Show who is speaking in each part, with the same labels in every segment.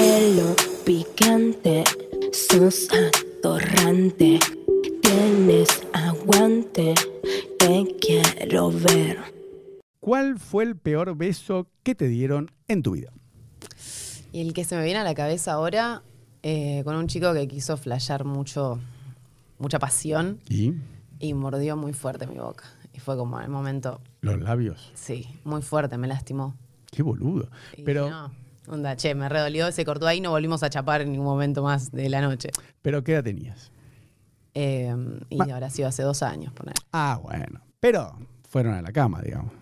Speaker 1: pelo picante, sos atorrante, tienes aguante, te quiero ver.
Speaker 2: ¿Cuál fue el peor beso que te dieron en tu vida?
Speaker 3: Y el que se me viene a la cabeza ahora, eh, con un chico que quiso flashear mucho, mucha pasión
Speaker 2: ¿Y
Speaker 3: y mordió muy fuerte mi boca. Y fue como el momento,
Speaker 2: los labios?
Speaker 3: sí, muy fuerte, me lastimó.
Speaker 2: Qué boludo.
Speaker 3: Y
Speaker 2: Pero,
Speaker 3: no, onda, che, me redolió, se cortó ahí, no volvimos a chapar en ningún momento más de la noche.
Speaker 2: pero ¿qué edad tenías?
Speaker 3: Eh, y
Speaker 2: Ma-
Speaker 3: ahora sí, hace dos años, poner.
Speaker 2: Ah, bueno. Pero fueron a la cama, digamos.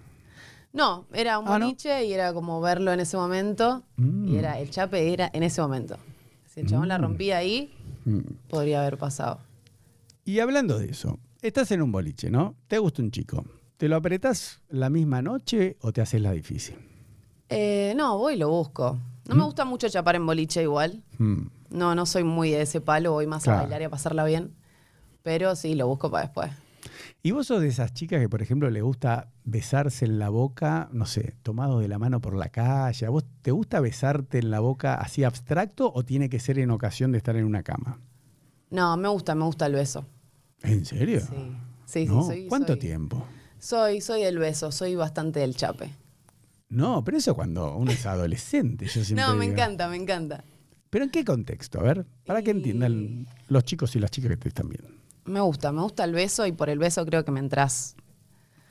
Speaker 3: No, era un
Speaker 2: Ah, ¿no? Mm.
Speaker 3: boliche y era como verlo en ese momento. Y era el chape era en ese momento. Si el chabón la rompía ahí,
Speaker 2: Mm.
Speaker 3: podría haber pasado.
Speaker 2: Y hablando de eso, estás en un boliche, ¿no? Te gusta un chico. ¿Te lo apretás la misma noche o te haces la difícil?
Speaker 3: Eh, no, voy y lo busco. No me gusta mucho chapar en boliche igual.
Speaker 2: Mm.
Speaker 3: No, no soy muy de ese palo, voy más
Speaker 2: Claro.
Speaker 3: a bailar y a pasarla bien. Pero sí, lo busco para después.
Speaker 2: ¿Y vos sos de esas chicas que, por ejemplo, le gusta besarse en la boca, no sé, tomado de la mano por la calle? ¿A vos te gusta besarte en la boca así abstracto o tiene que ser en ocasión de estar en una cama?
Speaker 3: No, me gusta, me gusta el beso.
Speaker 2: ¿En serio?
Speaker 3: Sí, sí, sí,
Speaker 2: No,
Speaker 3: soy-
Speaker 2: ¿Cuánto
Speaker 3: soy-
Speaker 2: tiempo?
Speaker 3: Soy, soy del beso, soy bastante del chape.
Speaker 2: No, pero eso cuando uno es adolescente, yo siempre
Speaker 3: no, me
Speaker 2: digo.
Speaker 3: encanta, me encanta.
Speaker 2: ¿Pero en qué contexto? A ver, para que
Speaker 3: Y-
Speaker 2: entiendan los chicos y las chicas que te están viendo.
Speaker 3: Me gusta, me gusta el beso y por el beso creo que me entras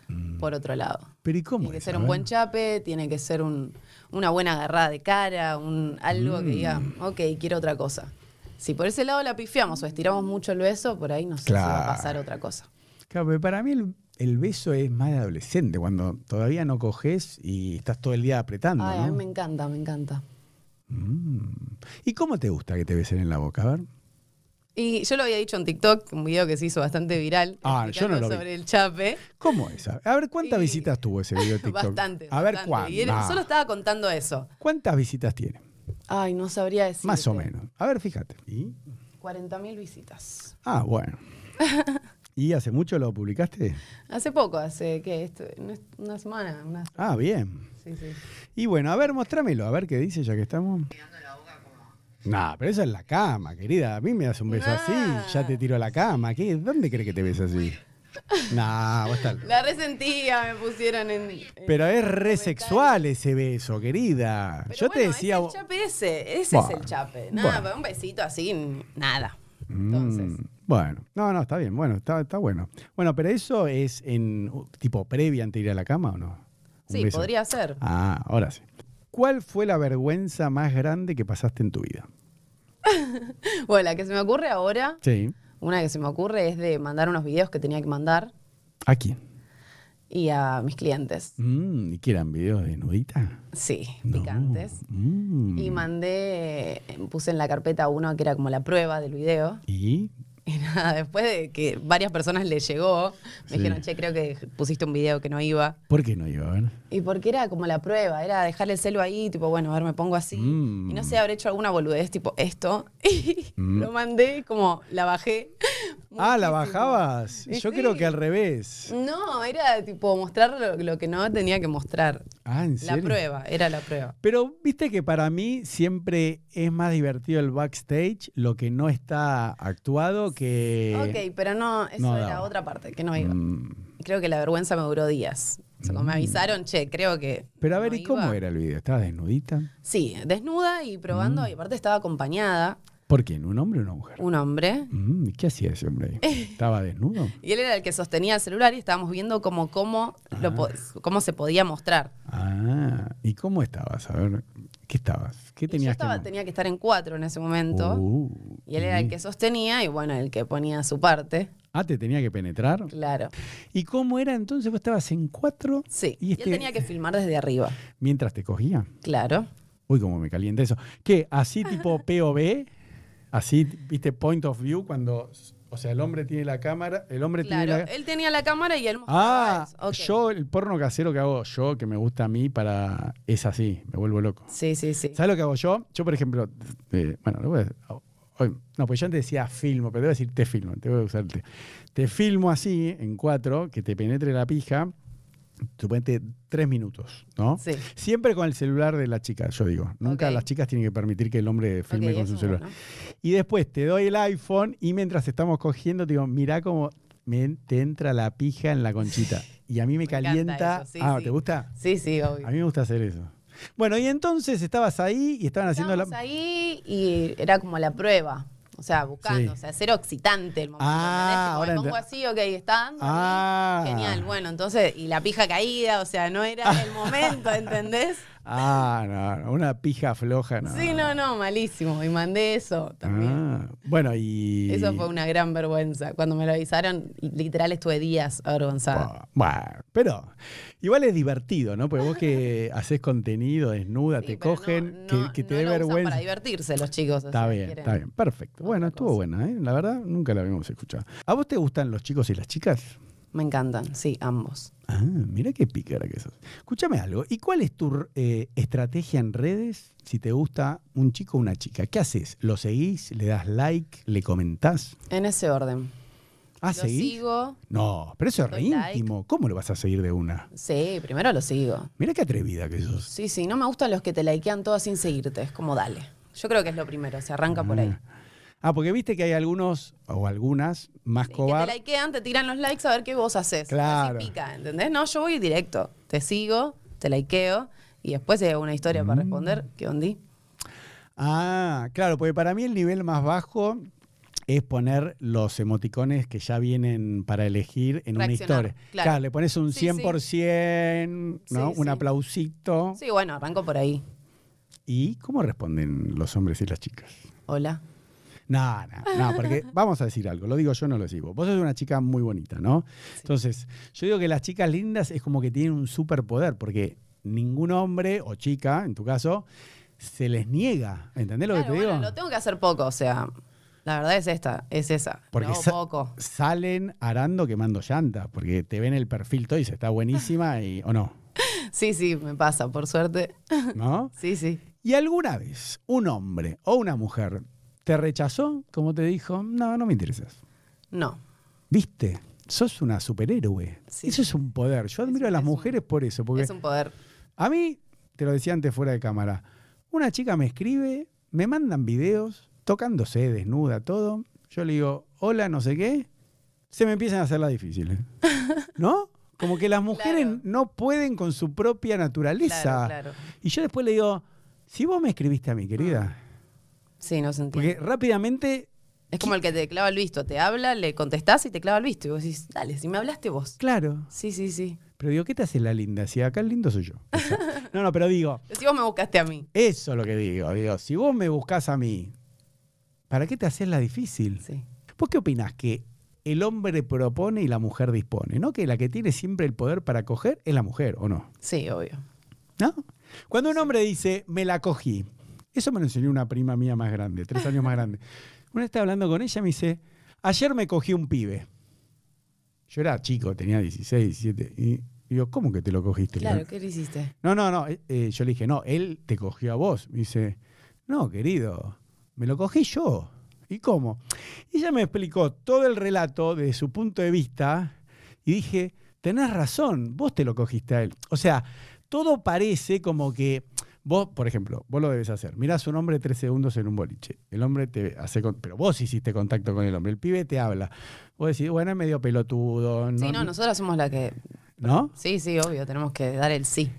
Speaker 2: Mm.
Speaker 3: por otro lado.
Speaker 2: ¿Pero y cómo
Speaker 3: Tiene que
Speaker 2: es?
Speaker 3: ser
Speaker 2: A
Speaker 3: un
Speaker 2: ver.
Speaker 3: buen chape, tiene que ser un- una buena agarrada de cara, un, algo que diga,
Speaker 2: Mm.
Speaker 3: ok, quiero otra cosa. Si por ese lado la pifiamos o estiramos mucho el beso, por ahí no sé si va
Speaker 2: Claro.
Speaker 3: a pasar otra cosa.
Speaker 2: Claro, porque para mí el, el beso es más de adolescente, cuando todavía no coges y estás todo el día apretando.
Speaker 3: Ay,
Speaker 2: ¿no?
Speaker 3: a mí me encanta, me encanta.
Speaker 2: Mm. ¿Y cómo te gusta que te besen en la boca? A ver.
Speaker 3: Y yo lo había dicho en TikTok, un video que se hizo bastante viral,
Speaker 2: Ah, yo no
Speaker 3: explicando
Speaker 2: lo vi.
Speaker 3: sobre el chape.
Speaker 2: ¿Cómo es? A ver, ¿cuántas
Speaker 3: Y-
Speaker 2: visitas tuvo ese video de TikTok?
Speaker 3: Bastante.
Speaker 2: A ver,
Speaker 3: bastante. Y él
Speaker 2: ¿cuántas?
Speaker 3: solo estaba contando eso.
Speaker 2: ¿Cuántas visitas tiene?
Speaker 3: Ay, no sabría decir.
Speaker 2: Más o menos. A ver, fíjate. ¿Y?
Speaker 3: 40.000 visitas.
Speaker 2: Ah, bueno. ¿Y hace mucho lo publicaste?
Speaker 3: Hace poco, hace, ¿qué? Esto, no es- una semana. Una,
Speaker 2: Ah, bien.
Speaker 3: sí, sí.
Speaker 2: Y bueno, a ver, mostrámelo, a ver qué dice ya que estamos. Nah, pero eso es la cama, querida. A mí me das un beso así, ya te tiro a la cama. ¿Qué? ¿Dónde crees que te ves así? Nah, vos estás-
Speaker 3: La resentía, me pusieron en... en-
Speaker 2: Pero es re sexual ese beso, querida.
Speaker 3: Pero
Speaker 2: Yo te
Speaker 3: bueno,
Speaker 2: decía.
Speaker 3: Es el
Speaker 2: vos-
Speaker 3: chape ese, ese
Speaker 2: Bueno,
Speaker 3: es el chape. Nada,
Speaker 2: bueno.
Speaker 3: para un besito así, n- nada.
Speaker 2: Mm,
Speaker 3: Entonces,
Speaker 2: Bueno, no, no, está bien, bueno, está, está bueno. Bueno, pero eso es en uh, tipo previa antes de ir a la cama o no? Un
Speaker 3: sí,
Speaker 2: beso.
Speaker 3: podría ser.
Speaker 2: Ah, ahora sí. ¿Cuál fue la vergüenza más grande que pasaste en tu vida?
Speaker 3: Bueno, la que se me ocurre ahora,
Speaker 2: Sí.
Speaker 3: una que se me ocurre es de mandar unos videos que tenía que mandar
Speaker 2: ¿A quién?
Speaker 3: y a mis clientes.
Speaker 2: Mm, ¿Y que eran videos de nudita?
Speaker 3: Sí,
Speaker 2: No.
Speaker 3: picantes.
Speaker 2: Mm.
Speaker 3: Y mandé, eh, puse en la carpeta uno que era como la prueba del video.
Speaker 2: ¿Y?
Speaker 3: Y nada, después de que varias personas le llegó, me
Speaker 2: Sí.
Speaker 3: dijeron, che, creo que pusiste un video que no iba.
Speaker 2: ¿Por qué no iba a ver?
Speaker 3: Y porque era como la prueba, era dejar el celo ahí, tipo, bueno, a ver, me pongo así.
Speaker 2: Mm.
Speaker 3: Y no sé, habré hecho alguna boludez, tipo, esto. Y lo mandé, como, la bajé.
Speaker 2: Ah, la
Speaker 3: muchísimo.
Speaker 2: bajabas.
Speaker 3: Y
Speaker 2: Yo
Speaker 3: sí.
Speaker 2: creo que al revés.
Speaker 3: No, era tipo mostrar lo, lo que no tenía que mostrar.
Speaker 2: Ah, en
Speaker 3: La
Speaker 2: serio.
Speaker 3: prueba, era la prueba.
Speaker 2: Pero viste que para mí siempre es más divertido el backstage, lo que no está actuado, que...
Speaker 3: ok, pero no, eso
Speaker 2: Eh, no
Speaker 3: era
Speaker 2: daba.
Speaker 3: otra parte, que no iba.
Speaker 2: Mm.
Speaker 3: Creo que la vergüenza me duró días. O sea, cuando me avisaron, che, creo que.
Speaker 2: Pero a ver,
Speaker 3: no
Speaker 2: ¿y cómo
Speaker 3: iba.
Speaker 2: era el video? ¿Estaba desnudita?
Speaker 3: Sí, desnuda y probando,
Speaker 2: Mm.
Speaker 3: y aparte estaba acompañada
Speaker 2: ¿Por quién? ¿Un hombre o una mujer?
Speaker 3: un hombre.
Speaker 2: Mm, ¿y ¿Qué hacía ese hombre ahí? ¿Estaba desnudo?
Speaker 3: Y él era el que sostenía el celular y estábamos viendo cómo, cómo, lo po- cómo se podía mostrar.
Speaker 2: Ah, ¿y cómo estabas? A ver, ¿qué estabas? ¿Qué
Speaker 3: Y yo
Speaker 2: tenías
Speaker 3: estaba,
Speaker 2: que...
Speaker 3: tenía que estar en cuatro en ese momento.
Speaker 2: Uh,
Speaker 3: y él era el
Speaker 2: sí.
Speaker 3: que sostenía y bueno, el que ponía su parte.
Speaker 2: Ah, te tenía que penetrar.
Speaker 3: Claro.
Speaker 2: ¿Y cómo era entonces? ¿Vos estabas en cuatro?
Speaker 3: Sí.
Speaker 2: Y
Speaker 3: Y,
Speaker 2: este-
Speaker 3: él tenía que filmar desde arriba.
Speaker 2: Mientras te cogía.
Speaker 3: Claro.
Speaker 2: Uy, cómo me calienta eso. ¿Qué? Así tipo POV, así, viste, point of view, cuando, o sea, el hombre tiene la cámara, el hombre tiene
Speaker 3: Claro.
Speaker 2: la...
Speaker 3: Él tenía la cámara y él mostraba.
Speaker 2: Ah,
Speaker 3: eso. Ok.
Speaker 2: yo, el porno casero que hago yo, que me gusta a mí, para... es así, me vuelvo loco.
Speaker 3: Sí, sí, sí.
Speaker 2: ¿Sabes lo que hago yo? Yo, por ejemplo, eh, bueno, lo voy a- hoy- no, pues yo antes decía filmo, pero debo decir te filmo, te voy a usarte. Te filmo así, en cuatro, que te penetre la pija, suponete, tres minutos, ¿no?
Speaker 3: Sí.
Speaker 2: Siempre con el celular de la chica, yo digo. Nunca
Speaker 3: Ok.
Speaker 2: las chicas tienen que permitir que el hombre filme
Speaker 3: Ok,
Speaker 2: con
Speaker 3: eso
Speaker 2: su
Speaker 3: es
Speaker 2: celular.
Speaker 3: bueno.
Speaker 2: Y después te doy el iPhone y mientras estamos cogiendo, te digo, mirá cómo me en- te entra la pija en la conchita. Y a mí me,
Speaker 3: encanta
Speaker 2: calienta.
Speaker 3: eso, sí,
Speaker 2: ah,
Speaker 3: sí.
Speaker 2: ¿te gusta?
Speaker 3: Sí, sí, obvio.
Speaker 2: A mí me gusta hacer eso. Bueno, y entonces estabas ahí y estaban haciendo
Speaker 3: Estábamos
Speaker 2: la.
Speaker 3: ahí y era como la prueba. O sea, buscando,
Speaker 2: Sí.
Speaker 3: o sea, ser excitante el momento.
Speaker 2: Ah,
Speaker 3: ¿entendés? Tipo,
Speaker 2: ahora
Speaker 3: me pongo
Speaker 2: ent-
Speaker 3: así, ok, está dando.
Speaker 2: Ah.
Speaker 3: Genial, bueno, entonces, y la pija caída, o sea, no era el momento, ¿entendés?
Speaker 2: Ah, no, no, una pija floja, no.
Speaker 3: Sí, no, no, malísimo. Y mandé eso también.
Speaker 2: Ah, bueno, y.
Speaker 3: Eso fue una gran vergüenza. Cuando me lo avisaron, literal estuve días avergonzada.
Speaker 2: Buah, Bueno, pero igual es divertido, ¿no? Porque vos que haces contenido desnuda,
Speaker 3: Sí,
Speaker 2: te
Speaker 3: pero
Speaker 2: cogen,
Speaker 3: no- no-
Speaker 2: que, que te
Speaker 3: no
Speaker 2: dé
Speaker 3: lo usan
Speaker 2: vergüenza.
Speaker 3: Para divertirse los chicos. o
Speaker 2: Está
Speaker 3: sea,
Speaker 2: bien,
Speaker 3: quieren-
Speaker 2: está bien, perfecto. Bueno,
Speaker 3: otra
Speaker 2: estuvo
Speaker 3: cosa.
Speaker 2: buena, ¿eh? La verdad, nunca la habíamos escuchado. ¿A vos te gustan los chicos y las chicas?
Speaker 3: Me encantan, sí, ambos.
Speaker 2: Ah, mira qué pícara que sos. Escúchame algo. ¿Y cuál es tu eh, estrategia en redes si te gusta un chico o una chica? ¿Qué haces? ¿Lo seguís? ¿Le das like? ¿Le comentás?
Speaker 3: En ese orden.
Speaker 2: ¿Ah,
Speaker 3: lo
Speaker 2: seguís?
Speaker 3: sigo.
Speaker 2: No, pero eso es re
Speaker 3: Doy like.
Speaker 2: íntimo. ¿Cómo lo vas a seguir de una?
Speaker 3: Sí, primero lo sigo.
Speaker 2: Mira qué atrevida que sos.
Speaker 3: Sí, sí, no me gustan los que te likean todo sin seguirte. Es como dale. Yo creo que es lo primero, se arranca por ahí.
Speaker 2: Ah, porque viste que hay algunos o algunas más
Speaker 3: Y
Speaker 2: cobardes.
Speaker 3: Que te likean, te tiran los likes a ver qué vos haces.
Speaker 2: Claro.
Speaker 3: Así pica, ¿entendés? No, yo voy directo. Te sigo, te likeo y después hay una historia
Speaker 2: Mm.
Speaker 3: para responder. ¿Qué ondí?
Speaker 2: Ah, claro, porque para mí el nivel más bajo es poner los emoticones que ya vienen para elegir en una
Speaker 3: Reaccionar,
Speaker 2: historia. Claro.
Speaker 3: claro.
Speaker 2: le pones un
Speaker 3: Sí, sí.
Speaker 2: 100%, ¿no?
Speaker 3: Sí,
Speaker 2: un
Speaker 3: sí.
Speaker 2: aplausito.
Speaker 3: Sí, bueno, arranco por ahí.
Speaker 2: ¿Y cómo responden los hombres y las chicas?
Speaker 3: Hola.
Speaker 2: No, no, no, porque vamos a decir algo, lo digo yo, no lo digo. Vos sos una chica muy bonita, ¿no? Entonces, yo digo que las chicas lindas es como que tienen un superpoder, porque ningún hombre o chica, en tu caso, se les niega. ¿Entendés lo
Speaker 3: Claro,
Speaker 2: que te
Speaker 3: bueno,
Speaker 2: digo?
Speaker 3: lo tengo que hacer poco, o sea, la verdad es esta, es esa.
Speaker 2: Porque
Speaker 3: lo hago
Speaker 2: sa-
Speaker 3: poco.
Speaker 2: salen arando quemando llantas, porque te ven el perfil todo y dice, está buenísima y, o no,
Speaker 3: Sí, sí, me pasa, por suerte.
Speaker 2: ¿no?
Speaker 3: Sí, sí.
Speaker 2: ¿Y alguna vez un hombre o una mujer te rechazó, como te dijo, no, no me interesas?
Speaker 3: No.
Speaker 2: ¿Viste? Sos una superhéroe.
Speaker 3: Sí.
Speaker 2: Eso es un poder. Yo admiro
Speaker 3: un-
Speaker 2: a las
Speaker 3: es un-
Speaker 2: mujeres por eso, porque
Speaker 3: Es un poder.
Speaker 2: a mí, te lo decía antes fuera de cámara, una chica me escribe, me mandan videos, tocándose, desnuda, todo. Yo le digo, hola, no sé qué. Se me empiezan a hacer las difíciles. ¿No? Como que las mujeres
Speaker 3: Claro.
Speaker 2: no pueden con su propia naturaleza.
Speaker 3: Claro, claro.
Speaker 2: Y yo después le digo, si vos me escribiste a mi
Speaker 3: Ah,
Speaker 2: querida,
Speaker 3: Sí, no se entiende.
Speaker 2: porque rápidamente
Speaker 3: Es como el que te clava el visto, te habla, le contestás y te clava el visto. Y vos decís, dale, si me hablaste vos.
Speaker 2: Claro.
Speaker 3: Sí, sí, sí.
Speaker 2: Pero digo, ¿qué te hace la linda? Si acá el lindo soy yo. O sea, no, no, pero digo,
Speaker 3: Si vos me buscaste a mí.
Speaker 2: eso es lo que digo. Digo, si vos me buscás a mí, ¿para qué te haces la difícil?
Speaker 3: Sí.
Speaker 2: ¿Vos qué opinás? Que el hombre propone y la mujer dispone, ¿no? Que la que tiene siempre el poder para coger es la mujer, ¿o no?
Speaker 3: Sí, obvio.
Speaker 2: ¿No? Cuando un hombre dice, me la cogí, eso me lo enseñó una prima mía más grande, tres años más grande. Una vez estaba hablando con ella y me dice, ayer me cogí un pibe. Yo era chico, tenía 16, 17. Y digo, ¿cómo que te lo cogiste?
Speaker 3: Claro, ¿qué le hiciste?
Speaker 2: No, no, no. eh, eh, yo le dije, no, él te cogió a vos. Me dice, no, querido, me lo cogí yo. ¿Y cómo? Y ella me explicó todo el relato desde su punto de vista y dije, tenés razón, vos te lo cogiste a él. O sea, todo parece como que vos, por ejemplo, vos lo debes hacer. Mirás a un hombre tres segundos en un boliche. El hombre te hace, con- pero vos hiciste contacto con el hombre. El pibe te habla. Vos decís, bueno, es medio pelotudo. No,
Speaker 3: Sí, no, nosotras somos la que.
Speaker 2: ¿no?
Speaker 3: Sí, sí, obvio, tenemos que dar el sí.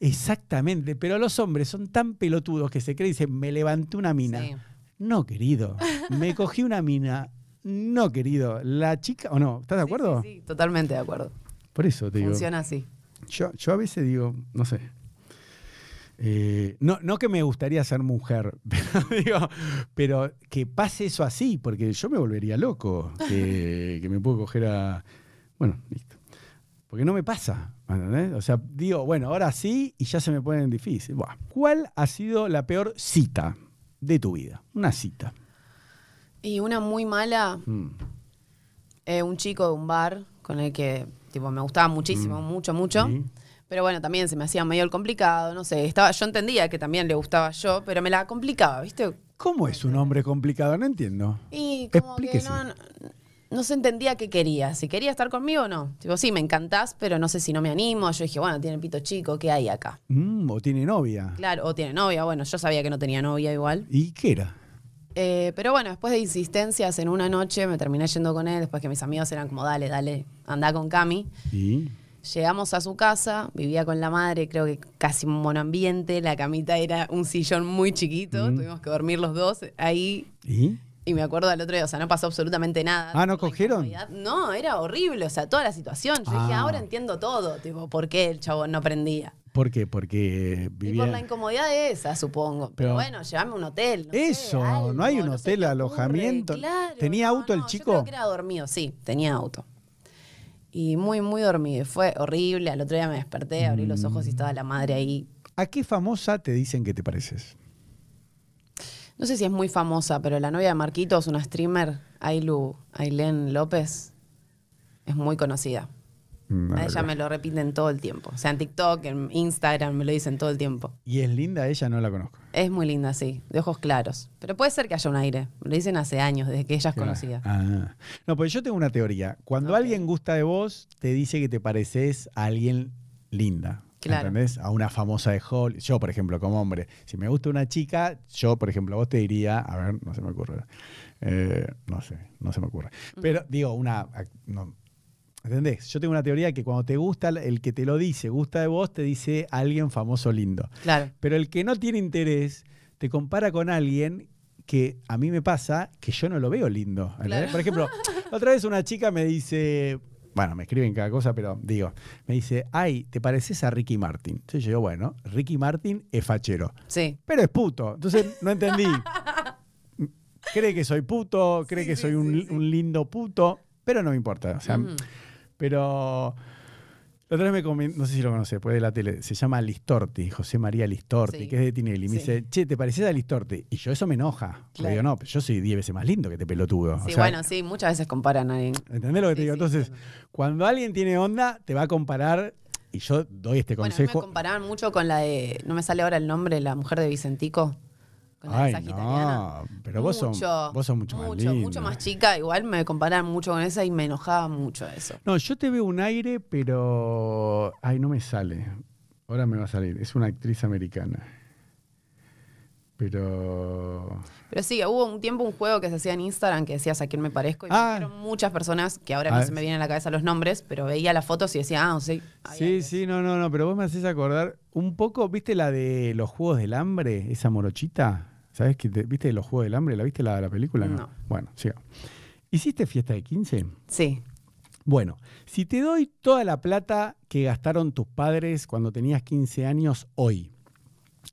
Speaker 2: Exactamente, pero los hombres son tan pelotudos que se creen y dicen, me levanté una mina.
Speaker 3: Sí.
Speaker 2: No, querido. Me cogí una mina. No, querido. La chica, ¿o no? ¿Estás de acuerdo?
Speaker 3: Sí, sí, totalmente de acuerdo.
Speaker 2: Por eso te digo.
Speaker 3: Funciona así.
Speaker 2: Yo, yo a veces digo, no sé. Eh, no, no que me gustaría ser mujer, pero, digo, pero que pase eso así, porque yo me volvería loco que, que me puedo coger a. Bueno, listo. Porque no me pasa, ¿entendés? O sea, digo, bueno, ahora sí y ya se me ponen difícil. Buah. ¿Cuál ha sido la peor cita de tu vida? Una cita.
Speaker 3: Y una muy mala,
Speaker 2: Mm.
Speaker 3: eh, un chico de un bar con el que tipo me gustaba muchísimo, mucho, mucho.
Speaker 2: Mm. Sí.
Speaker 3: Pero bueno, también se me hacía medio el complicado, no sé, estaba, yo entendía que también le gustaba yo, pero me la complicaba, ¿viste?
Speaker 2: ¿Cómo es un hombre complicado? No entiendo.
Speaker 3: Y como
Speaker 2: Explíquese.
Speaker 3: que no, no- no se entendía qué quería, si quería estar conmigo o no. Digo, sí, me encantás, pero no sé si no me animo. Yo dije, bueno, tiene pito chico, ¿qué hay acá?
Speaker 2: Mm, o tiene novia.
Speaker 3: Claro, o tiene novia, bueno, yo sabía que no tenía novia igual.
Speaker 2: ¿Y qué era?
Speaker 3: Eh, pero bueno, después de insistencias en una noche me terminé yendo con él, después que mis amigos eran como, dale, dale, anda con Cami.
Speaker 2: Y
Speaker 3: Llegamos a su casa, vivía con la madre, creo que casi un monoambiente, la camita era un sillón muy chiquito,
Speaker 2: Mm.
Speaker 3: tuvimos que dormir los dos ahí.
Speaker 2: y
Speaker 3: Y me acuerdo al otro día, o sea, no pasó absolutamente nada.
Speaker 2: Ah, ¿no
Speaker 3: Por la
Speaker 2: cogieron?
Speaker 3: incomodidad. No, era horrible, o sea, toda la situación. Yo dije,
Speaker 2: Ah.
Speaker 3: ahora entiendo todo, tipo, ¿por qué el chabón no prendía?
Speaker 2: ¿Por qué? Porque eh,
Speaker 3: Y por la
Speaker 2: vivía.
Speaker 3: incomodidad de esa, supongo. Pero,
Speaker 2: Pero-
Speaker 3: bueno, llévame a un hotel. no sé,
Speaker 2: Eso,
Speaker 3: algo,
Speaker 2: no hay un
Speaker 3: se
Speaker 2: hotel,
Speaker 3: te ocurre.
Speaker 2: alojamiento.
Speaker 3: Claro,
Speaker 2: ¿Tenía
Speaker 3: no,
Speaker 2: auto el
Speaker 3: no, yo
Speaker 2: chico?
Speaker 3: creo que era dormido, sí, tenía auto. Y muy, muy dormido. y Fue horrible. Al otro día me desperté, abrí los ojos y estaba la madre ahí.
Speaker 2: ¿A qué famosa te dicen que te pareces?
Speaker 3: No sé si es muy famosa, pero la novia de Marquitos, una streamer, Ailu, Ailén López, es muy conocida.
Speaker 2: No
Speaker 3: a ella
Speaker 2: recuerdo.
Speaker 3: me lo repiten todo el tiempo. O sea, en TikTok, en Instagram, me lo dicen todo el tiempo.
Speaker 2: Y es linda, ella no la conozco.
Speaker 3: Es muy linda, sí, de ojos claros. Pero puede ser que haya un aire. Lo dicen hace años, desde que ella es conocida.
Speaker 2: Ah. No, pues yo tengo una teoría. Cuando alguien gusta de vos, te dice que te pareces a alguien linda.
Speaker 3: Claro.
Speaker 2: ¿Entendés? A una famosa de Hollywood. Yo, por ejemplo, como hombre, si me gusta una chica, yo, por ejemplo, a vos te diría, a ver, no se me ocurre. Eh, no sé, no se me ocurre. Pero digo, una... ac- no, ¿Entendés? Yo tengo una teoría que cuando te gusta, el que te lo dice, gusta de vos, te dice alguien famoso lindo.
Speaker 3: Claro.
Speaker 2: Pero el que no tiene interés te compara con alguien que a mí me pasa que yo no lo veo lindo. ¿entendés?
Speaker 3: Claro.
Speaker 2: Por ejemplo, la otra vez una chica me dice, bueno, me escriben cada cosa, pero digo, me dice, ay, te pareces a Ricky Martin. Entonces yo digo, bueno, Ricky Martin es fachero,
Speaker 3: Sí.
Speaker 2: pero es puto. Entonces no entendí. Cree que soy puto, cree
Speaker 3: Sí,
Speaker 2: que
Speaker 3: sí,
Speaker 2: soy un,
Speaker 3: sí, sí.
Speaker 2: un lindo puto, pero no me importa. O sea,
Speaker 3: Mm.
Speaker 2: pero la otra vez me comen- no sé si lo conoces, pues de la tele, se llama Listorti, José María Listorti,
Speaker 3: Sí.
Speaker 2: que es de Tinelli. Me
Speaker 3: Sí.
Speaker 2: dice, che, ¿te pareces a Listorti? Y yo eso me enoja. porque
Speaker 3: Claro.
Speaker 2: digo, no, pero yo soy 10 veces más lindo que te pelotudo.
Speaker 3: Sí,
Speaker 2: O sea,
Speaker 3: bueno, sí, muchas veces comparan a alguien.
Speaker 2: ¿Entendés lo que te
Speaker 3: Sí,
Speaker 2: digo?
Speaker 3: sí,
Speaker 2: Entonces, cuando alguien tiene onda, te va a comparar, y yo doy este
Speaker 3: Bueno, a mí me
Speaker 2: consejo.
Speaker 3: comparaban mucho con la de. No me sale ahora el nombre, la mujer de Vicentico. Con la de
Speaker 2: Ay,
Speaker 3: Sagitariana.
Speaker 2: no, pero vos sos, vos sos mucho, más
Speaker 3: Mucho,
Speaker 2: lindo.
Speaker 3: mucho más chica. Igual me comparaban mucho con esa y me enojaba mucho eso.
Speaker 2: No, yo te veo un aire, pero. Ay, no me sale. Ahora me va a salir. Es una actriz americana. Pero.
Speaker 3: Pero sí, hubo un tiempo un juego que se hacía en Instagram que decías a quién me parezco. Y
Speaker 2: Ah.
Speaker 3: me dijeron muchas personas que ahora
Speaker 2: Ah.
Speaker 3: no se me vienen a la cabeza los nombres, pero veía las fotos y decía, ah, sí. ahí
Speaker 2: Sí,
Speaker 3: hay
Speaker 2: sí, no, no, no, pero vos me haces acordar un poco, ¿viste la de los Juegos del Hambre? Esa morochita. ¿Sabés que te- viste los Juegos del Hambre? ¿La viste la, la película?
Speaker 3: No.
Speaker 2: Bueno, siga. ¿Hiciste fiesta de 15?
Speaker 3: Sí,
Speaker 2: Bueno, si te doy toda la plata que gastaron tus padres cuando tenías 15 años hoy,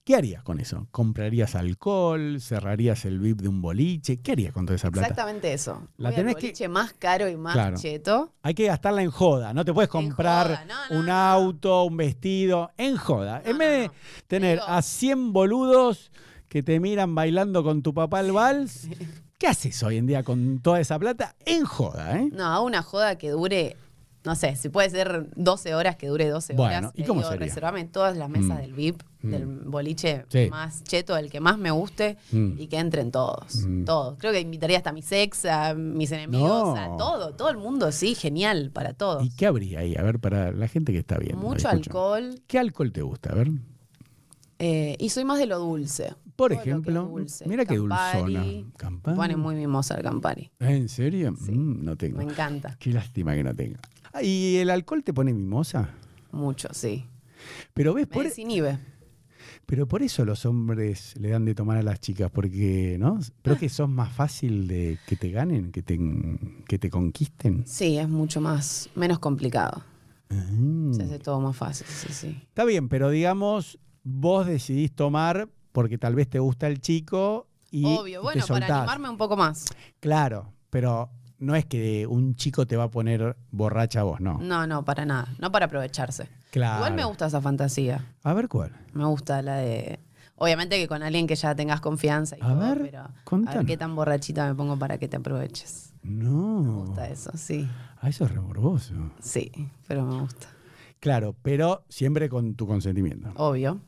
Speaker 2: ¿qué harías con eso? ¿Comprarías alcohol? ¿Cerrarías el VIP de un boliche? ¿Qué harías con toda esa plata?
Speaker 3: exactamente eso.
Speaker 2: La
Speaker 3: La
Speaker 2: tenés
Speaker 3: tenés
Speaker 2: que-
Speaker 3: más caro y más
Speaker 2: Claro.
Speaker 3: cheto.
Speaker 2: Hay que gastarla en joda, no te puedes comprar
Speaker 3: joda, no, no,
Speaker 2: un
Speaker 3: no.
Speaker 2: auto, un vestido, en joda. en
Speaker 3: no,
Speaker 2: vez de
Speaker 3: no.
Speaker 2: tener
Speaker 3: Digo-
Speaker 2: a 100 boludos que te miran bailando con tu papá al vals, ¿qué haces hoy en día con toda esa plata? En joda, ¿eh?
Speaker 3: No, a una joda que dure, no sé, si puede ser 12 horas, que dure 12
Speaker 2: Bueno,
Speaker 3: horas.
Speaker 2: ¿y
Speaker 3: Le
Speaker 2: cómo
Speaker 3: digo,
Speaker 2: sería?
Speaker 3: Reservame todas las mesas
Speaker 2: Mm.
Speaker 3: del VIP, del boliche
Speaker 2: Sí.
Speaker 3: más cheto, el que más me guste,
Speaker 2: Mm.
Speaker 3: y que entren todos.
Speaker 2: Mm.
Speaker 3: Todos. Creo que invitaría hasta a mis ex, a mis enemigos,
Speaker 2: No.
Speaker 3: a todo, todo el mundo, sí, genial, para todos.
Speaker 2: ¿Y qué habría ahí? A ver, para la gente que está viendo.
Speaker 3: Mucho
Speaker 2: escucha.
Speaker 3: alcohol.
Speaker 2: ¿Qué alcohol te gusta? A ver.
Speaker 3: eh, y soy más de lo dulce.
Speaker 2: Por
Speaker 3: Todo lo que es
Speaker 2: ejemplo,
Speaker 3: dulce.
Speaker 2: mira qué
Speaker 3: Campari.
Speaker 2: dulzona. Campari.
Speaker 3: Pone muy mimosa el Campari.
Speaker 2: ¿En serio?
Speaker 3: Sí.
Speaker 2: Mm, no
Speaker 3: Me
Speaker 2: tengo.
Speaker 3: encanta.
Speaker 2: Qué lástima que no tenga. Ah, ¿Y el alcohol te pone mimosa?
Speaker 3: Mucho, sí.
Speaker 2: Pero ves,
Speaker 3: Me
Speaker 2: por, e-
Speaker 3: desinhibe.
Speaker 2: pero por eso los hombres le dan de tomar a las chicas, porque, ¿no? Creo que sos más fácil de que te ganen, que te, que te conquisten.
Speaker 3: Sí, es mucho más, menos complicado.
Speaker 2: Ah.
Speaker 3: Se hace todo más fácil, sí, sí.
Speaker 2: Está bien, pero digamos, vos decidís tomar porque tal vez te gusta el chico y, y
Speaker 3: Obvio,
Speaker 2: te
Speaker 3: bueno, para
Speaker 2: soltás.
Speaker 3: animarme un poco más.
Speaker 2: Claro, pero no es que un chico te va a poner borracha a vos, no.
Speaker 3: No, no, para nada. No para aprovecharse.
Speaker 2: Claro.
Speaker 3: Mm. Igual me gusta esa fantasía.
Speaker 2: A ver cuál.
Speaker 3: Me gusta la de. Obviamente que con alguien que ya tengas confianza y
Speaker 2: A
Speaker 3: todo,
Speaker 2: ver,
Speaker 3: pero a
Speaker 2: contanos.
Speaker 3: ver qué tan borrachita me pongo para que te aproveches.
Speaker 2: No.
Speaker 3: Me gusta eso, sí.
Speaker 2: Ah, eso es remorboso.
Speaker 3: Sí, pero me gusta.
Speaker 2: Claro, pero siempre con tu
Speaker 3: Oh,
Speaker 2: consentimiento.
Speaker 3: Obvio.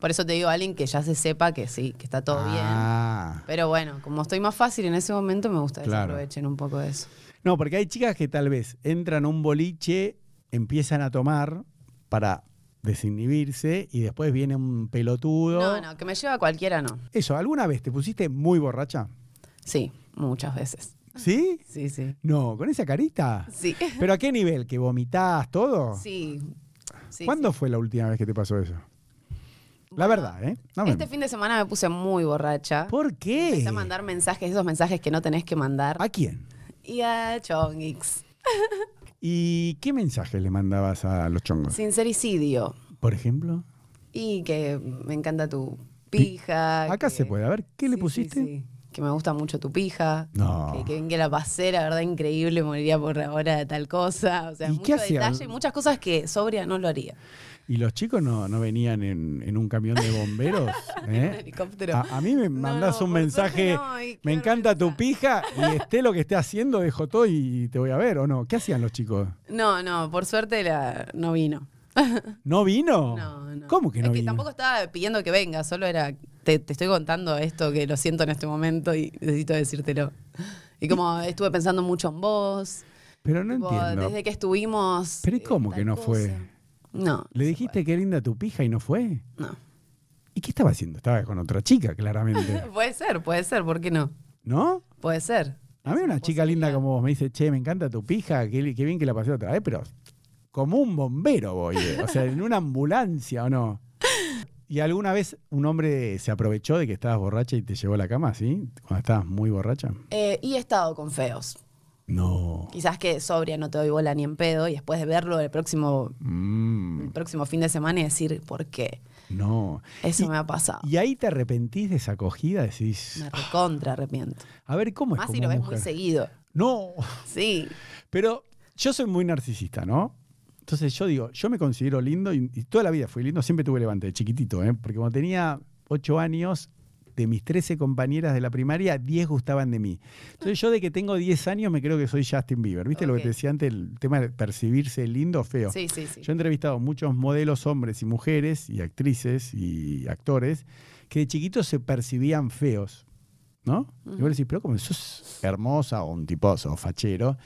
Speaker 3: Por eso te digo a alguien que ya se sepa que sí, que está todo bien.
Speaker 2: Ah,
Speaker 3: Pero bueno, como estoy más fácil en ese momento, me gusta que se
Speaker 2: Claro.
Speaker 3: aprovechen un poco de eso.
Speaker 2: No, porque hay chicas que tal vez entran a un boliche, empiezan a tomar para desinhibirse y después viene un pelotudo.
Speaker 3: No, no, que me lleva cualquiera no.
Speaker 2: Eso, ¿alguna vez te pusiste muy borracha?
Speaker 3: Ah. Sí, muchas veces.
Speaker 2: ¿Sí?
Speaker 3: Sí, sí.
Speaker 2: No, con esa carita.
Speaker 3: Sí.
Speaker 2: ¿Pero a qué nivel? ¿Que vomitás todo?
Speaker 3: Sí. sí,
Speaker 2: ¿Cuándo
Speaker 3: sí.
Speaker 2: fue la última vez que te pasó eso? La
Speaker 3: Bueno,
Speaker 2: verdad, ¿eh? No me-
Speaker 3: Este fin de semana me puse muy borracha.
Speaker 2: ¿Por qué?
Speaker 3: Empecé a mandar mensajes, esos mensajes que no tenés que mandar.
Speaker 2: ¿A quién?
Speaker 3: Y a Chongix.
Speaker 2: ¿Y qué mensaje le mandabas a los chongos?
Speaker 3: Sincericidio.
Speaker 2: Por ejemplo.
Speaker 3: Y que me encanta tu pija.
Speaker 2: Acá
Speaker 3: que-
Speaker 2: se puede. A ver, ¿qué le
Speaker 3: Sí, sí,
Speaker 2: pusiste?
Speaker 3: sí. Que me gusta mucho tu pija.
Speaker 2: No.
Speaker 3: Que, que bien que la pasé, la verdad, increíble, moriría por ahora de tal cosa. O sea,
Speaker 2: ¿Y
Speaker 3: mucho
Speaker 2: qué hacían?
Speaker 3: detalle y muchas cosas que sobria no lo haría.
Speaker 2: ¿Y los chicos no, no venían en, en un camión de bomberos? ¿eh?
Speaker 3: helicóptero.
Speaker 2: A, a mí me
Speaker 3: No,
Speaker 2: mandás
Speaker 3: no,
Speaker 2: un
Speaker 3: por
Speaker 2: mensaje,
Speaker 3: suerte no, y qué
Speaker 2: me encanta tu
Speaker 3: vergüenza".
Speaker 2: pija y esté lo que esté haciendo, dejo todo y te voy a ver, ¿o no? ¿Qué hacían los chicos?
Speaker 3: No, no, por suerte la, no vino.
Speaker 2: ¿No vino?
Speaker 3: No, no.
Speaker 2: ¿Cómo que no
Speaker 3: es Que
Speaker 2: vino?
Speaker 3: tampoco estaba pidiendo que venga, solo era, te, te estoy contando esto que lo siento en este momento y necesito decírtelo. Y como estuve pensando mucho en vos,
Speaker 2: Pero no
Speaker 3: tipo,
Speaker 2: entiendo.
Speaker 3: desde que estuvimos...
Speaker 2: Pero ¿y
Speaker 3: eh,
Speaker 2: cómo que
Speaker 3: tal
Speaker 2: no fue?
Speaker 3: cosa. No.
Speaker 2: ¿Le dijiste que linda tu pija y no fue?
Speaker 3: No.
Speaker 2: ¿Y qué estaba haciendo? Estaba con otra chica, claramente.
Speaker 3: Puede ser, puede ser, ¿por qué no?
Speaker 2: ¿No?
Speaker 3: Puede ser.
Speaker 2: A mí una chica linda
Speaker 3: posibilidad.
Speaker 2: como vos me dice, che, me encanta tu pija, qué, li- qué bien que la pasé otra vez, pero como un bombero voy, eh. o sea, en una ambulancia o no. ¿Y alguna vez un hombre se aprovechó de que estabas borracha y te llevó a la cama, sí? Cuando estabas muy borracha.
Speaker 3: Eh, y he estado con feos.
Speaker 2: No.
Speaker 3: Quizás que sobria no te doy bola ni en pedo y después de verlo el próximo,
Speaker 2: Mm,
Speaker 3: el próximo fin de semana y decir por qué.
Speaker 2: no.
Speaker 3: Eso
Speaker 2: Y-
Speaker 3: me ha pasado.
Speaker 2: Y ahí te arrepentís de esa acogida, decís,
Speaker 3: Me recontra arrepiento.
Speaker 2: a ver, ¿cómo es
Speaker 3: Más si
Speaker 2: como
Speaker 3: lo ves
Speaker 2: mujer?
Speaker 3: muy seguido.
Speaker 2: No.
Speaker 3: Sí.
Speaker 2: Pero yo soy muy narcisista, ¿no? Entonces yo digo, yo me considero lindo y, y toda la vida fui lindo, siempre tuve levante, de chiquitito, ¿eh? Porque cuando tenía 8 años, de mis 13 compañeras de la primaria, 10 gustaban de mí. Entonces yo de que tengo 10 años me creo que soy Justin Bieber. ¿Viste lo que
Speaker 3: Ok.
Speaker 2: te decía antes, el tema de percibirse lindo o feo?
Speaker 3: Sí, sí, sí.
Speaker 2: Yo he entrevistado muchos modelos, hombres y mujeres, y actrices y actores, que de chiquitos se percibían feos, ¿no? Y vos decís, pero como sos hermosa o un tiposo o fachero.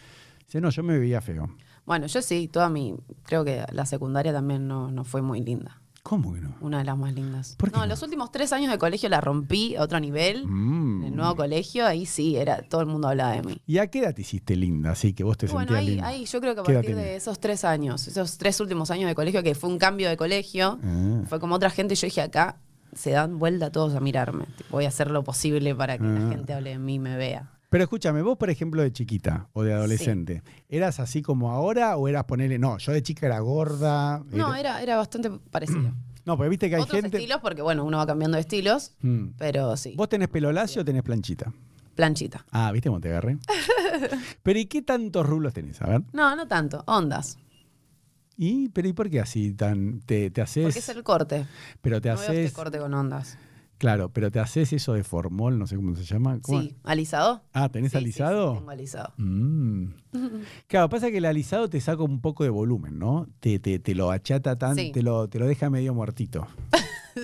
Speaker 2: Dice, no, yo me veía feo.
Speaker 3: Bueno, yo sí, toda mi. Creo que la secundaria también no, no fue muy linda.
Speaker 2: ¿Cómo que no?
Speaker 3: Una de las más lindas.
Speaker 2: ¿Por qué
Speaker 3: no,
Speaker 2: no?
Speaker 3: los últimos tres años de colegio la rompí a otro nivel. En
Speaker 2: Mm.
Speaker 3: el nuevo colegio, ahí sí, era todo el mundo hablaba de mí.
Speaker 2: ¿Y a qué edad te hiciste linda? Así que vos te
Speaker 3: Y Bueno,
Speaker 2: sentías
Speaker 3: ahí,
Speaker 2: linda.
Speaker 3: ahí yo creo que a
Speaker 2: ¿Qué edad
Speaker 3: partir de
Speaker 2: tenías?
Speaker 3: esos tres años, esos tres últimos años de colegio, que fue un cambio de colegio,
Speaker 2: Ah.
Speaker 3: fue como otra gente, yo dije acá, se dan vuelta todos a mirarme. Tipo, Voy a hacer lo posible para que
Speaker 2: Ah.
Speaker 3: la gente hable de mí y me vea.
Speaker 2: Pero escúchame, vos, por ejemplo, de chiquita o de adolescente, ¿eras así como ahora o eras ponerle, no, yo de chica era gorda?
Speaker 3: No, era, era bastante parecido.
Speaker 2: No, porque viste que hay
Speaker 3: Otros
Speaker 2: gente.
Speaker 3: estilos, porque bueno, uno va cambiando de estilos,
Speaker 2: Mm.
Speaker 3: pero sí.
Speaker 2: ¿Vos tenés pelo lacio o tenés planchita?
Speaker 3: Planchita.
Speaker 2: Ah, ¿viste cómo te agarré? pero ¿y qué tantos rulos tenés? A ver.
Speaker 3: No, no tanto. Ondas.
Speaker 2: ¿Y, pero, ¿y por qué así tan te, te haces?
Speaker 3: Porque es el corte.
Speaker 2: Pero te
Speaker 3: No veo este
Speaker 2: haces.
Speaker 3: corte con ondas.
Speaker 2: Claro, pero te haces eso de formol, no sé cómo se llama. ¿cómo?
Speaker 3: Sí. ¿Alisado?
Speaker 2: Ah, ¿tenés
Speaker 3: Sí, sí,
Speaker 2: alisado?
Speaker 3: sí, tengo alisado.
Speaker 2: Mm. Claro, pasa que el alisado te saca un poco de volumen, ¿no? Te, te, te lo achata tan,
Speaker 3: Sí.
Speaker 2: te, lo, te lo deja medio muertito.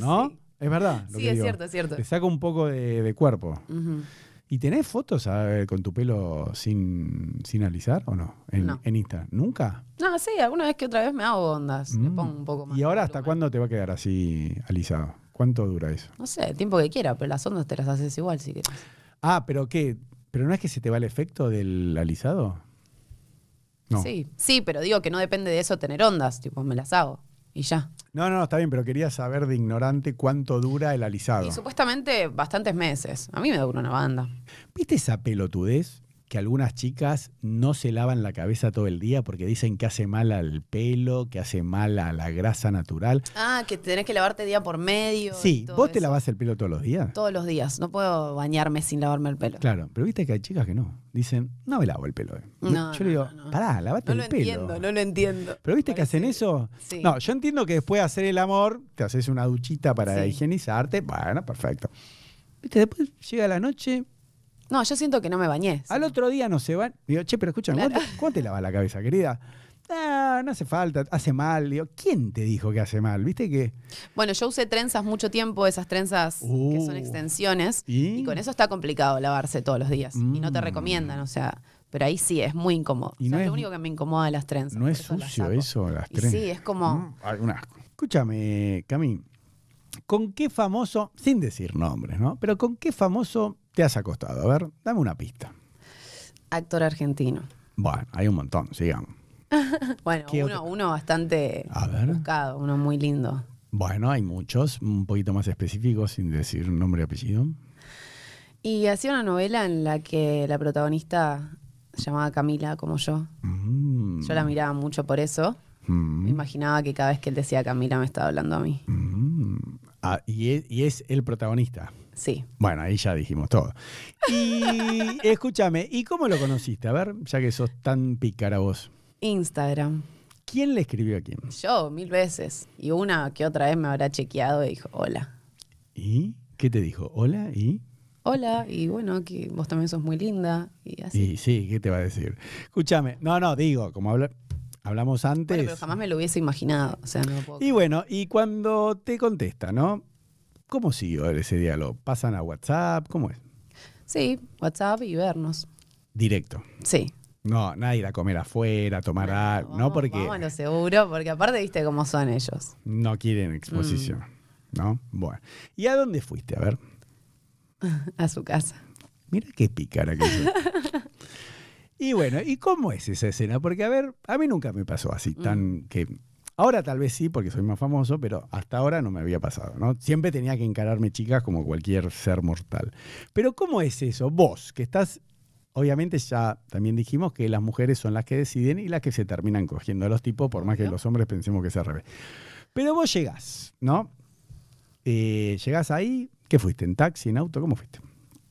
Speaker 2: ¿No?
Speaker 3: Sí.
Speaker 2: Es verdad. lo
Speaker 3: Sí,
Speaker 2: que
Speaker 3: es
Speaker 2: digo.
Speaker 3: cierto, es cierto.
Speaker 2: Te saca un poco de, de cuerpo.
Speaker 3: Ujú.
Speaker 2: ¿Y tenés fotos a ver, con tu pelo sin, sin alisar o no? En,
Speaker 3: No.
Speaker 2: en Insta. ¿Nunca?
Speaker 3: No, sí, alguna vez que otra vez me hago ondas. Le
Speaker 2: Mm.
Speaker 3: pongo un poco más.
Speaker 2: ¿Y
Speaker 3: de
Speaker 2: ahora hasta
Speaker 3: volumen.
Speaker 2: cuándo te va a quedar así alisado? ¿Cuánto dura eso?
Speaker 3: No sé, el tiempo que quiera, pero las ondas te las haces igual si quieres.
Speaker 2: Ah, pero qué, pero no es que se te va el efecto del alisado. No.
Speaker 3: Sí, sí, pero digo que no depende de eso tener ondas, tipo, me las hago y ya.
Speaker 2: No, no, está bien, pero quería saber de ignorante cuánto dura el alisado.
Speaker 3: Y supuestamente bastantes meses. A mí me dura una banda.
Speaker 2: ¿Viste esa pelotudez que algunas chicas no se lavan la cabeza todo el día porque dicen que hace mal al pelo, que hace mal a la grasa natural?
Speaker 3: Ah, que tenés que lavarte día por medio.
Speaker 2: Sí,
Speaker 3: y todo
Speaker 2: ¿vos te
Speaker 3: eso.
Speaker 2: lavas el pelo todos los días?
Speaker 3: Todos los días. No puedo bañarme sin lavarme el pelo.
Speaker 2: Claro, pero viste que hay chicas que no. Dicen, no me lavo el pelo. eh".
Speaker 3: No,
Speaker 2: Yo le
Speaker 3: no,
Speaker 2: digo,
Speaker 3: no, no.
Speaker 2: pará, lavate
Speaker 3: No
Speaker 2: el
Speaker 3: lo
Speaker 2: pelo.
Speaker 3: entiendo, no lo entiendo.
Speaker 2: Pero viste que
Speaker 3: Parece-
Speaker 2: hacen eso.
Speaker 3: Sí.
Speaker 2: No, yo entiendo que después de hacer el amor, te haces una duchita para
Speaker 3: Sí.
Speaker 2: higienizarte. Bueno, perfecto. Viste, después llega la noche,
Speaker 3: No, yo siento que no me bañé.
Speaker 2: al otro día no se van. Digo, che, pero escucha, ¿cómo, te, lavas la cabeza, querida? "Ah, no hace falta, hace mal. Digo, ¿quién te dijo que hace mal? ¿Viste que?
Speaker 3: Bueno, yo usé trenzas mucho tiempo, esas trenzas que
Speaker 2: Uh.
Speaker 3: son extensiones.
Speaker 2: ¿Y?
Speaker 3: Y con eso está complicado lavarse todos los días. Y no te
Speaker 2: Mm.
Speaker 3: recomiendan, o sea. Pero ahí sí, es muy incómodo.
Speaker 2: Y
Speaker 3: O
Speaker 2: no
Speaker 3: sea, es
Speaker 2: es-
Speaker 3: lo único que me incomoda de las trenzas.
Speaker 2: No
Speaker 3: por
Speaker 2: es
Speaker 3: eso las
Speaker 2: sucio
Speaker 3: saco.
Speaker 2: eso, las
Speaker 3: Y
Speaker 2: tres.
Speaker 3: sí, es como-
Speaker 2: Algunas. Escúchame, Cami. ¿Con qué famoso, sin decir nombres, ¿no? Pero ¿con qué famoso te has acostado? A ver, dame una pista.
Speaker 3: Actor argentino.
Speaker 2: Bueno, hay un montón, sigamos.
Speaker 3: Bueno,
Speaker 2: ¿Qué
Speaker 3: uno,
Speaker 2: otro? Ah.
Speaker 3: uno bastante
Speaker 2: A ver.
Speaker 3: buscado, uno muy lindo.
Speaker 2: Bueno, hay muchos, un poquito más específicos, sin decir nombre y apellido.
Speaker 3: Y hacía una novela en la que la protagonista se llamaba Camila, como yo.
Speaker 2: Mm,
Speaker 3: Yo la miraba mucho por eso.
Speaker 2: mm,
Speaker 3: Me imaginaba que cada vez que él decía Camila me estaba hablando a mí.
Speaker 2: mm. Ah, y, es, y es el protagonista.
Speaker 3: Sí.
Speaker 2: Bueno, ahí ya dijimos todo. Y escúchame, ¿y cómo lo conociste? A ver, ya que sos tan pícara vos.
Speaker 3: Instagram.
Speaker 2: ¿Quién le escribió a quién?
Speaker 3: Yo, mil veces. Y una que otra vez me habrá chequeado y dijo, hola.
Speaker 2: ¿Y qué te dijo? ¿Hola? ¿Y?
Speaker 3: Hola, y bueno, que vos también sos muy linda. Y así.
Speaker 2: Y sí, ¿qué te va a decir? Escúchame, no, no, digo, como habla- hablamos antes.
Speaker 3: Bueno, pero jamás me lo hubiese imaginado. O sea, no lo puedo
Speaker 2: Y bueno, y cuando te contesta, ¿no? ¿Cómo siguió ese diálogo? ¿Pasan a WhatsApp? ¿Cómo es?
Speaker 3: Sí, WhatsApp y vernos.
Speaker 2: Directo.
Speaker 3: Sí.
Speaker 2: No, nadie a comer afuera, tomar algo, Ah, no
Speaker 3: Vamos-
Speaker 2: porque
Speaker 3: Vamos a lo seguro, porque aparte viste cómo son ellos.
Speaker 2: no quieren exposición, ¿no? Bueno. ¿Y a dónde fuiste? A ver,
Speaker 3: A su casa.
Speaker 2: mira qué pícara que soy. Y bueno, ¿y cómo es esa escena? Porque, a ver, a mí nunca me pasó así, tan que... Ahora tal vez sí, porque soy más famoso, pero hasta ahora no me había pasado, ¿no? Siempre tenía que encararme chicas como cualquier ser mortal. Pero ¿cómo es eso? Vos, que estás... Obviamente ya también dijimos que las mujeres son las que deciden y las que se terminan cogiendo a los tipos, por más que
Speaker 3: Obvio.
Speaker 2: los hombres pensemos que es al revés. Pero vos llegás, ¿no? Eh, llegás ahí, ¿qué fuiste? ¿En taxi, en auto? ¿Cómo fuiste?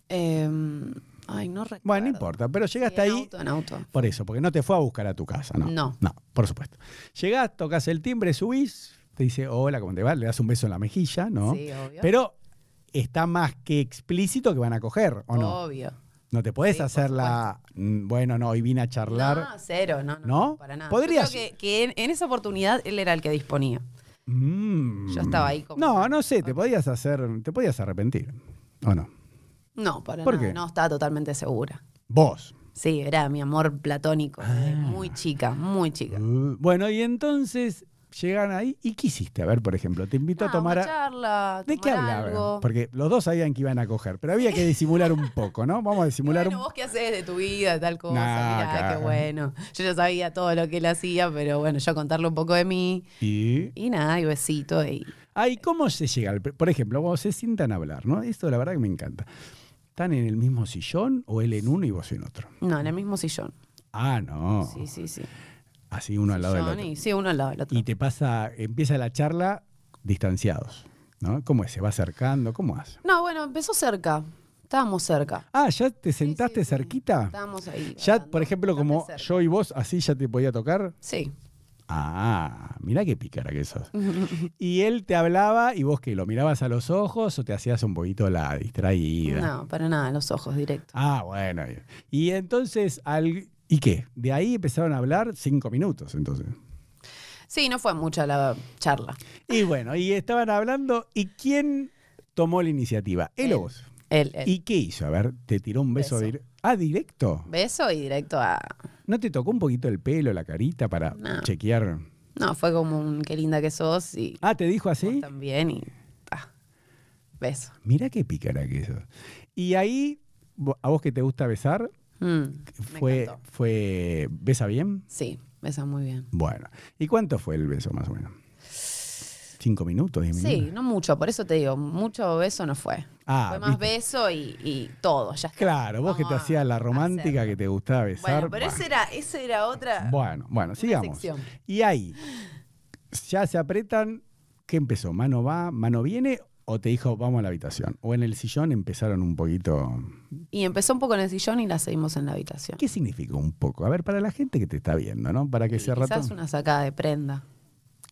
Speaker 3: Em, ay, no recuerdo.
Speaker 2: Bueno, no importa, pero llegaste
Speaker 3: Sí, en
Speaker 2: ahí...
Speaker 3: auto, en auto.
Speaker 2: Por eso, porque no te fue a buscar a tu casa, ¿no?
Speaker 3: No.
Speaker 2: No, por supuesto. Llegás, tocas el timbre, subís, te dice, hola, ¿cómo te va? Le das un beso en la mejilla, ¿no?
Speaker 3: Sí, obvio.
Speaker 2: Pero está más que explícito que van a coger, ¿o no?
Speaker 3: Obvio.
Speaker 2: No te podés
Speaker 3: Sí, por
Speaker 2: hacer la, "Mm, bueno, no, hoy vine a charlar.
Speaker 3: No, cero, no, no.
Speaker 2: ¿No?
Speaker 3: Para nada.
Speaker 2: Podría
Speaker 3: Yo creo que, que en, en esa oportunidad él era el que disponía.
Speaker 2: Mm.
Speaker 3: Yo estaba ahí como-
Speaker 2: No, no sé, te podías hacer, te podías arrepentir, ¿o no?
Speaker 3: No, para
Speaker 2: ¿Por
Speaker 3: nada.
Speaker 2: qué?
Speaker 3: No, estaba totalmente segura.
Speaker 2: Vos.
Speaker 3: Sí, era mi amor platónico.
Speaker 2: Ah.
Speaker 3: desde Muy chica, muy chica.
Speaker 2: Uh, bueno, y entonces llegan ahí, ¿y qué hiciste? A ver, por ejemplo, te invito
Speaker 3: Nada,
Speaker 2: a tomar...
Speaker 3: Ah, una
Speaker 2: a-
Speaker 3: charla,
Speaker 2: ¿De qué
Speaker 3: tomar
Speaker 2: hablaban?
Speaker 3: algo.
Speaker 2: Porque los dos sabían que iban a coger, pero había que disimular un poco, ¿no? Vamos a disimular
Speaker 3: Bueno,
Speaker 2: un
Speaker 3: vos qué haces de tu vida, tal cosa,
Speaker 2: Nah,
Speaker 3: mirá,
Speaker 2: claro.
Speaker 3: qué bueno. Yo ya sabía todo lo que él hacía, pero bueno, yo contarle un poco de mí.
Speaker 2: Y...
Speaker 3: Y nada, y besito. Y...
Speaker 2: Ay, ¿cómo se llega? al pre- Por ejemplo, cuando se sientan a hablar, ¿no? Esto la verdad que me encanta. ¿Están en el mismo sillón o él en uno y vos en otro?
Speaker 3: No, en el mismo sillón.
Speaker 2: Ah, no.
Speaker 3: Sí, sí, sí.
Speaker 2: Así uno al lado del
Speaker 3: Sillón
Speaker 2: otro.
Speaker 3: y- sí, uno al lado del otro.
Speaker 2: Y te pasa, empieza la charla distanciados, ¿no? ¿Cómo es? ¿Se va acercando? ¿Cómo hace?
Speaker 3: No, bueno, empezó cerca. Estábamos cerca.
Speaker 2: Ah, ¿ya te sentaste
Speaker 3: sí, sí.
Speaker 2: cerquita?
Speaker 3: Estábamos ahí.
Speaker 2: Ah. Ya,
Speaker 3: hablando,
Speaker 2: por ejemplo,
Speaker 3: bastante
Speaker 2: como
Speaker 3: cerca.
Speaker 2: yo y vos, así ya te podía tocar.
Speaker 3: Sí.
Speaker 2: Ah, mirá qué pícara que sos. y él te hablaba y vos que lo mirabas a los ojos o te hacías un poquito la distraída.
Speaker 3: No, para nada, los ojos directos.
Speaker 2: Ah, bueno. Y entonces, al... ¿y qué? De ahí empezaron a hablar cinco minutos, entonces.
Speaker 3: Sí, no fue mucha la charla.
Speaker 2: Y
Speaker 3: Ah.
Speaker 2: bueno, y estaban hablando, ¿y quién tomó la iniciativa? Él o
Speaker 3: Él.
Speaker 2: vos.
Speaker 3: Él, él.
Speaker 2: ¿Y qué hizo? A ver, te tiró un beso,
Speaker 3: Beso.
Speaker 2: dir- Ah, directo.
Speaker 3: Beso y directo a.
Speaker 2: ¿No te tocó un poquito el pelo, la carita para
Speaker 3: No.
Speaker 2: chequear?
Speaker 3: No, fue como un qué linda que sos y
Speaker 2: Ah, ¿te dijo así?
Speaker 3: vos también y. ah, beso.
Speaker 2: Mira qué pícara que sos. Y ahí, vo- a vos que te gusta besar,
Speaker 3: Mm, me
Speaker 2: fue,
Speaker 3: encantó.
Speaker 2: fue ¿besa bien?
Speaker 3: Sí, besa muy bien.
Speaker 2: Bueno. ¿Y cuánto fue el beso más o menos? ¿Cinco minutos, diez
Speaker 3: Sí,
Speaker 2: minutos?
Speaker 3: no mucho, por eso te digo, mucho beso no fue.
Speaker 2: Ah,
Speaker 3: fue más
Speaker 2: viste.
Speaker 3: beso y, y todo, ya está.
Speaker 2: Claro, vos que
Speaker 3: Vamos
Speaker 2: te
Speaker 3: a
Speaker 2: hacías la romántica
Speaker 3: hacerlo.
Speaker 2: que te gustaba besar.
Speaker 3: Bueno, pero esa era, esa era otra.
Speaker 2: bueno, bueno, sigamos.
Speaker 3: sección.
Speaker 2: Y ahí, ya se apretan, ¿qué empezó? ¿Mano va, mano viene? ¿O te dijo, vamos a la habitación? ¿O en el sillón empezaron un poquito?
Speaker 3: Y empezó un poco en el sillón y la seguimos en la habitación.
Speaker 2: ¿Qué significó un poco? A ver, para la gente que te está viendo, ¿no? Para que
Speaker 3: Y
Speaker 2: se rato...
Speaker 3: quizás una sacada de prenda,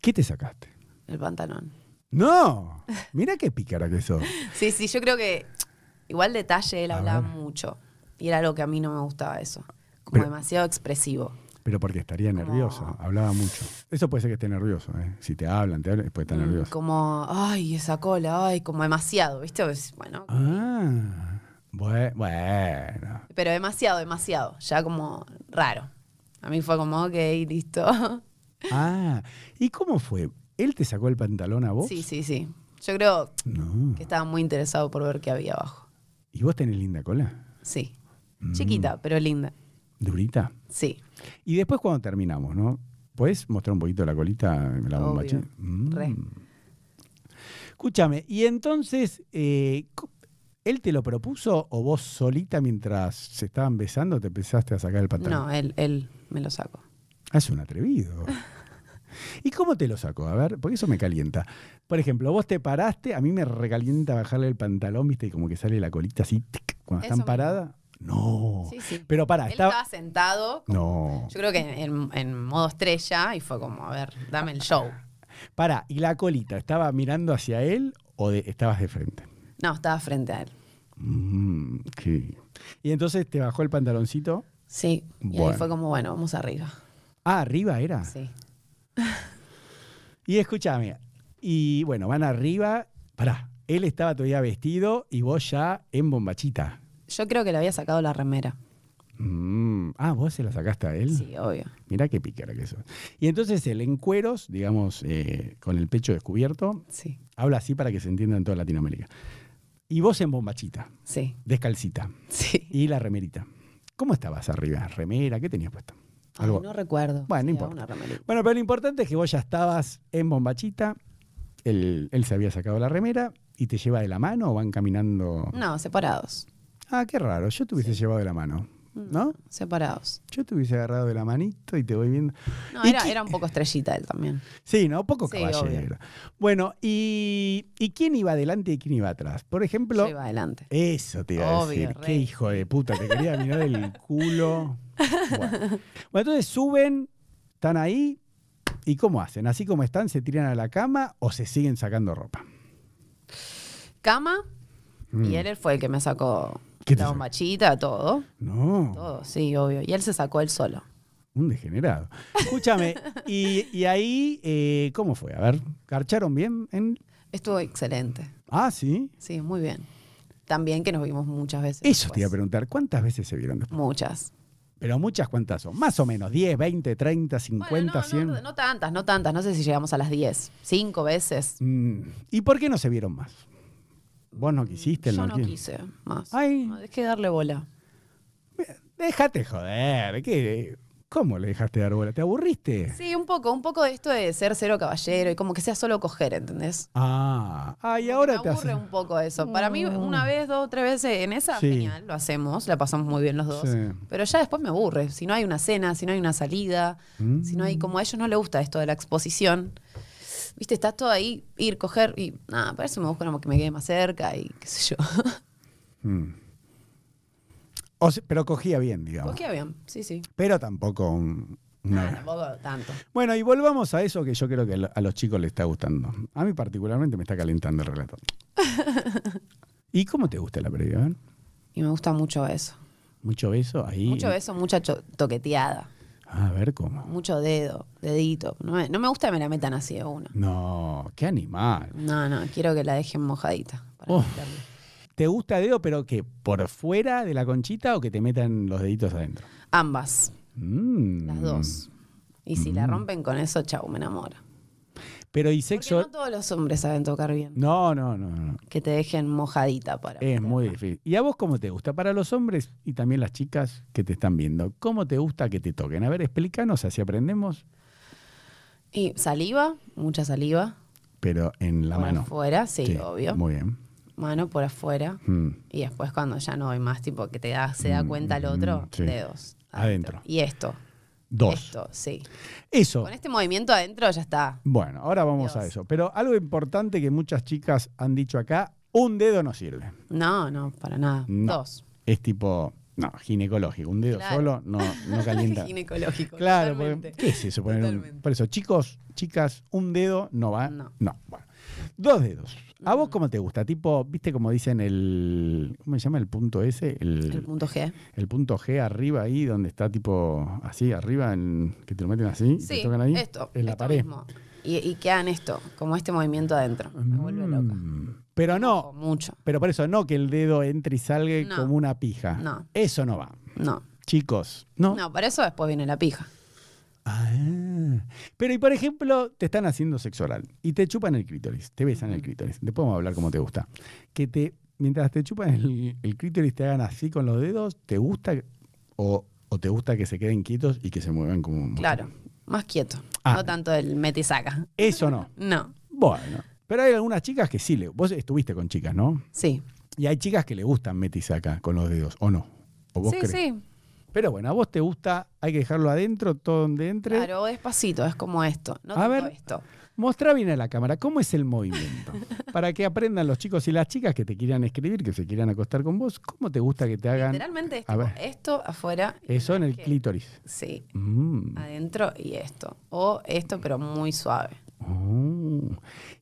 Speaker 2: ¿Qué te sacaste?
Speaker 3: el pantalón.
Speaker 2: No, mira qué pícara que sos.
Speaker 3: Sí, sí, yo creo que igual detalle él
Speaker 2: A
Speaker 3: hablaba
Speaker 2: ver.
Speaker 3: mucho. Y era algo que a mí no me gustaba eso. Como
Speaker 2: Pero-
Speaker 3: demasiado expresivo.
Speaker 2: Pero porque estaría nerviosa, hablaba mucho. Eso puede ser que esté nervioso, ¿eh? Si te hablan, te hablan, puede estar
Speaker 3: Mm,
Speaker 2: nervioso.
Speaker 3: Como, ay, esa cola, ay, como demasiado, ¿viste? Es- Bueno,
Speaker 2: Ah, bue- bueno.
Speaker 3: pero demasiado, demasiado, ya como raro. A mí fue como, ok, listo.
Speaker 2: Ah, ¿y cómo fue? ¿Él te sacó el pantalón a vos?
Speaker 3: Sí, sí, sí. Yo creo
Speaker 2: No.
Speaker 3: que estaba muy interesado por ver qué había abajo.
Speaker 2: ¿Y vos tenés linda cola?
Speaker 3: Sí.
Speaker 2: Mm.
Speaker 3: Chiquita, pero linda.
Speaker 2: ¿Durita?
Speaker 3: Sí.
Speaker 2: Y después cuando terminamos, ¿no? ¿Puedes mostrar un poquito la colita, la
Speaker 3: Obvio.
Speaker 2: bombacha? Mm.
Speaker 3: Re.
Speaker 2: Escúchame, y entonces, eh, co- ¿él te lo propuso o vos solita mientras se estaban besando te empezaste a sacar el pantalón?
Speaker 3: No, él, él me lo sacó.
Speaker 2: Ah, Es un atrevido. ¿Y cómo te lo sacó? A ver, porque eso me calienta. Por ejemplo, vos te paraste, a mí me recalienta bajarle el pantalón, viste, y como que sale la colita así, tic, cuando
Speaker 3: Eso
Speaker 2: están
Speaker 3: mismo.
Speaker 2: paradas. No.
Speaker 3: Sí, sí.
Speaker 2: Pero pará,
Speaker 3: él
Speaker 2: estaba...
Speaker 3: estaba sentado,
Speaker 2: No.
Speaker 3: yo creo que en, en modo estrella, y fue como, a ver, dame el show.
Speaker 2: Pará, ¿y la colita estaba mirando hacia él o de- estabas de frente?
Speaker 3: No, estaba frente a él.
Speaker 2: Mm, ok. Y entonces te bajó el pantaloncito.
Speaker 3: Sí. Y
Speaker 2: Bueno.
Speaker 3: ahí fue como, bueno, vamos arriba.
Speaker 2: Ah, arriba era.
Speaker 3: Sí.
Speaker 2: Y escúchame. Y bueno, van arriba. Pará, él estaba todavía vestido y vos ya en bombachita.
Speaker 3: Yo creo que le había sacado la remera.
Speaker 2: Mm, Ah, vos se la sacaste a él.
Speaker 3: Sí, obvio.
Speaker 2: Mirá qué picara que eso. Y entonces él en cueros, digamos, eh, con el pecho descubierto,
Speaker 3: Sí,
Speaker 2: habla así para que se entienda en toda Latinoamérica. Y vos en bombachita,
Speaker 3: sí,
Speaker 2: descalcita.
Speaker 3: sí.
Speaker 2: Y la remerita. ¿Cómo estabas arriba? ¿Remera? ¿Qué tenías puesto?
Speaker 3: Ay,
Speaker 2: Algo-
Speaker 3: no recuerdo.
Speaker 2: Bueno, no
Speaker 3: Sí,
Speaker 2: importa.
Speaker 3: una remerita.
Speaker 2: Bueno, pero lo importante es que vos ya estabas en bombachita, él, él se había sacado la remera y te lleva de la mano o van caminando.
Speaker 3: No, separados. Mm.
Speaker 2: Ah, qué raro, yo te hubiese llevado de la mano, ¿no?
Speaker 3: Separados.
Speaker 2: Yo te hubiese agarrado de la manito y te voy viendo.
Speaker 3: No,
Speaker 2: ¿Y
Speaker 3: era,
Speaker 2: qui-
Speaker 3: era un poco estrellita él también.
Speaker 2: Sí, ¿no? Poco
Speaker 3: Sí,
Speaker 2: caballero. Bueno, y, ¿y quién iba adelante y quién iba atrás? Por ejemplo,
Speaker 3: Yo iba adelante.
Speaker 2: Eso te iba a
Speaker 3: Obvio,
Speaker 2: decir.
Speaker 3: re.
Speaker 2: Qué hijo de puta, te quería mirar el culo. Bueno. Bueno, entonces suben, están ahí. ¿Y cómo hacen? ¿Así como están, se tiran a la cama o se siguen sacando ropa?
Speaker 3: Cama,
Speaker 2: Mm.
Speaker 3: y él fue el que me sacó
Speaker 2: ¿Qué te
Speaker 3: la
Speaker 2: sacó?
Speaker 3: bombachita, todo.
Speaker 2: No,
Speaker 3: Todo, sí, obvio. Y él se sacó él solo.
Speaker 2: un degenerado. Escúchame, y, y ahí, eh, ¿cómo fue? A ver, ¿carcharon bien? En...
Speaker 3: Estuvo excelente.
Speaker 2: Ah, sí.
Speaker 3: Sí, muy bien. También que nos vimos muchas veces.
Speaker 2: Eso te iba a
Speaker 3: después.
Speaker 2: preguntar, ¿cuántas veces se vieron después?
Speaker 3: Muchas.
Speaker 2: Pero muchas, ¿cuántas son? Más o menos, 10, 20, 30, 50,
Speaker 3: Bueno, no,
Speaker 2: 100.
Speaker 3: no, no, tantas, no tantas. No sé si llegamos a las 10. Cinco veces.
Speaker 2: Mm, ¿Y por qué no se vieron más? Vos no quisiste,
Speaker 3: Yo
Speaker 2: no
Speaker 3: no
Speaker 2: quis-
Speaker 3: quise más.
Speaker 2: Ay.
Speaker 3: No, dejé de darle bola.
Speaker 2: Déjate joder, ¿qué? ¿Cómo le dejaste dar bola? ¿Te aburriste?
Speaker 3: Sí, un poco, un poco de esto de ser cero caballero y como que sea solo coger, ¿entendés?
Speaker 2: Ah, ah, y
Speaker 3: Como que
Speaker 2: ahora
Speaker 3: me
Speaker 2: te hace.
Speaker 3: aburre un poco eso. Para mí, una vez, dos, tres veces en esa,
Speaker 2: Sí.
Speaker 3: genial, lo hacemos, la pasamos muy bien los dos.
Speaker 2: Sí.
Speaker 3: Pero ya después me aburre. Si no hay una cena, si no hay una salida,
Speaker 2: Mm.
Speaker 3: si no hay, como a ellos no les gusta esto de la exposición. Viste, estás todo ahí, ir, coger y nada, para eso me busco como que me quede más cerca y qué sé yo.
Speaker 2: Mm. O sea, pero cogía bien, digamos.
Speaker 3: Cogía bien, sí, sí.
Speaker 2: Pero tampoco un-
Speaker 3: Nada,
Speaker 2: una-
Speaker 3: tampoco tanto.
Speaker 2: Bueno, y volvamos a eso que yo creo que a lo- a los chicos les está gustando. A mí particularmente me está calentando el relato. ¿Y cómo te gusta la previa? A ver,
Speaker 3: Y me gusta mucho eso.
Speaker 2: Mucho beso ahí.
Speaker 3: Mucho beso, mucha cho- toqueteada,
Speaker 2: A ver cómo.
Speaker 3: mucho dedo, dedito. No me, no me gusta que me la metan así de una.
Speaker 2: No, qué animal.
Speaker 3: No, no, quiero que la dejen mojadita. para
Speaker 2: Uf.
Speaker 3: meterle.
Speaker 2: ¿Te gusta dedo, pero que por fuera de la conchita o que te metan los deditos adentro?
Speaker 3: Ambas,
Speaker 2: Mm.
Speaker 3: las dos. Y si la rompen con eso, chau, me enamora.
Speaker 2: Pero y
Speaker 3: Porque
Speaker 2: sexo.
Speaker 3: no todos los hombres saben tocar bien.
Speaker 2: No, no, no, no.
Speaker 3: Que te dejen mojadita para.
Speaker 2: Es muy
Speaker 3: meterla.
Speaker 2: difícil. ¿Y a vos cómo te gusta? Para los hombres y también las chicas que te están viendo, ¿cómo te gusta que te toquen? A ver, explícanos, así aprendemos,
Speaker 3: Y saliva, mucha saliva.
Speaker 2: pero en la
Speaker 3: por
Speaker 2: mano.
Speaker 3: afuera, sí, obvio.
Speaker 2: Muy bien.
Speaker 3: Mano por afuera.
Speaker 2: Mm.
Speaker 3: Y después cuando ya no hay más, tipo que te da, se da
Speaker 2: Mm,
Speaker 3: cuenta el otro,
Speaker 2: mm, sí.
Speaker 3: dedos.
Speaker 2: Adentro.
Speaker 3: Y esto.
Speaker 2: Dos.
Speaker 3: Esto, sí.
Speaker 2: Eso.
Speaker 3: Con este movimiento adentro ya está.
Speaker 2: Bueno, ahora vamos a
Speaker 3: Dios.
Speaker 2: eso. Pero algo importante que muchas chicas han dicho acá, un dedo no sirve.
Speaker 3: No, no, para nada.
Speaker 2: No.
Speaker 3: Dos.
Speaker 2: Es tipo, no, ginecológico. Un dedo
Speaker 3: Claro.
Speaker 2: solo no, no calienta.
Speaker 3: Ginecológico.
Speaker 2: Claro,
Speaker 3: totalmente.
Speaker 2: porque, ¿qué es eso? Poner un-
Speaker 3: Totalmente.
Speaker 2: por eso, chicos, chicas, un dedo no va. No.
Speaker 3: No.
Speaker 2: Bueno. Dos dedos. ¿A vos cómo te gusta? Tipo, ¿viste como dicen el. ¿Cómo se llama el punto ese?
Speaker 3: El punto G.
Speaker 2: el punto G arriba ahí, donde está tipo así, arriba, en, que te lo meten así, te
Speaker 3: Sí,
Speaker 2: tocan ahí,
Speaker 3: esto.
Speaker 2: en la
Speaker 3: esto
Speaker 2: pared.
Speaker 3: mismo. Y, y quedan esto, como este movimiento adentro. Me vuelve loca.
Speaker 2: Mm, Pero
Speaker 3: O
Speaker 2: no,
Speaker 3: Mucho.
Speaker 2: pero por eso no que el dedo entre y salga
Speaker 3: No.
Speaker 2: como una pija.
Speaker 3: No.
Speaker 2: Eso no va.
Speaker 3: No.
Speaker 2: Chicos, ¿no?
Speaker 3: No, para eso después viene la pija.
Speaker 2: Ah. Pero y por ejemplo, te están haciendo sexo oral y te chupan el clítoris, te besan el clítoris, te podemos hablar como te gusta. Que te, mientras te chupan el, el clítoris te hagan así con los dedos, ¿te gusta o, o te gusta que se queden quietos y que se muevan como un
Speaker 3: Claro. Más quieto.
Speaker 2: Ah.
Speaker 3: No tanto el mete y saca.
Speaker 2: Eso no.
Speaker 3: No.
Speaker 2: Bueno, pero hay algunas chicas que sí le. Vos estuviste con chicas, ¿no?
Speaker 3: Sí.
Speaker 2: Y hay chicas que le gustan metisaca con los dedos, ¿o no? ¿O vos
Speaker 3: Sí,
Speaker 2: crees?
Speaker 3: sí.
Speaker 2: Pero bueno, a vos te gusta, hay que dejarlo adentro, todo donde entre.
Speaker 3: Claro, despacito, es como esto. No
Speaker 2: A
Speaker 3: tanto
Speaker 2: ver.
Speaker 3: esto.
Speaker 2: Mostrá bien a la cámara cómo es el movimiento. Para que aprendan los chicos y las chicas que te quieran escribir, que se quieran acostar con vos, cómo te gusta que te hagan
Speaker 3: Literalmente es
Speaker 2: a
Speaker 3: tipo
Speaker 2: ver.
Speaker 3: esto afuera. y
Speaker 2: eso en
Speaker 3: una
Speaker 2: el
Speaker 3: vez que- Ah.
Speaker 2: clítoris.
Speaker 3: Sí,
Speaker 2: Mm.
Speaker 3: adentro y esto. O esto, pero muy suave.
Speaker 2: Oh.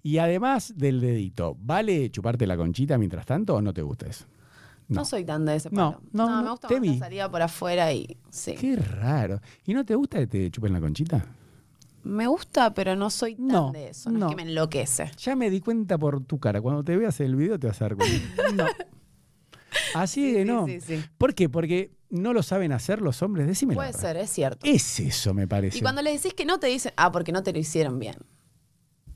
Speaker 2: Y además del dedito, ¿vale chuparte la conchita mientras tanto o no te gusta eso?
Speaker 3: No,
Speaker 2: No.
Speaker 3: soy tan de ese
Speaker 2: No,
Speaker 3: palo.
Speaker 2: no, no,
Speaker 3: me gusta
Speaker 2: te
Speaker 3: más la
Speaker 2: vi.
Speaker 3: salida por afuera y sí.
Speaker 2: Qué raro. ¿Y no te gusta que te chupen la conchita?
Speaker 3: Me gusta, pero no soy tan
Speaker 2: No,
Speaker 3: de eso. No, es
Speaker 2: no.
Speaker 3: que me enloquece.
Speaker 2: Ya me di cuenta por tu cara. Cuando te veas el video te vas a dar cuenta. No. Así
Speaker 3: Sí,
Speaker 2: de
Speaker 3: sí,
Speaker 2: no.
Speaker 3: sí, sí.
Speaker 2: ¿Por qué? Porque no lo saben hacer los hombres. Decime. la
Speaker 3: Puede
Speaker 2: verdad.
Speaker 3: ser, es cierto.
Speaker 2: Es eso, me parece.
Speaker 3: Y cuando les decís que no, te dicen, ah, porque no te lo hicieron bien.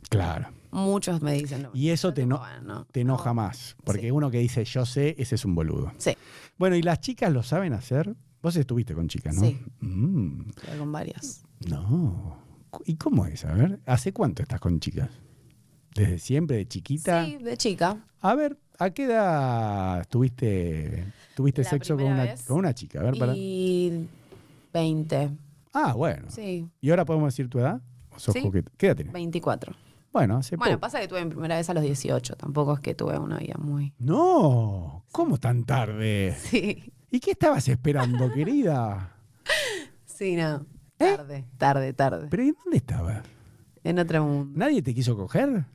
Speaker 2: Claro.
Speaker 3: Muchos me dicen. No,
Speaker 2: Y eso
Speaker 3: Yo
Speaker 2: te,
Speaker 3: digo,
Speaker 2: eno-
Speaker 3: "Ah, no,
Speaker 2: te enoja más. Porque
Speaker 3: Sí.
Speaker 2: uno que dice yo sé, ese es un boludo.
Speaker 3: Sí,
Speaker 2: Bueno, ¿y las chicas lo saben hacer? Vos estuviste con chicas, ¿no?
Speaker 3: Sí.
Speaker 2: Mm,
Speaker 3: estoy con varias.
Speaker 2: no. Cu- ¿Y cómo es? A ver, ¿hace cuánto estás con chicas? ¿Desde siempre, de chiquita?
Speaker 3: Sí, de chica.
Speaker 2: A ver, ¿a qué edad tuviste, tuviste
Speaker 3: La
Speaker 2: sexo con
Speaker 3: primera
Speaker 2: una,
Speaker 3: vez.
Speaker 2: con una chica? A ver, para.
Speaker 3: Y 20.
Speaker 2: Ah, bueno.
Speaker 3: Sí,
Speaker 2: ¿Y ahora podemos decir tu edad? ¿O sos
Speaker 3: Sí.
Speaker 2: coqueta? ¿Qué edad tenés?
Speaker 3: 24.
Speaker 2: Bueno, hace
Speaker 3: Bueno,
Speaker 2: poco.
Speaker 3: pasa que tuve mi primera vez a los 18. Tampoco es que tuve una vida muy.
Speaker 2: No, ¿cómo tan tarde?
Speaker 3: Sí,
Speaker 2: ¿Y qué estabas esperando, querida?
Speaker 3: sí, no. Tarde, tarde, tarde.
Speaker 2: ¿Pero ¿y dónde estabas?
Speaker 3: En otro mundo.
Speaker 2: ¿Nadie te quiso coger?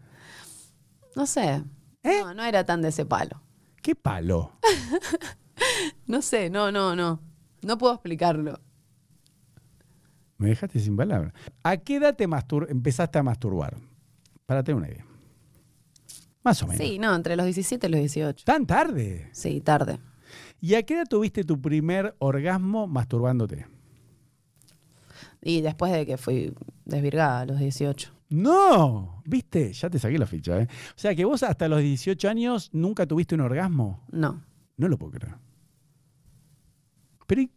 Speaker 3: No sé. No, no era tan de ese palo.
Speaker 2: ¡Qué palo!
Speaker 3: No sé, no, no, no. No puedo explicarlo.
Speaker 2: Me dejaste sin palabras. ¿A qué edad te mastur- empezaste a masturbar? Para tener una idea. Más o menos.
Speaker 3: Sí, no, entre los 17 y los 18.
Speaker 2: ¿Tan tarde?
Speaker 3: Sí, tarde.
Speaker 2: ¿Y a qué edad tuviste tu primer orgasmo masturbándote?
Speaker 3: Y después de que fui desvirgada a los 18.
Speaker 2: ¡No! ¿Viste? Ya te saqué la ficha, ¿eh? O sea que vos hasta los 18 años nunca tuviste un orgasmo.
Speaker 3: No.
Speaker 2: No lo puedo creer. Pero ¿y,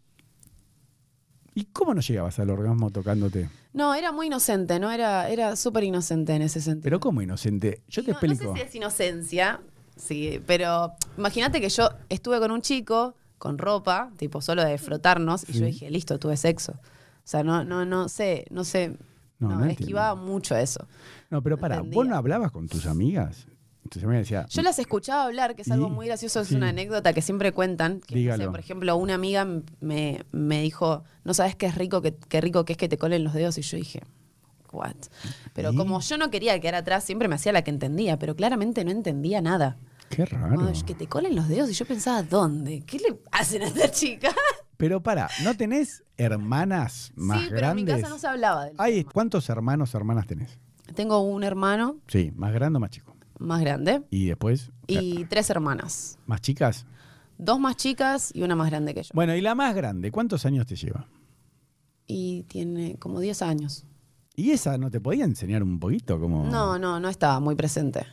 Speaker 2: ¿y cómo no llegabas al orgasmo tocándote?
Speaker 3: No, era muy inocente, no era, era súper inocente en ese sentido.
Speaker 2: Pero ¿cómo inocente? Yo
Speaker 3: Y
Speaker 2: te
Speaker 3: no, no
Speaker 2: explico.
Speaker 3: sé si es inocencia, sí, pero imagínate que yo estuve con un chico con ropa, tipo solo de frotarnos, y yo dije, listo, tuve sexo. O sea, no, no, no sé, no sé.
Speaker 2: No,
Speaker 3: No,
Speaker 2: no entiendo.
Speaker 3: esquivaba mucho eso.
Speaker 2: No, pero para, ¿vos
Speaker 3: entendía.
Speaker 2: no hablabas con tus amigas? Tus amigas decían,
Speaker 3: Yo las escuchaba hablar, que es
Speaker 2: Y-
Speaker 3: algo muy gracioso, es
Speaker 2: sí.
Speaker 3: una anécdota que siempre cuentan. Que, no sé,
Speaker 2: Dígalo.
Speaker 3: por ejemplo, una amiga m- me, me dijo, no sabes qué es rico que, qué rico que es que te colen los dedos, y yo dije, what? Pero
Speaker 2: ¿Y?
Speaker 3: como yo no quería quedar atrás, siempre me hacía la que entendía, pero claramente no entendía nada.
Speaker 2: qué raro.
Speaker 3: Ay, que te colen los dedos y yo pensaba, ¿dónde? ¿Qué le hacen a esta chica?
Speaker 2: Pero para, ¿no tenés hermanas más
Speaker 3: sí, pero en mi
Speaker 2: grandes?
Speaker 3: casa no se hablaba del
Speaker 2: Ay,
Speaker 3: tema.
Speaker 2: ¿Cuántos hermanos hermanas tenés?
Speaker 3: Tengo un hermano
Speaker 2: Sí, más grande o más chico.
Speaker 3: más grande
Speaker 2: Y después, eh,
Speaker 3: y tres hermanas.
Speaker 2: ¿más chicas?
Speaker 3: Dos más chicas y una más grande que yo.
Speaker 2: Bueno, y la más grande, ¿cuántos años te lleva?
Speaker 3: Y tiene como 10 años.
Speaker 2: ¿Y esa no te podía enseñar un poquito? Como...
Speaker 3: No, no, no estaba muy presente.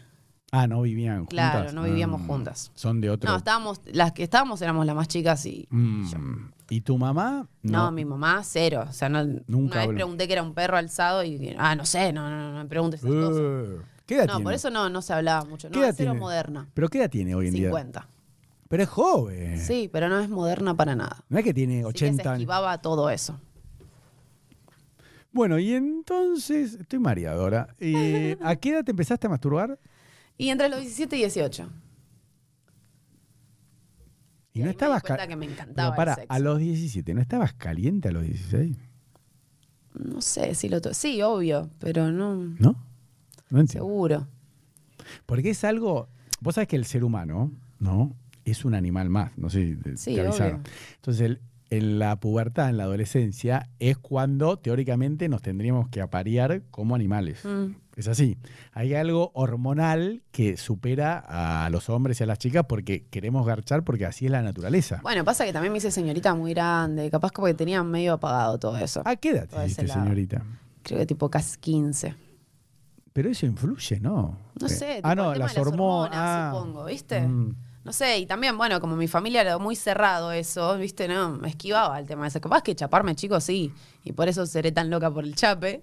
Speaker 2: Ah, no vivían juntas.
Speaker 3: Claro, no vivíamos
Speaker 2: Ah,
Speaker 3: juntas.
Speaker 2: Son de otro.
Speaker 3: No, estábamos, las que estábamos éramos las más chicas y...
Speaker 2: Mm.
Speaker 3: yo.
Speaker 2: ¿Y tu mamá?
Speaker 3: No, mi mamá, cero. O sea, no- una vez
Speaker 2: habló.
Speaker 3: pregunté que era un perro alzado y, ah, no sé, no, no, no me preguntes esas cosas.
Speaker 2: Eh, ¿Qué edad
Speaker 3: No,
Speaker 2: tiene?
Speaker 3: por eso no, no se hablaba mucho.
Speaker 2: ¿Qué
Speaker 3: No,
Speaker 2: edad
Speaker 3: es cero
Speaker 2: tiene?
Speaker 3: moderna.
Speaker 2: ¿Pero qué edad tiene hoy en día?
Speaker 3: 50.
Speaker 2: Pero es joven.
Speaker 3: Sí, pero no es moderna para nada.
Speaker 2: No es que tiene
Speaker 3: Así que se
Speaker 2: 80 Eh. años.
Speaker 3: esquivaba todo eso.
Speaker 2: Bueno, y entonces, estoy mareado ahora. Eh, ¿A qué edad te empezaste a masturbar?
Speaker 3: Y entre los 17 y 18.
Speaker 2: Y, no
Speaker 3: Y ahí me di
Speaker 2: estabas
Speaker 3: cuenta
Speaker 2: ca-
Speaker 3: que me
Speaker 2: Pero
Speaker 3: encantaba el
Speaker 2: para, a
Speaker 3: sexo.
Speaker 2: los 17, ¿no estabas caliente a los 16?
Speaker 3: No sé si lo... to- Sí, obvio, pero no...
Speaker 2: ¿No? No entiendo.
Speaker 3: Seguro.
Speaker 2: Porque es algo. Vos sabés que el ser humano, ¿no? Es un animal más, no sé si te,
Speaker 3: Sí,
Speaker 2: te avisaron.
Speaker 3: obvio.
Speaker 2: Entonces, el- en la pubertad, en la adolescencia, es cuando teóricamente nos tendríamos que aparear como animales.
Speaker 3: Mm.
Speaker 2: Es así. Hay algo hormonal que supera a los hombres y a las chicas porque queremos garchar porque así es la naturaleza.
Speaker 3: Bueno, pasa que también me hice señorita muy grande, capaz como que tenía medio apagado todo eso.
Speaker 2: ¿A qué edad te
Speaker 3: Todo ese
Speaker 2: hiciste,
Speaker 3: lado.
Speaker 2: señorita?
Speaker 3: Creo que tipo casi 15.
Speaker 2: Pero eso influye, ¿no?
Speaker 3: No
Speaker 2: Eh,
Speaker 3: sé, tipo
Speaker 2: Ah, no,
Speaker 3: el tema
Speaker 2: las,
Speaker 3: de las
Speaker 2: hormonas. ah.
Speaker 3: hormonas, supongo, ¿viste?
Speaker 2: Mm.
Speaker 3: No sé, y también, bueno, como mi familia era muy cerrado eso, ¿viste? No, me esquivaba el tema de eso. Capaz que chaparme, chicos, sí. Y por eso seré tan loca por el chape.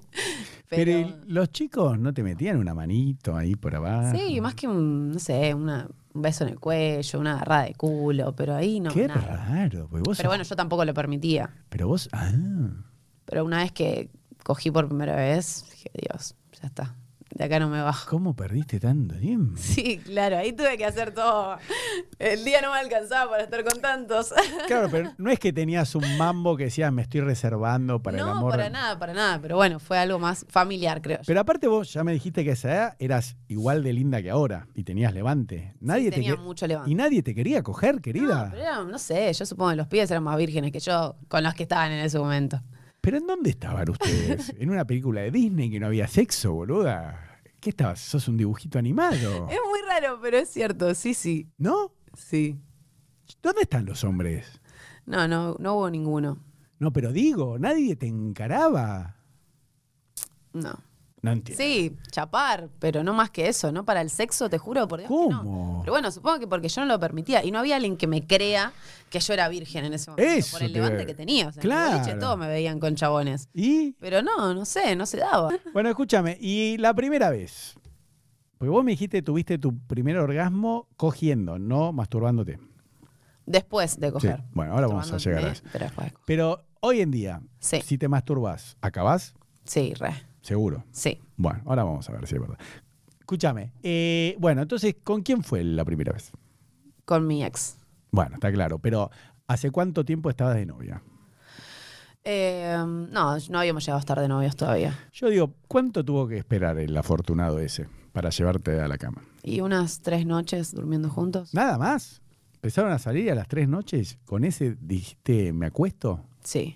Speaker 2: Pero,
Speaker 3: Pero,
Speaker 2: ¿y los chicos no te metían una manito ahí por abajo.
Speaker 3: sí, más que un, no sé, una- un beso en el cuello, una agarrada de culo, pero ahí no.
Speaker 2: Qué
Speaker 3: nada.
Speaker 2: raro. porque vos
Speaker 3: Pero
Speaker 2: sos-
Speaker 3: bueno, yo tampoco lo permitía.
Speaker 2: Pero vos. Ah,
Speaker 3: Pero una vez que cogí por primera vez, dije, Dios, ya está. De acá no me bajo.
Speaker 2: ¿cómo perdiste tanto tiempo?
Speaker 3: Sí, claro, ahí tuve que hacer todo. El día no me alcanzaba para estar con tantos.
Speaker 2: Claro, pero no es que tenías un mambo que decías me estoy reservando para
Speaker 3: no,
Speaker 2: el amor.
Speaker 3: para nada, para nada. Pero bueno, fue algo más familiar, creo. yo.
Speaker 2: Pero aparte vos ya me dijiste que a esa edad eras igual de linda que ahora y tenías levante. Nadie te
Speaker 3: tenía
Speaker 2: que-
Speaker 3: mucho levante.
Speaker 2: Y nadie te quería coger, querida.
Speaker 3: No, pero
Speaker 2: pero...
Speaker 3: era- no sé, yo supongo que los pibes eran más vírgenes que yo con los que estaban en ese momento.
Speaker 2: ¿en dónde estaban ustedes? ¿En una película de Disney que no había sexo, boluda? ¿Qué estabas? ¿Sos un dibujito animado?
Speaker 3: Es muy raro, pero es cierto, sí, sí,
Speaker 2: ¿No?
Speaker 3: sí.
Speaker 2: ¿Dónde están los hombres?
Speaker 3: No, no, no hubo ninguno.
Speaker 2: No, pero digo, nadie te encaraba.
Speaker 3: No.
Speaker 2: No entiendo.
Speaker 3: Sí, chapar, pero no más que eso, ¿no? Para el sexo, te juro, por Dios. que no.
Speaker 2: ¿Cómo?
Speaker 3: Pero bueno, supongo que porque yo no lo permitía y no había alguien que me crea que yo era virgen en ese momento.
Speaker 2: Eso
Speaker 3: por el
Speaker 2: te-
Speaker 3: levante que tenía. O sea,
Speaker 2: Claro.
Speaker 3: en el boliche todos me veían con chabones.
Speaker 2: ¿Y?
Speaker 3: Pero no, no sé, no se daba.
Speaker 2: Bueno, escúchame, y la primera vez. Porque vos me dijiste tuviste tu primer orgasmo cogiendo, no masturbándote.
Speaker 3: Después de coger.
Speaker 2: Sí, bueno, ahora vamos a
Speaker 3: Tomándome,
Speaker 2: llegar a eso.
Speaker 3: Pero después.
Speaker 2: Pero hoy en día,
Speaker 3: Sí.
Speaker 2: si te masturbás, ¿acabás?
Speaker 3: Sí, re.
Speaker 2: Seguro.
Speaker 3: Sí.
Speaker 2: Bueno, ahora vamos a ver si es verdad. Escúchame. eh, bueno, entonces, ¿con quién fue la primera vez?
Speaker 3: Con mi ex.
Speaker 2: Bueno, está claro, pero ¿hace cuánto tiempo estabas de novia?
Speaker 3: Eh, no, no habíamos llegado a estar de novios todavía.
Speaker 2: Yo digo, ¿cuánto tuvo que esperar el afortunado ese para llevarte a la cama?
Speaker 3: Y unas tres noches durmiendo juntos.
Speaker 2: Nada más. Empezaron a salir a las tres noches. Con ese dijiste, me acuesto.
Speaker 3: Sí.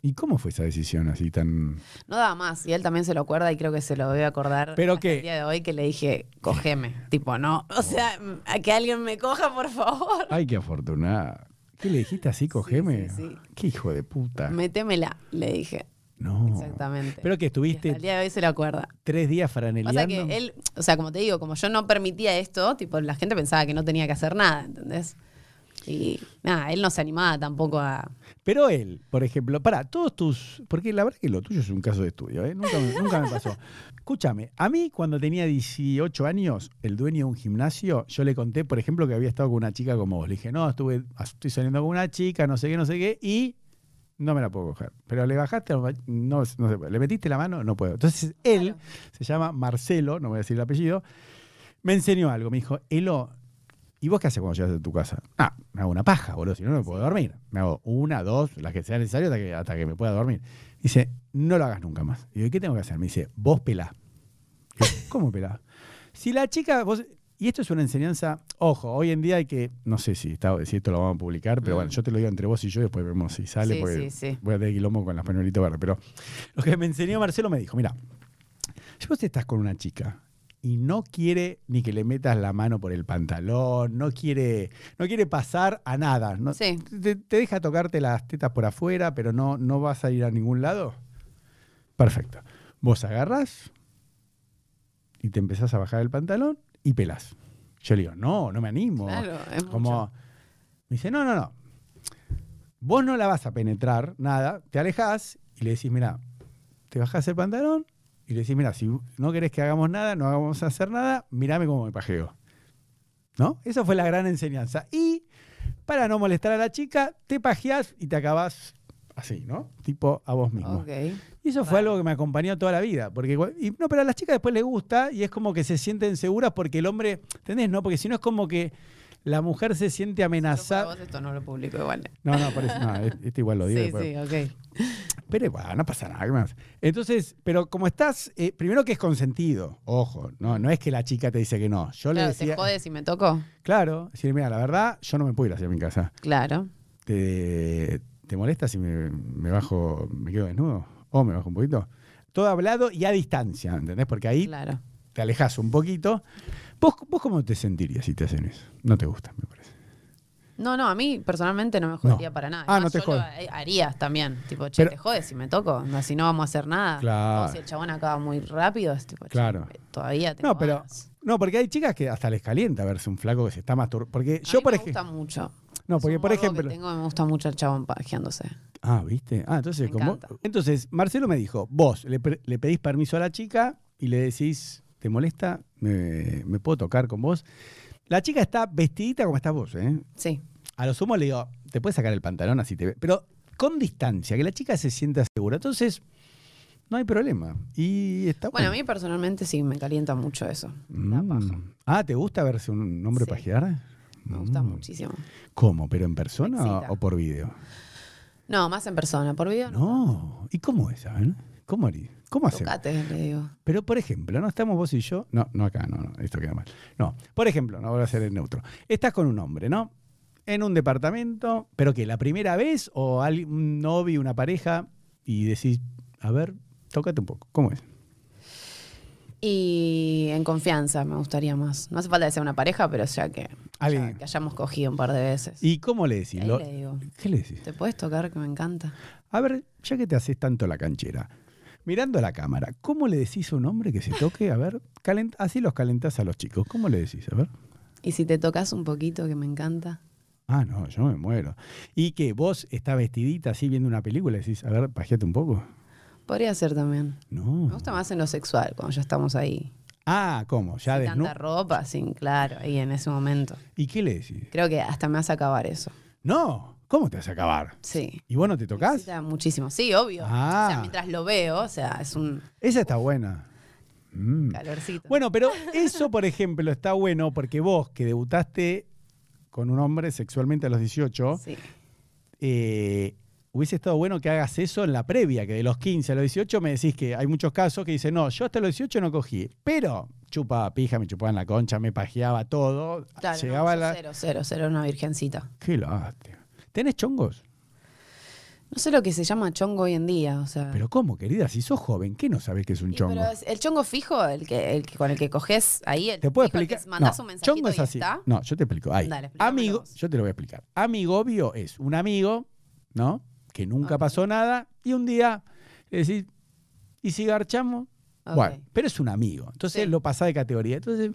Speaker 2: ¿Y cómo fue esa decisión así tan.?
Speaker 3: No daba más. Y él también se lo acuerda y creo que se lo debe acordar
Speaker 2: ¿Pero
Speaker 3: hasta
Speaker 2: qué?
Speaker 3: el día de hoy que le dije, cógeme. tipo, no. O sea, mm, a que alguien me coja, por favor.
Speaker 2: ¡Ay, qué afortunada! ¿Qué le dijiste así, cogeme?
Speaker 3: sí, sí.
Speaker 2: ¡Qué hijo de puta!
Speaker 3: Métemela, le dije.
Speaker 2: No.
Speaker 3: Exactamente.
Speaker 2: Pero que
Speaker 3: Y hasta
Speaker 2: estuviste
Speaker 3: el día de hoy se lo acuerda.
Speaker 2: tres días
Speaker 3: O
Speaker 2: franeleando.
Speaker 3: sea que él, o sea, como te digo, como yo no permitía esto, tipo, la gente pensaba que no tenía que hacer nada, ¿entendés? Y nada, él no se animaba tampoco a.
Speaker 2: Pero él, por ejemplo, para todos tus. Porque la verdad que lo tuyo es un caso de estudio, ¿eh? Nunca me, nunca me pasó. Escúchame, a mí cuando tenía 18 años, el dueño de un gimnasio, yo le conté, por ejemplo, que había estado con una chica como vos. Le dije, no, estuve, estoy saliendo con una chica, no sé qué, no sé qué, y no me la puedo coger. Pero le bajaste, no, no se puede. Le metiste la mano, no puedo. Entonces él, se llama Marcelo, no voy a decir el apellido, me enseñó algo. Me dijo, Elo, ¿y vos qué haces cuando llegas a tu casa? Ah, me hago una paja, boludo, si no, no puedo dormir. Me hago una, dos, las que sea necesario hasta que, hasta que me pueda dormir. Dice, no lo hagas nunca más. Y digo, ¿y qué tengo que hacer? Me dice, vos pelá. Digo, ¿Cómo pelá? Si la chica, vos... Y esto es una enseñanza, ojo, hoy en día hay que, no sé si, está, si esto lo vamos a publicar, pero
Speaker 3: Mm.
Speaker 2: bueno, yo te lo digo entre vos y yo, después vemos si sale,
Speaker 3: Sí,
Speaker 2: porque
Speaker 3: sí, sí.
Speaker 2: voy a tener quilombo con las pañuelitos verdes. Pero lo que me enseñó Marcelo me dijo, mira, si vos estás con una chica y no quiere ni que le metas la mano por el pantalón, no quiere, no quiere pasar a nada, no-
Speaker 3: Sí.
Speaker 2: te, te deja tocarte las tetas por afuera, pero no, no vas a ir a ningún lado, perfecto. Vos agarrás y te empezás a bajar el pantalón y pelás. Yo le digo, no, no me animo.
Speaker 3: Claro, es
Speaker 2: Como,
Speaker 3: mucho.
Speaker 2: me dice, no, no, no. Vos no la vas a penetrar, nada. Te alejás y le decís, mira, te bajás el pantalón y le decís, mira, si no querés que hagamos nada, no vamos a hacer nada, mirame cómo me pajeo. ¿No? Esa fue la gran enseñanza. Y para no molestar a la chica, te pajeás y te acabás así, ¿no? Tipo a vos mismo.
Speaker 3: Ok.
Speaker 2: Y eso fue algo que me acompañó toda la vida. Porque, igual- y no, pero a las chicas después les gusta y es como que se sienten seguras porque el hombre, ¿entendés? No, porque si no es como que la mujer se siente
Speaker 3: Yo para
Speaker 2: amenazada.
Speaker 3: vos esto no lo publico igual.
Speaker 2: No, no, por eso, no, este igual lo digo.
Speaker 3: Sí,
Speaker 2: después.
Speaker 3: sí, ok.
Speaker 2: Pero bueno, no pasa nada. ¿qué más? Entonces, pero como estás, eh, primero que es consentido, ojo, no, no es que la chica te dice que no. Yo le
Speaker 3: Claro,
Speaker 2: decía,
Speaker 3: ¿te jodes si me toco?
Speaker 2: claro, decir, mira, la verdad, yo no me puedo ir hacia mi casa.
Speaker 3: Claro.
Speaker 2: ¿Te, te molesta si me, me bajo, me quedo desnudo? ¿O me bajo un poquito? Todo hablado y a distancia, ¿entendés? Porque ahí
Speaker 3: Claro.
Speaker 2: te alejas un poquito. ¿Vos, ¿Vos cómo te sentirías si te hacen eso? No te gusta, me parece.
Speaker 3: No, no, a mí personalmente no me jodería
Speaker 2: No.
Speaker 3: para nada.
Speaker 2: Ah,
Speaker 3: Además,
Speaker 2: no te
Speaker 3: yo lo
Speaker 2: jode.
Speaker 3: harías también. Tipo, che,
Speaker 2: Pero-
Speaker 3: te jodes si me toco. No, si no vamos a hacer nada.
Speaker 2: Claro.
Speaker 3: O si el chabón acaba muy rápido, es tipo, che,
Speaker 2: Claro.
Speaker 3: todavía te
Speaker 2: No, pero.
Speaker 3: jodas.
Speaker 2: No, porque hay chicas que hasta les calienta verse un flaco que se está masturbando. Porque
Speaker 3: A
Speaker 2: yo,
Speaker 3: mí
Speaker 2: por
Speaker 3: me
Speaker 2: ejemplo.
Speaker 3: gusta mucho.
Speaker 2: No,
Speaker 3: Es
Speaker 2: porque,
Speaker 3: un
Speaker 2: por
Speaker 3: morbo que
Speaker 2: ejemplo-
Speaker 3: tengo, me gusta mucho el chabón pajeándose.
Speaker 2: Ah, ¿viste? Ah, entonces,
Speaker 3: Me
Speaker 2: como-
Speaker 3: encanta.
Speaker 2: entonces Marcelo me dijo: vos le, pre- le pedís permiso a la chica y le decís, ¿te molesta? ¿Me, me puedo tocar con vos? La chica está vestidita como estás vos, ¿eh?
Speaker 3: Sí.
Speaker 2: A lo sumo le digo, te puedes sacar el pantalón así te ve. Pero con distancia, que la chica se sienta segura. Entonces, no hay problema. Y está
Speaker 3: Bueno,
Speaker 2: bueno.
Speaker 3: a mí personalmente sí me calienta mucho eso. La
Speaker 2: Mm.
Speaker 3: paja.
Speaker 2: Ah, ¿te gusta verse un hombre
Speaker 3: Sí.
Speaker 2: pajear?
Speaker 3: Me gusta
Speaker 2: Mm.
Speaker 3: muchísimo.
Speaker 2: ¿Cómo? ¿Pero en persona
Speaker 3: Me
Speaker 2: o-
Speaker 3: excita.
Speaker 2: o por video?
Speaker 3: No, más en persona, por video. No.
Speaker 2: No. ¿Y cómo es, saben? ¿Cómo harí- ¿Cómo hacemos?
Speaker 3: Tocate, le digo.
Speaker 2: Pero, por ejemplo, ¿no estamos vos y yo? No, no acá, no, no, esto queda mal. No, por ejemplo, no voy a ser el neutro. Estás con un hombre, ¿no? En un departamento, pero que la primera vez o al- un novio, una pareja, y decís, a ver, tócate un poco, ¿cómo es?
Speaker 3: Y en confianza me gustaría más. No hace falta que sea una pareja, pero ya que,
Speaker 2: Alguien.
Speaker 3: ya que hayamos cogido un par de veces.
Speaker 2: ¿Y cómo le decís?
Speaker 3: Ahí
Speaker 2: Lo-
Speaker 3: le digo.
Speaker 2: ¿Qué le decís?
Speaker 3: ¿Te puedes tocar que me encanta?
Speaker 2: A ver, ya que te haces tanto la canchera, mirando a la cámara, ¿cómo le decís a un hombre que se toque? A ver, calent- así los calentás a los chicos, ¿cómo le decís? A ver.
Speaker 3: ¿Y si te tocas un poquito que me encanta?
Speaker 2: Ah, no, yo me muero. Y que vos estás vestidita así viendo una película y decís, a ver, pajeate un poco.
Speaker 3: Podría ser también.
Speaker 2: No.
Speaker 3: Me gusta más en lo sexual, cuando ya estamos ahí.
Speaker 2: Ah, ¿cómo? Ya
Speaker 3: sin
Speaker 2: desnudo.
Speaker 3: tanta ropa, sin claro, ahí en ese momento.
Speaker 2: ¿Y qué le decís?
Speaker 3: Creo que hasta me hace acabar eso.
Speaker 2: No, ¿cómo te vas a acabar?
Speaker 3: Sí.
Speaker 2: ¿Y vos no te
Speaker 3: Me
Speaker 2: tocás?
Speaker 3: excita muchísimo. Sí, obvio.
Speaker 2: Ah.
Speaker 3: O sea, mientras lo veo, o sea, es un
Speaker 2: Esa está buena. Mm.
Speaker 3: calorcito.
Speaker 2: Bueno, pero eso, por ejemplo, está bueno porque vos que debutaste con un hombre sexualmente a los 18,
Speaker 3: Sí.
Speaker 2: eh, hubiese estado bueno que hagas eso en la previa, que de los 15 a los 18 me decís que hay muchos casos que dicen, no, yo hasta los 18 no cogí, pero chupaba pija, me chupaba en la concha, me pajeaba todo,
Speaker 3: Claro,
Speaker 2: llegaba
Speaker 3: no, yo
Speaker 2: la...
Speaker 3: cero, cero, cero, una virgencita.
Speaker 2: Qué lástima. ¿Tenés chongos?
Speaker 3: No sé lo que se llama chongo hoy en día, o sea.
Speaker 2: Pero ¿cómo, querida? Si sos joven, ¿qué no sabés que es un
Speaker 3: Ah. Y,
Speaker 2: chongo?
Speaker 3: pero es- el chongo fijo, el que, el que- con el que coges ahí, el
Speaker 2: ¿Te puedo
Speaker 3: fijo, el que
Speaker 2: explicar?
Speaker 3: mandás
Speaker 2: No,
Speaker 3: un mensajito
Speaker 2: chongo es
Speaker 3: y
Speaker 2: así.
Speaker 3: está.
Speaker 2: No, yo te explico. Ahí.
Speaker 3: Dale, explícamelo
Speaker 2: amigo,
Speaker 3: vos.
Speaker 2: yo te lo voy a explicar. Amigobio es un amigo, ¿no? Que nunca
Speaker 3: Ok.
Speaker 2: pasó nada y un día le decís, ¿y si garchamos?
Speaker 3: Ok.
Speaker 2: Bueno, pero es un amigo. Entonces
Speaker 3: Sí.
Speaker 2: lo pasás de categoría. Entonces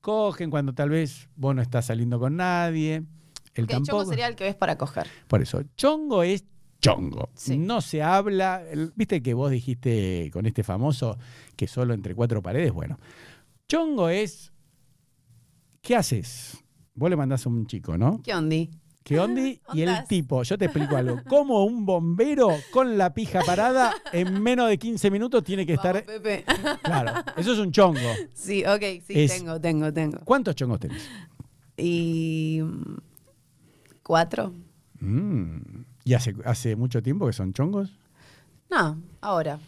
Speaker 2: cogen cuando tal vez vos no estás saliendo con nadie. Él
Speaker 3: Ok, el
Speaker 2: tampoco.
Speaker 3: chongo sería el que ves para coger.
Speaker 2: Por eso, chongo es chongo.
Speaker 3: Sí.
Speaker 2: No se habla. el- Viste que vos dijiste con este famoso que solo entre cuatro paredes. Bueno, chongo es. ¿Qué haces? Vos le mandás a un chico, ¿no?
Speaker 3: ¿Qué ondi?
Speaker 2: Que ondi y el
Speaker 3: Ah, Ondas.
Speaker 2: tipo, yo te explico algo, como un bombero con la pija parada en menos de 15 minutos tiene que
Speaker 3: Vamos,
Speaker 2: estar...
Speaker 3: Pepe.
Speaker 2: Claro, eso es un chongo.
Speaker 3: sí, ok, sí,
Speaker 2: Es-
Speaker 3: tengo, tengo, tengo.
Speaker 2: ¿Cuántos chongos tenés?
Speaker 3: Y. mm, ¿Cuatro?
Speaker 2: Mm. ¿Y hace, hace mucho tiempo que son chongos?
Speaker 3: No, ahora,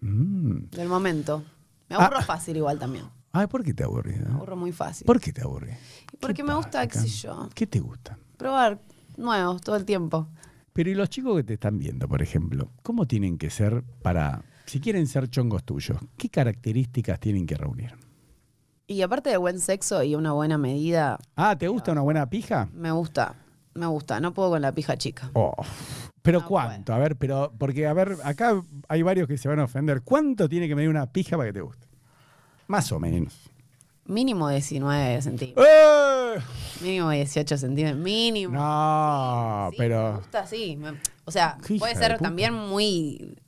Speaker 2: Mm.
Speaker 3: del momento. Me aburro
Speaker 2: Ah.
Speaker 3: fácil igual también.
Speaker 2: Ay, ¿por qué te aburrís? eh?
Speaker 3: Me aburro muy fácil.
Speaker 2: ¿Por qué te aburrís?
Speaker 3: Porque
Speaker 2: ¿Qué
Speaker 3: me gusta,
Speaker 2: pasa,
Speaker 3: qué sé
Speaker 2: Cami?
Speaker 3: yo,
Speaker 2: ¿Qué te gusta?
Speaker 3: probar nuevos todo el tiempo.
Speaker 2: Pero y los chicos que te están viendo, por ejemplo, ¿cómo tienen que ser para, si quieren ser chongos tuyos, qué características tienen que reunir?
Speaker 3: Y aparte de buen sexo y una buena medida,
Speaker 2: Ah, ¿te gusta una buena pija?
Speaker 3: me gusta, me gusta. No puedo con la pija chica.
Speaker 2: Oh, pero
Speaker 3: No,
Speaker 2: cuánto, a ver, pero porque a ver, acá hay varios que se van a ofender. ¿Cuánto tiene que medir una pija para que te guste? Más o menos.
Speaker 3: Mínimo 19 centímetros.
Speaker 2: ¡Eh!
Speaker 3: Mínimo 18 centímetros. Mínimo.
Speaker 2: No,
Speaker 3: Sí, Me
Speaker 2: Ah, pero
Speaker 3: gusta así. me- O sea,
Speaker 2: Hija
Speaker 3: puede
Speaker 2: de
Speaker 3: ser
Speaker 2: puta.
Speaker 3: también muy.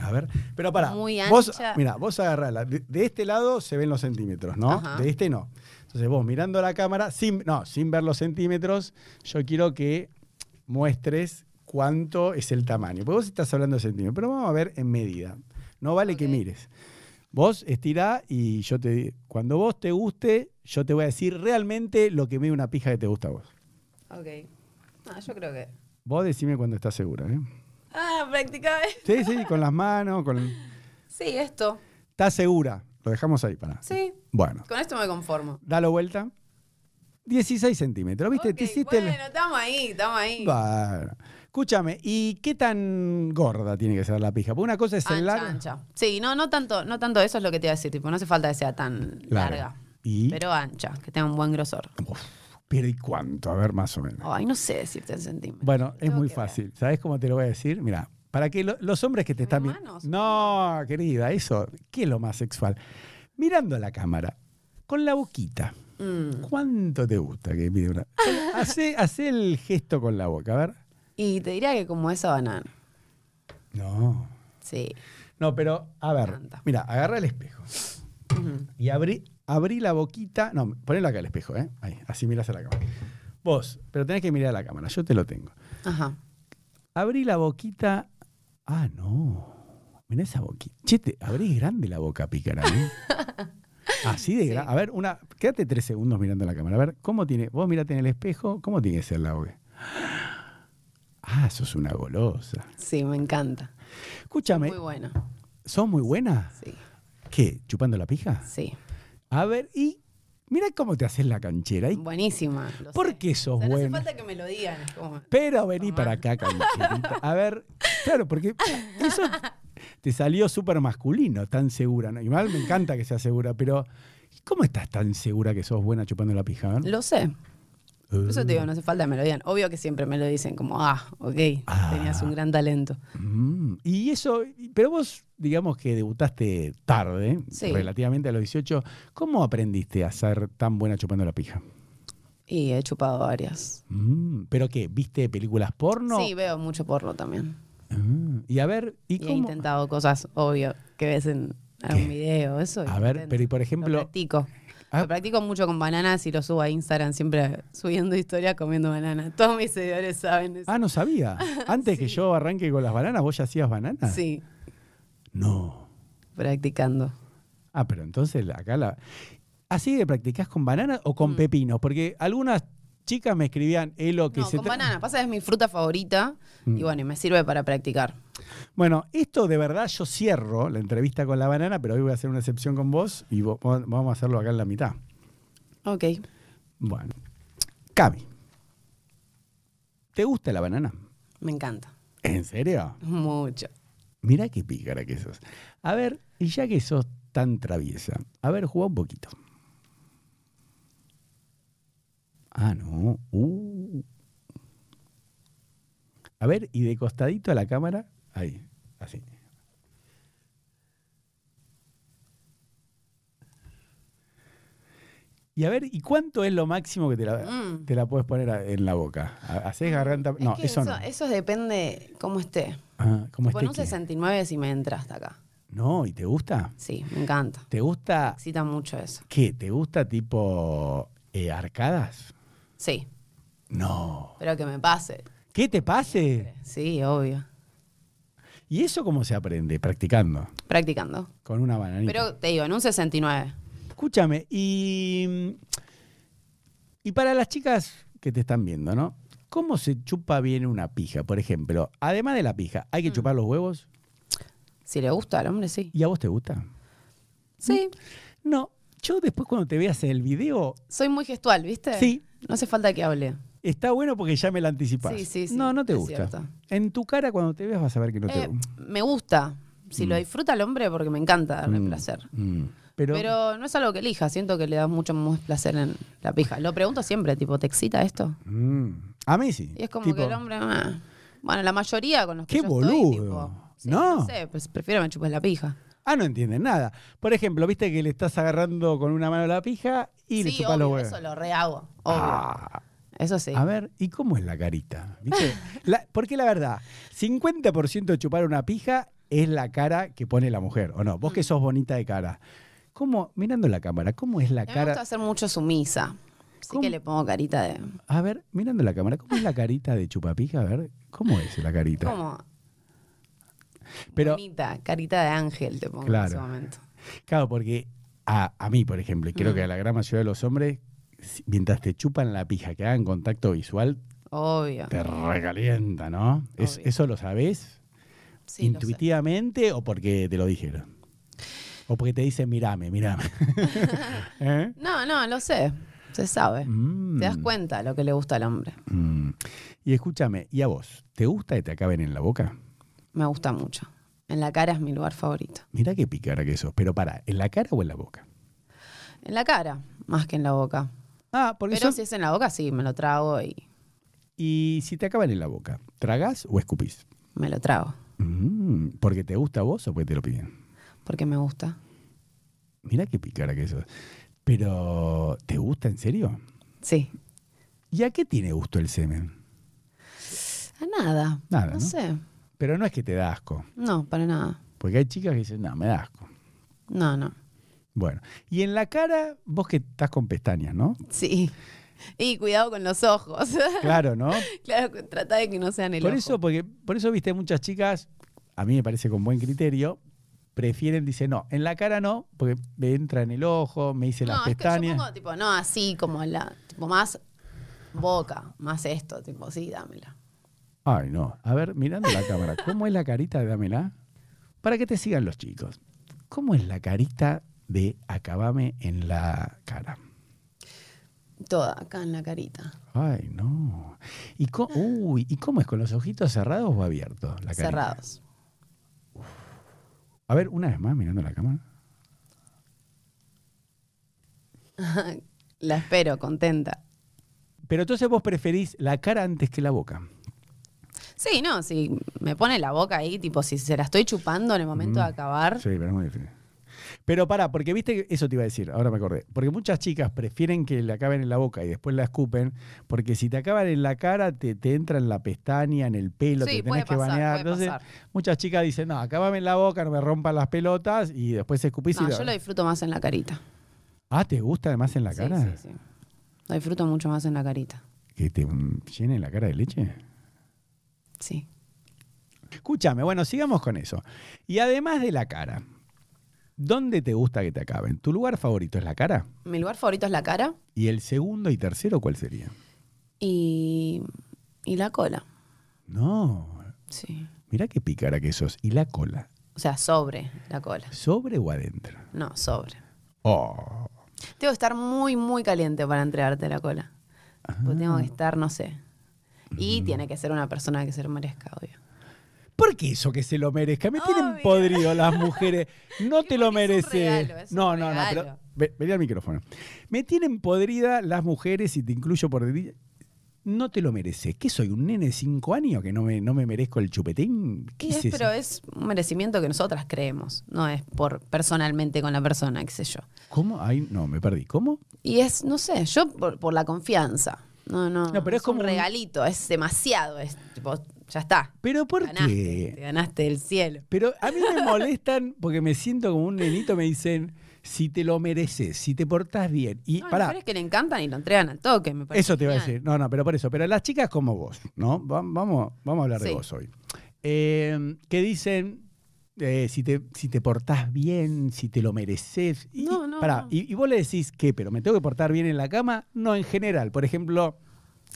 Speaker 2: a ver, pero para
Speaker 3: Muy
Speaker 2: vos,
Speaker 3: ancha.
Speaker 2: mira, vos agarrala. De, de este lado se ven los centímetros, ¿no?
Speaker 3: Ajá.
Speaker 2: De este no. Entonces vos mirando la cámara sin no, sin ver los centímetros, yo quiero que muestres cuánto es el tamaño. Porque vos estás hablando de centímetros, pero vamos a ver en medida. No vale que
Speaker 3: Ok.
Speaker 2: mires. Vos estirá y yo te cuando vos te guste, yo te voy a decir realmente lo que mide una pija que te gusta a vos.
Speaker 3: Ok. No, yo creo que.
Speaker 2: Vos decime cuando estás segura, ¿eh?
Speaker 3: Ah, practicaba.
Speaker 2: Sí, sí, con las manos, con...
Speaker 3: Sí, esto.
Speaker 2: ¿Estás segura? Lo dejamos ahí para...
Speaker 3: Sí.
Speaker 2: Bueno,
Speaker 3: Con esto me conformo.
Speaker 2: dale vuelta. 16 centímetros, ¿viste? Te
Speaker 3: Ok,
Speaker 2: hiciste el-
Speaker 3: bueno, estamos ahí, estamos ahí.
Speaker 2: Bueno. Escúchame, ¿y qué tan gorda tiene que ser la pija? Porque una cosa es el
Speaker 3: Ancha,
Speaker 2: largo.
Speaker 3: ancha. Sí, no, no tanto, no tanto eso es lo que te iba a decir, tipo, no hace falta que sea tan
Speaker 2: Larga.
Speaker 3: larga.
Speaker 2: ¿Y?
Speaker 3: Pero ancha, que tenga un buen grosor.
Speaker 2: Uf, pero ¿y cuánto? A ver, más o menos.
Speaker 3: Ay, no sé decirte en centímetros.
Speaker 2: Bueno, es
Speaker 3: Tengo
Speaker 2: muy
Speaker 3: que ver.
Speaker 2: fácil. ¿Sabes cómo te lo voy a decir? Mira, para que lo- los hombres que te están
Speaker 3: mis
Speaker 2: viendo.
Speaker 3: manos?
Speaker 2: No, querida, eso. ¿Qué es lo más sexual? Mirando a la cámara, con la boquita.
Speaker 3: Mm.
Speaker 2: ¿Cuánto te gusta que mide una? Hacé, hacé el gesto con la boca, a ver.
Speaker 3: Y te diría que como esa banana.
Speaker 2: No.
Speaker 3: Sí.
Speaker 2: No, pero, a ver.
Speaker 3: Tanta.
Speaker 2: Mira, agarra el espejo.
Speaker 3: Ujú.
Speaker 2: Y abrí, abrí la boquita. No, ponelo acá al espejo, ¿eh? Ahí, así miras a la cámara. Vos, pero tenés que mirar a la cámara, yo te lo tengo.
Speaker 3: Ajá.
Speaker 2: Abrí la boquita. Ah, no. Mirá esa boquita. Che, te abrís grande la boca, pícara. ¿eh? Así de grande. A ver, una. Quédate tres segundos mirando la cámara. A ver, ¿cómo tiene? Vos mirate en el espejo, ¿cómo tiene que ser la boca? Ah, sos una golosa.
Speaker 3: Sí, me encanta.
Speaker 2: Escúchame,
Speaker 3: Muy buena.
Speaker 2: ¿sos muy buena?
Speaker 3: Sí.
Speaker 2: ¿Qué? ¿Chupando la pija?
Speaker 3: Sí.
Speaker 2: A ver, y mira cómo te haces la canchera. ¿Y
Speaker 3: Buenísima. lo
Speaker 2: por
Speaker 3: sé.
Speaker 2: qué sos
Speaker 3: O sea, no hace
Speaker 2: buena?
Speaker 3: falta que me lo digan. es como-
Speaker 2: Pero vení
Speaker 3: Tomá.
Speaker 2: para acá, cancherita. A ver, claro, porque eso te salió súper masculino, tan segura. ¿no? Igual me encanta que sea segura, pero ¿cómo estás tan segura que sos buena chupando la pija? eh?
Speaker 3: Mm. Lo sé. Por eso te digo,
Speaker 2: Eh,
Speaker 3: no hace falta que me lo digan. Obvio que siempre me lo dicen como, ah, ok,
Speaker 2: Ah.
Speaker 3: tenías un gran talento.
Speaker 2: mm. Y eso, pero vos, digamos que debutaste tarde,
Speaker 3: Sí.
Speaker 2: relativamente a los 18. ¿Cómo aprendiste a ser tan buena chupando la pija?
Speaker 3: Y he chupado varias.
Speaker 2: Mm, ¿Pero qué? ¿Viste películas porno?
Speaker 3: Sí, veo mucho porno también.
Speaker 2: Mm, Y a ver, ¿y,
Speaker 3: Y he
Speaker 2: cómo?
Speaker 3: intentado cosas, obvio, que ves en algún video, eso. y
Speaker 2: A
Speaker 3: lo
Speaker 2: ver,
Speaker 3: intento.
Speaker 2: pero y por ejemplo-
Speaker 3: Lo practico.
Speaker 2: Ah.
Speaker 3: Lo practico mucho con bananas y lo subo a Instagram, siempre subiendo historias comiendo bananas. Todos mis seguidores saben eso.
Speaker 2: Ah, no sabía. Antes que yo arranque con las bananas, ¿vos ya hacías bananas?
Speaker 3: Sí,
Speaker 2: No.
Speaker 3: practicando.
Speaker 2: Ah, pero entonces la- acá la. ¿Así que practicás con banana o
Speaker 3: Mm.
Speaker 2: con pepinos? Porque algunas chicas me escribían, Elo, que
Speaker 3: No,
Speaker 2: se. Mm.
Speaker 3: con
Speaker 2: tra-
Speaker 3: banana. Pasa que es mi fruta favorita y bueno, y me sirve para practicar.
Speaker 2: Bueno, esto de verdad yo cierro la entrevista con la banana, pero hoy voy a hacer una excepción con vos y vo- vo- vamos a hacerlo acá en la mitad.
Speaker 3: Ok.
Speaker 2: Bueno. Cami. ¿Te gusta la banana?
Speaker 3: Me encanta.
Speaker 2: ¿En serio?
Speaker 3: Mucho.
Speaker 2: Mirá qué pícara que sos. A ver, y ya que sos tan traviesa, a ver, jugá un poquito. Ah, no. Uh. A ver, y de costadito a la cámara, ahí, así. Y a ver, ¿y cuánto es lo máximo que te la,
Speaker 3: Mm.
Speaker 2: te la puedes poner a- en la boca? ¿Ha- ¿Hacés garganta? No,
Speaker 3: Es que
Speaker 2: eso, no.
Speaker 3: eso depende cómo esté.
Speaker 2: Ah, ¿cómo
Speaker 3: Tipo, en un
Speaker 2: esté qué?
Speaker 3: 69 si me entra hasta acá.
Speaker 2: No, ¿y te gusta?
Speaker 3: Sí, me encanta.
Speaker 2: ¿Te gusta
Speaker 3: Excita mucho eso.
Speaker 2: qué? ¿Te gusta tipo eh, arcadas?
Speaker 3: Sí,
Speaker 2: No.
Speaker 3: pero que me pase.
Speaker 2: ¿Qué te pase?
Speaker 3: Sí, obvio.
Speaker 2: ¿Y eso cómo se aprende? Practicando.
Speaker 3: Practicando.
Speaker 2: Con una bananita.
Speaker 3: Pero te digo, en un 69.
Speaker 2: Escúchame, y. Y para las chicas que te están viendo, ¿no? ¿Cómo se chupa bien una pija? Por ejemplo, además de la pija, ¿hay
Speaker 3: Mm.
Speaker 2: que chupar los huevos?
Speaker 3: Si le gusta al hombre, sí.
Speaker 2: ¿Y a vos te gusta? Mm.
Speaker 3: Sí.
Speaker 2: No. Yo después cuando te veas en el video,
Speaker 3: Soy muy gestual, ¿viste?
Speaker 2: Sí.
Speaker 3: No hace falta que hable.
Speaker 2: está bueno porque ya me la anticipás.
Speaker 3: Sí, sí, sí,
Speaker 2: No, no te
Speaker 3: es
Speaker 2: gusta.
Speaker 3: cierto.
Speaker 2: En tu cara cuando te veas vas a ver que no te
Speaker 3: Eh,
Speaker 2: gusta.
Speaker 3: me gusta. Si lo disfruta el hombre, porque me encanta darle
Speaker 2: Mm,
Speaker 3: placer.
Speaker 2: mm. Pero,
Speaker 3: Pero, no es algo que elija. Siento que le da mucho más placer en la pija. Lo pregunto siempre, tipo, ¿te excita esto?
Speaker 2: Mm. a mí sí.
Speaker 3: Y es como
Speaker 2: Tipo,
Speaker 3: que el hombre. ah. Bueno, la mayoría con los que
Speaker 2: ¡Qué
Speaker 3: yo
Speaker 2: boludo!
Speaker 3: Estoy, tipo, sí,
Speaker 2: No.
Speaker 3: no. sé, pues prefiero me chupes la pija.
Speaker 2: Ah, no entienden nada. Por ejemplo, viste que le estás agarrando con una mano la pija y le
Speaker 3: sí,
Speaker 2: chupas
Speaker 3: obvio,
Speaker 2: los huevos.
Speaker 3: eso lo rehago. Obvio.
Speaker 2: Ah,
Speaker 3: Eso sí.
Speaker 2: A ver, ¿y cómo es la carita? ¿Viste? La- porque la verdad, 50% de chupar una pija es la cara que pone la mujer, ¿o no? Vos
Speaker 3: Mm.
Speaker 2: que sos bonita de cara. ¿Cómo, mirando la cámara, cómo es la
Speaker 3: A mí me gusta
Speaker 2: cara?
Speaker 3: hacer mucho sumisa. Así
Speaker 2: ¿Cómo?
Speaker 3: que le pongo carita de.
Speaker 2: A ver, mirando la cámara, ¿cómo es la carita de chupapija? A ver, ¿cómo es la carita?
Speaker 3: Como.
Speaker 2: Pero-
Speaker 3: bonita, carita de ángel te pongo
Speaker 2: Claro.
Speaker 3: en ese momento.
Speaker 2: Claro, porque a, a mí, por ejemplo, y creo que a
Speaker 3: Mm.
Speaker 2: la gran mayoría de los hombres, si- mientras te chupan la pija, que hagan contacto visual,
Speaker 3: Obvio.
Speaker 2: te recalienta, ¿no? Es-
Speaker 3: Obvio.
Speaker 2: ¿Eso lo sabés?
Speaker 3: Sí, lo sé.
Speaker 2: ¿Intuitivamente o porque te lo dijeron? O porque te dicen, mirame, mirame. ¿Eh?
Speaker 3: No, no, lo sé. Se sabe.
Speaker 2: Mm.
Speaker 3: Te das cuenta lo que le gusta al hombre.
Speaker 2: Mm. Y escúchame, ¿y a vos? ¿Te gusta que te acaben en la boca?
Speaker 3: Me gusta mucho. En la cara es mi lugar favorito.
Speaker 2: Mirá qué picara que sos. Pero para, ¿en la cara o en la boca?
Speaker 3: En la cara, más que en la boca.
Speaker 2: Ah, porque
Speaker 3: Pero
Speaker 2: yo-
Speaker 3: si es en la boca, sí, me lo trago y
Speaker 2: ¿Y si te acaban en la boca? ¿Tragás o escupís?
Speaker 3: me lo trago.
Speaker 2: Mm, ¿Porque te gusta a vos o porque te lo piden?
Speaker 3: Porque me gusta.
Speaker 2: Mirá qué picara que sos. Pero, ¿te gusta en serio?
Speaker 3: Sí.
Speaker 2: ¿Y a qué tiene gusto el semen?
Speaker 3: A Ah, nada.
Speaker 2: Nada,
Speaker 3: No,
Speaker 2: ¿no?
Speaker 3: sé.
Speaker 2: Pero no es que te da asco,
Speaker 3: No, para nada.
Speaker 2: porque hay chicas que dicen, no, me da asco.
Speaker 3: No, no.
Speaker 2: Bueno, y en la cara, vos que estás con pestañas, ¿no?
Speaker 3: Sí. Y cuidado con los ojos.
Speaker 2: Claro, ¿no?
Speaker 3: claro, que trata de que no sean el
Speaker 2: Por
Speaker 3: ojo.
Speaker 2: eso, porque, por eso viste muchas chicas, a mí me parece con buen criterio, prefieren, dicen, no, en la cara no, porque me entra en el ojo, me hice las
Speaker 3: no, es que yo
Speaker 2: pestañas.
Speaker 3: pongo, tipo, no así como la, tipo, más boca, más esto, tipo, sí, dámela.
Speaker 2: Ay, no. A ver, mirando la cámara, ¿cómo es la carita de Dámela? Para que te sigan los chicos. ¿Cómo es la carita de Acabame en la cara?
Speaker 3: Toda, acá en la carita.
Speaker 2: Ay, no. ¿Y, co- uy, ¿y cómo es? ¿Con los ojitos cerrados o abiertos? La carita?
Speaker 3: Cerrados.
Speaker 2: A ver, una vez más, mirando la cámara.
Speaker 3: La espero, contenta.
Speaker 2: Pero entonces vos preferís la cara antes que la boca.
Speaker 3: Sí, no, si me pone la boca ahí, tipo, si se la estoy chupando en el momento de acabar.
Speaker 2: Mm. Sí, pero es muy diferente. Pero pará, porque viste, que- eso te iba a decir, ahora me acordé. Porque muchas chicas prefieren que le acaben en la boca y después la escupen, porque si te acaban en la cara, te, te entra en la pestaña, en el pelo,
Speaker 3: Sí,
Speaker 2: te tenés
Speaker 3: puede
Speaker 2: que
Speaker 3: pasar,
Speaker 2: banear.
Speaker 3: puede
Speaker 2: Entonces,
Speaker 3: pasar.
Speaker 2: muchas chicas dicen, no, acábame en la boca, no me rompan las pelotas, y después escupís
Speaker 3: No,
Speaker 2: y
Speaker 3: yo
Speaker 2: la-
Speaker 3: lo disfruto más en la carita.
Speaker 2: Ah, ¿te gusta además en la
Speaker 3: Sí,
Speaker 2: cara?
Speaker 3: sí, sí. Lo disfruto mucho más en la carita.
Speaker 2: Que te mm, llenen la cara de leche.
Speaker 3: Sí.
Speaker 2: Escúchame, bueno, sigamos con eso. Y además de la cara, ¿dónde te gusta que te acaben? ¿Tu lugar favorito es la cara?
Speaker 3: Mi lugar favorito es la cara
Speaker 2: ¿Y el segundo y tercero cuál sería?
Speaker 3: y, y la cola.
Speaker 2: No,
Speaker 3: Sí.
Speaker 2: mirá qué picara que sos. ¿Y la cola?
Speaker 3: O sea, sobre la cola.
Speaker 2: ¿Sobre o adentro?
Speaker 3: No, sobre.
Speaker 2: Oh,
Speaker 3: Tengo que estar muy, muy caliente para entregarte la cola. Porque tengo
Speaker 2: Ah.
Speaker 3: que estar, no sé.
Speaker 2: Mm.
Speaker 3: Y tiene que ser una persona que se lo merezca, obvio.
Speaker 2: ¿Por qué eso que se lo merezca? Me tienen
Speaker 3: Obvio.
Speaker 2: podrido las mujeres. No te lo
Speaker 3: Igual es un
Speaker 2: mereces.
Speaker 3: regalo, es un
Speaker 2: No, no, no,
Speaker 3: regalo.
Speaker 2: pero. ve- Vení al micrófono. Me tienen podrida las mujeres y te incluyo por. dedi- No te lo mereces. ¿Qué soy? ¿Un nene de 5 años que no me, no me merezco el chupetín? ¿Qué
Speaker 3: Y
Speaker 2: es,
Speaker 3: es,
Speaker 2: eso?
Speaker 3: pero es un merecimiento que nosotras creemos, no es por personalmente con la persona, qué sé yo.
Speaker 2: ¿Cómo? Ay, no, me perdí. ¿Cómo?
Speaker 3: Y es, no sé, yo por, por la confianza. No, no.
Speaker 2: No, pero es como
Speaker 3: un
Speaker 2: un-
Speaker 3: regalito, es demasiado, es tipo, ya está.
Speaker 2: ¿Pero por
Speaker 3: ganaste,
Speaker 2: qué?
Speaker 3: te ganaste el cielo.
Speaker 2: Pero a mí me molestan porque me siento como un nenito, me dicen, si te lo mereces, si te portás bien. Y
Speaker 3: No, hay
Speaker 2: pará,
Speaker 3: mujeres que le encantan y lo entregan al toque, me parece.
Speaker 2: eso te iba a
Speaker 3: genial.
Speaker 2: decir. No, no, pero por eso. Pero las chicas como vos, ¿no? Va- Vamos, vamos a hablar de
Speaker 3: Sí.
Speaker 2: vos hoy. Eh, que dicen, eh, si, te, si te portás bien, si te lo mereces. Y,
Speaker 3: No, no,
Speaker 2: pará,
Speaker 3: no.
Speaker 2: Y, y vos le decís, ¿qué? ¿Pero me tengo que portar bien en la cama? No, en general. Por ejemplo,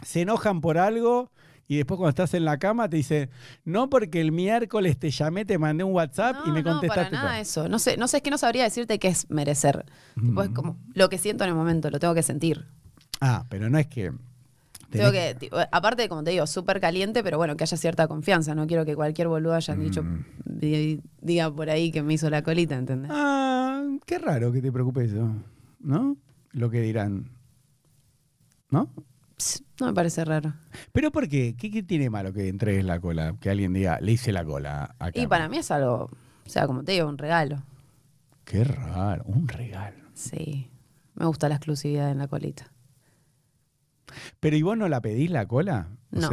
Speaker 2: se enojan por algo. Y después cuando estás en la cama te dicen, no porque el miércoles te llamé, te mandé un WhatsApp y
Speaker 3: No,
Speaker 2: me contestaste.
Speaker 3: No, para
Speaker 2: tal".
Speaker 3: nada eso. No sé, no sé, es que no sabría decirte qué es merecer. Tipo,
Speaker 2: Mm.
Speaker 3: es como lo que siento en el momento, lo tengo que sentir.
Speaker 2: Ah, pero no es que.
Speaker 3: Tengo
Speaker 2: tenés-
Speaker 3: que, tipo, aparte, como te digo, súper caliente, pero bueno, que haya cierta confianza. No quiero que cualquier boludo haya dicho, di- diga por ahí que me hizo la colita, ¿entendés?
Speaker 2: Mm. Ah, qué raro que te preocupe eso, ¿no? Lo que dirán. ¿No?
Speaker 3: Ps, no me parece raro.
Speaker 2: ¿Pero por qué? ¿Qué, qué tiene malo que entregues la cola? Que alguien diga, le hice la cola acá.
Speaker 3: Y para mí es algo, o sea, como te digo, un regalo.
Speaker 2: Qué raro, un regalo.
Speaker 3: Sí. Me gusta la exclusividad en la colita.
Speaker 2: ¿Pero y vos no la pedís la cola?
Speaker 3: No.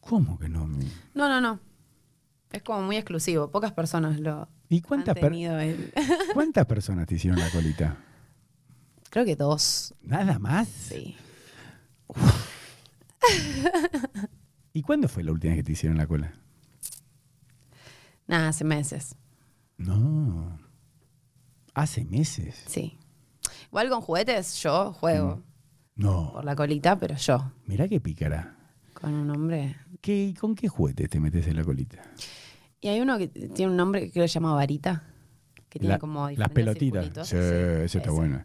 Speaker 2: ¿Cómo que no? mi-
Speaker 3: No, no, no. Es como muy exclusivo. Pocas personas lo
Speaker 2: ¿Y cuántas,
Speaker 3: han
Speaker 2: per-
Speaker 3: tenido. el-
Speaker 2: cuántas personas te hicieron la colita?
Speaker 3: Creo que dos.
Speaker 2: ¿Nada más?
Speaker 3: Sí.
Speaker 2: ¿Y cuándo fue la última vez que te hicieron la cola?
Speaker 3: Nada, hace meses.
Speaker 2: No. Hace meses.
Speaker 3: Sí. Igual con juguetes yo juego
Speaker 2: No.
Speaker 3: por la colita, pero yo.
Speaker 2: Mirá que pícara.
Speaker 3: Con un hombre.
Speaker 2: ¿Qué, ¿Con qué juguetes te metes en la colita?
Speaker 3: Y hay uno que tiene un nombre que lo llama varita, que tiene
Speaker 2: La-
Speaker 3: como
Speaker 2: las
Speaker 3: diferentes
Speaker 2: pelotitas.
Speaker 3: circulitos.
Speaker 2: Sí, ese está
Speaker 3: ese.
Speaker 2: bueno.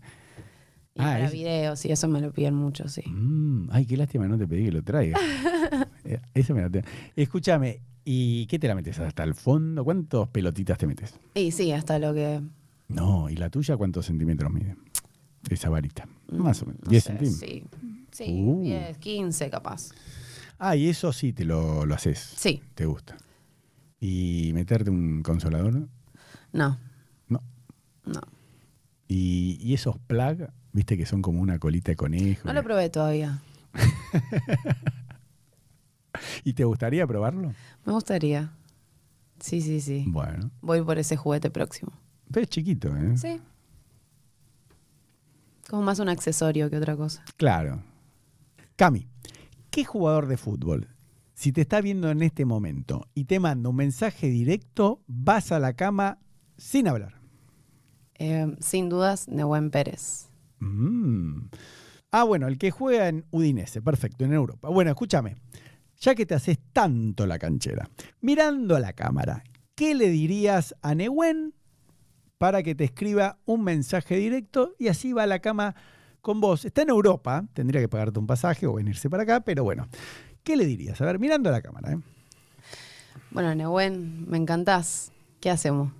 Speaker 3: Y
Speaker 2: Ah,
Speaker 3: para
Speaker 2: ese-
Speaker 3: videos, y eso me lo piden mucho, sí.
Speaker 2: Mm, ay, qué lástima, no te pedí que lo traigas. Eh, Ese me la tengo. Escúchame, ¿y qué te la metes hasta el fondo? ¿Cuántas pelotitas te metes?
Speaker 3: Y sí, hasta lo que.
Speaker 2: No, ¿y la tuya cuántos centímetros mide? Esa varita. Más o menos.
Speaker 3: Mm, no
Speaker 2: 10
Speaker 3: sé,
Speaker 2: centímetros.
Speaker 3: Sí, sí
Speaker 2: Uh.
Speaker 3: 10, 15 capaz.
Speaker 2: Ah, y eso sí te lo, lo haces.
Speaker 3: Sí,
Speaker 2: Te gusta. ¿Y meterte un consolador?
Speaker 3: no,
Speaker 2: No.
Speaker 3: no.
Speaker 2: ¿Y, y esos plug, viste que son como una colita de conejo?
Speaker 3: No lo probé todavía.
Speaker 2: ¿Y te gustaría probarlo?
Speaker 3: Me gustaría. Sí, sí, sí.
Speaker 2: Bueno.
Speaker 3: Voy por ese juguete próximo.
Speaker 2: Pero es chiquito, ¿eh?
Speaker 3: Sí. Como más un accesorio que otra cosa.
Speaker 2: Claro. Cami, ¿qué jugador de fútbol, si te está viendo en este momento y te manda un mensaje directo, vas a la cama sin hablar?
Speaker 3: Eh, sin dudas, Nehuen Pérez.
Speaker 2: Mm. Ah, bueno, el que juega en Udinese, perfecto, en Europa. Bueno, escúchame, ya que te haces tanto la canchera, mirando a la cámara, ¿qué le dirías a Nehuen para que te escriba un mensaje directo y así va a la cama con vos? Está en Europa, tendría que pagarte un pasaje o venirse para acá, pero bueno, ¿qué le dirías? A ver, mirando a la cámara. ¿eh?
Speaker 3: Bueno, Nehuen, me encantás. ¿Qué hacemos?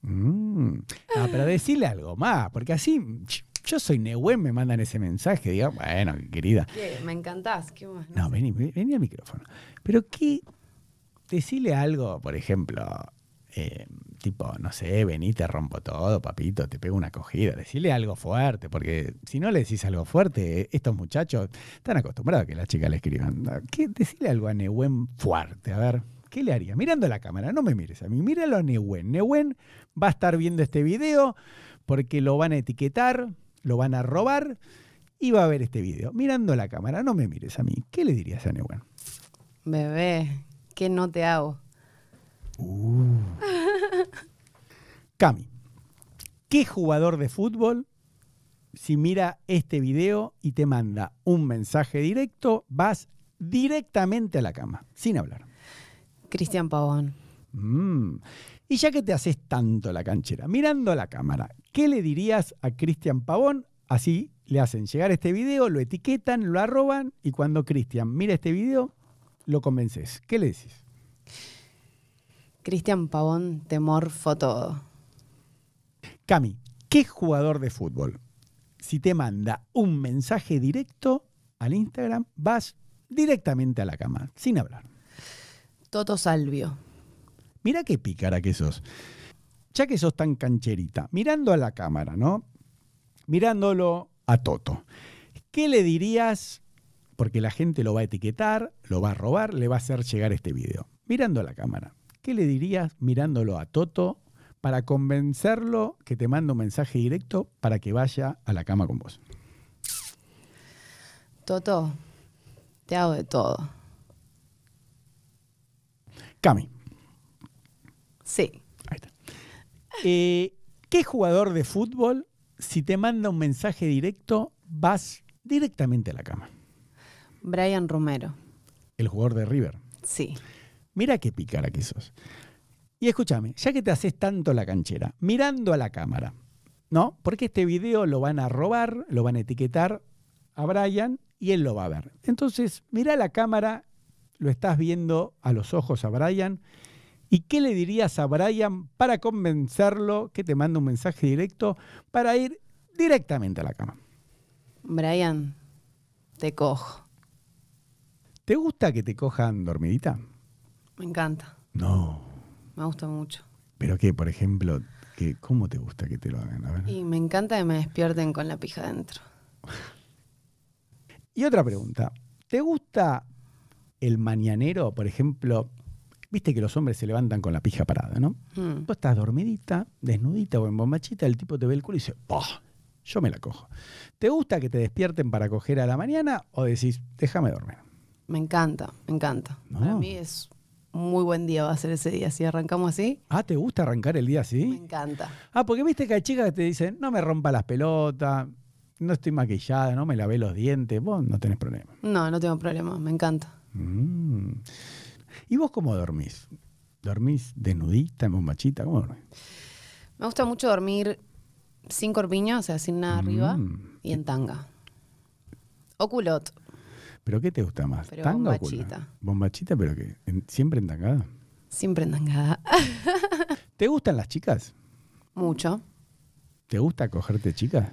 Speaker 2: Mm. Ah, pero decirle algo más, porque así ch- yo soy Nehuen, me mandan ese mensaje, digo, bueno, querida.
Speaker 3: ¿Qué? Me encantás. ¿Qué más?
Speaker 2: No, vení, vení al micrófono. Pero qué, decirle algo, por ejemplo, eh, tipo, no sé, vení, te rompo todo, papito, te pego una cogida. Decirle algo fuerte, porque si no le decís algo fuerte, eh, estos muchachos están acostumbrados a que las chicas le escriban. No, ¿Qué, decirle algo a Nehuen fuerte, a ver. ¿Qué le haría? Mirando la cámara, no me mires a mí, míralo a Nehuen. Nehuen va a estar viendo este video porque lo van a etiquetar, lo van a robar y va a ver este video. Mirando la cámara, no me mires a mí. ¿Qué le dirías a Neuwen?
Speaker 3: Bebé, ¿qué no te hago?
Speaker 2: Cami, ¿qué jugador de fútbol, si mira este video y te manda un mensaje directo, vas directamente a la cama, sin hablar?
Speaker 3: Cristian Pavón.
Speaker 2: Mm. Y ya que te haces tanto la canchera, mirando la cámara, ¿qué le dirías a Cristian Pavón? Así le hacen llegar este video, lo etiquetan, lo arroban y cuando Cristian mira este video, lo convences. ¿Qué le decís?
Speaker 3: Cristian Pavón te morfo todo.
Speaker 2: Cami, ¿qué jugador de fútbol? Si te manda un mensaje directo al Instagram, vas directamente a la cama, sin hablar.
Speaker 3: Toto Salvio.
Speaker 2: Mirá qué pícara que sos. Ya que sos tan cancherita, mirando a la cámara, ¿no? Mirándolo a Toto. ¿Qué le dirías? Porque la gente lo va a etiquetar, lo va a robar, le va a hacer llegar este video. Mirando a la cámara. ¿Qué le dirías mirándolo a Toto para convencerlo que te manda un mensaje directo para que vaya a la cama con vos?
Speaker 3: Toto, te hago de todo.
Speaker 2: Cami.
Speaker 3: Sí.
Speaker 2: Ahí está. Eh, ¿Qué jugador de fútbol, si te manda un mensaje directo, vas directamente a la cama?
Speaker 3: Brian Romero.
Speaker 2: El jugador de River.
Speaker 3: Sí.
Speaker 2: Mira qué pícara que sos. Y escúchame, ya que te haces tanto la canchera, mirando a la cámara, ¿no? Porque este video lo van a robar, lo van a etiquetar a Brian y él lo va a ver. Entonces, mira la cámara, lo estás viendo a los ojos a Brian. ¿Y qué le dirías a Brian para convencerlo que te manda un mensaje directo para ir directamente a la cama?
Speaker 3: Brian, te cojo.
Speaker 2: ¿Te gusta que te cojan dormidita?
Speaker 3: Me encanta.
Speaker 2: No.
Speaker 3: Me gusta mucho.
Speaker 2: ¿Pero qué, por ejemplo? Que, ¿Cómo te gusta que te lo hagan? A ver.
Speaker 3: Y me encanta que me despierten con la pija adentro.
Speaker 2: Y otra pregunta. ¿Te gusta el mañanero, por ejemplo? Viste que los hombres se levantan con la pija parada, ¿no?
Speaker 3: Mm.
Speaker 2: Vos estás dormidita, desnudita o en bombachita, el tipo te ve el culo y dice, ¡Pah! Yo me la cojo. ¿Te gusta que te despierten para coger a la mañana o decís, déjame dormir?
Speaker 3: Me encanta, me encanta.
Speaker 2: No.
Speaker 3: Para mí es un muy buen día va a ser ese día. Si arrancamos así,
Speaker 2: Ah, ¿te gusta arrancar el día
Speaker 3: me
Speaker 2: así?
Speaker 3: encanta.
Speaker 2: Ah, porque viste que hay chicas que te dicen, no me rompa las pelotas, no estoy maquillada, no me lavé los dientes, vos no tenés problema.
Speaker 3: No, no tengo problema, me encanta.
Speaker 2: Mm. ¿Y vos cómo dormís? ¿Dormís desnudita, en bombachita? ¿Cómo dormís?
Speaker 3: Me gusta mucho dormir sin corpiño, o sea, sin nada arriba,
Speaker 2: Mm.
Speaker 3: y en tanga. O culot.
Speaker 2: ¿Pero qué te gusta más?
Speaker 3: Pero
Speaker 2: ¿Tanga o
Speaker 3: bombachita.
Speaker 2: culata? ¿Bombachita, pero qué? ¿En- ¿Siempre entangada?
Speaker 3: Siempre en tangada.
Speaker 2: ¿Te gustan las chicas?
Speaker 3: Mucho.
Speaker 2: ¿Te gusta cogerte chicas?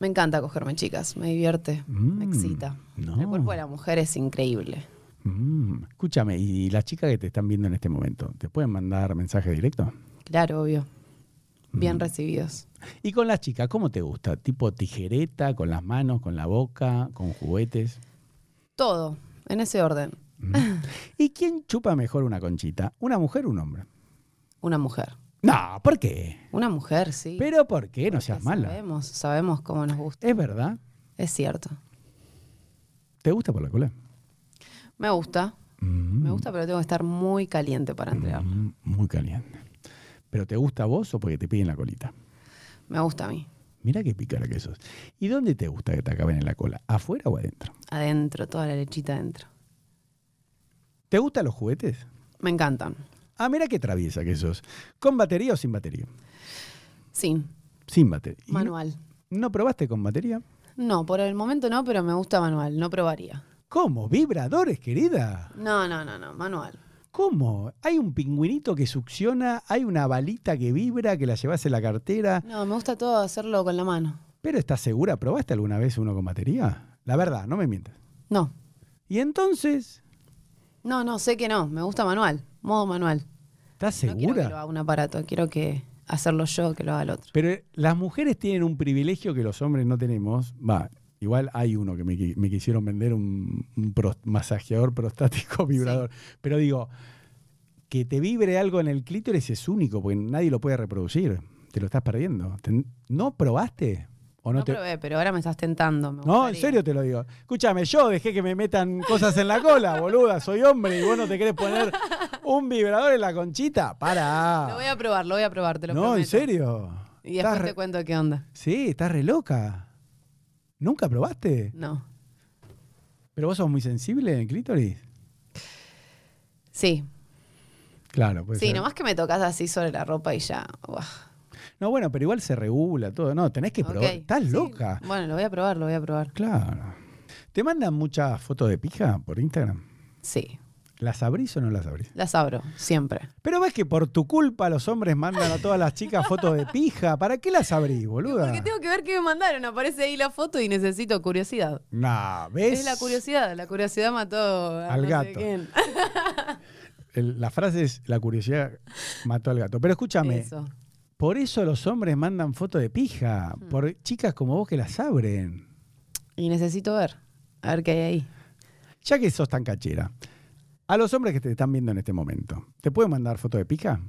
Speaker 3: Me encanta cogerme chicas, me divierte, me
Speaker 2: Mm,
Speaker 3: excita.
Speaker 2: no.
Speaker 3: El cuerpo de la mujer es increíble.
Speaker 2: Mm, Escúchame, y las chicas que te están viendo en este momento, ¿te pueden mandar mensaje directo?
Speaker 3: Claro, obvio. Bien
Speaker 2: Mm.
Speaker 3: recibidos.
Speaker 2: Y con las chicas, ¿cómo te gusta? ¿Tipo tijereta, con las manos, con la boca, con juguetes?
Speaker 3: Todo, en ese orden.
Speaker 2: Mm. ¿Y quién chupa mejor una conchita? ¿Una mujer o un hombre?
Speaker 3: Una mujer.
Speaker 2: No, ¿por qué?
Speaker 3: Una mujer, sí.
Speaker 2: ¿Pero por qué? No
Speaker 3: Porque
Speaker 2: seas mala.
Speaker 3: Sabemos, sabemos cómo nos gusta.
Speaker 2: Es verdad.
Speaker 3: Es cierto.
Speaker 2: ¿Te gusta por la cola?
Speaker 3: Me gusta,
Speaker 2: Mm.
Speaker 3: me gusta, pero tengo que estar muy caliente para entregar.
Speaker 2: Mm, Muy caliente. ¿Pero te gusta a vos o porque te piden la colita?
Speaker 3: Me gusta a mí.
Speaker 2: Mira qué pícara que sos. ¿Y dónde te gusta que te acaben en la cola? ¿Afuera o adentro?
Speaker 3: Adentro, toda la lechita adentro.
Speaker 2: ¿Te gustan los juguetes?
Speaker 3: Me encantan.
Speaker 2: Ah, mira qué traviesa que sos. ¿Con batería o sin batería?
Speaker 3: Sí,
Speaker 2: Sin batería. ¿Y
Speaker 3: manual.
Speaker 2: ¿No probaste con batería?
Speaker 3: No, por el momento no, pero me gusta manual. No probaría.
Speaker 2: ¿Cómo? ¿Vibradores, querida?
Speaker 3: No, no, no, no, manual.
Speaker 2: ¿Cómo? Hay un pingüinito que succiona, hay una balita que vibra, que la llevas en la cartera.
Speaker 3: No, me gusta todo hacerlo con la mano.
Speaker 2: Pero ¿estás segura? ¿Probaste alguna vez uno con batería? La verdad, no me mientas.
Speaker 3: No,
Speaker 2: Y entonces,
Speaker 3: no, no, sé que no. Me gusta manual, modo manual.
Speaker 2: ¿estás
Speaker 3: No quiero que
Speaker 2: segura?
Speaker 3: lo haga un aparato, quiero que hacerlo yo, que lo haga el otro.
Speaker 2: Pero las mujeres tienen un privilegio que los hombres no tenemos. Va, igual hay uno que me, qui- me quisieron vender un, un pro- masajeador prostático vibrador. Pero digo, que te vibre algo en el clítoris es único, porque nadie lo puede reproducir. Te lo estás perdiendo. Ten- ¿No probaste? ¿O no,
Speaker 3: No,
Speaker 2: te.?
Speaker 3: probé, pero ahora me estás tentando. me
Speaker 2: No, en
Speaker 3: gustaría.
Speaker 2: serio te lo digo. Escúchame, yo dejé que me metan cosas en la cola, boluda. Soy hombre y vos no te querés poner un vibrador en la conchita. Para.
Speaker 3: Lo voy a probar, lo voy a probar, te lo
Speaker 2: no, en
Speaker 3: prometo.
Speaker 2: serio.
Speaker 3: Y
Speaker 2: Estás
Speaker 3: después
Speaker 2: re-
Speaker 3: te cuento qué onda.
Speaker 2: Sí, estás re loca. ¿Nunca probaste?
Speaker 3: No.
Speaker 2: ¿Pero vos sos muy sensible en el clítoris?
Speaker 3: Sí.
Speaker 2: Claro, pues.
Speaker 3: sí, nomás que me tocas así sobre la ropa y ya. Buah.
Speaker 2: No, bueno, pero igual se regula todo. No, tenés que probar.
Speaker 3: Ok.
Speaker 2: Estás
Speaker 3: Sí.
Speaker 2: loca.
Speaker 3: Bueno, lo voy a probar, lo voy a probar.
Speaker 2: Claro. ¿Te mandan muchas fotos de pija por Instagram?
Speaker 3: Sí.
Speaker 2: ¿Las abrís o no las abrís?
Speaker 3: Las abro, siempre.
Speaker 2: Pero ves que por tu culpa los hombres mandan a todas las chicas fotos de pija. ¿Para qué las abrís, boluda?
Speaker 3: Porque tengo que ver qué me mandaron. Aparece ahí la foto y necesito curiosidad.
Speaker 2: Nah,
Speaker 3: Es,
Speaker 2: ¿ves?
Speaker 3: la curiosidad. La curiosidad mató a
Speaker 2: Al
Speaker 3: no sé
Speaker 2: gato.
Speaker 3: quién.
Speaker 2: El- la frase es la curiosidad mató al gato. Pero escúchame,
Speaker 3: Eso.
Speaker 2: Por eso los hombres mandan fotos de pija,
Speaker 3: Hmm.
Speaker 2: por chicas como vos que las abren.
Speaker 3: Y necesito ver. A ver qué hay ahí.
Speaker 2: Ya que sos tan cachera, a los hombres que te están viendo en este momento, ¿te pueden mandar fotos de pija?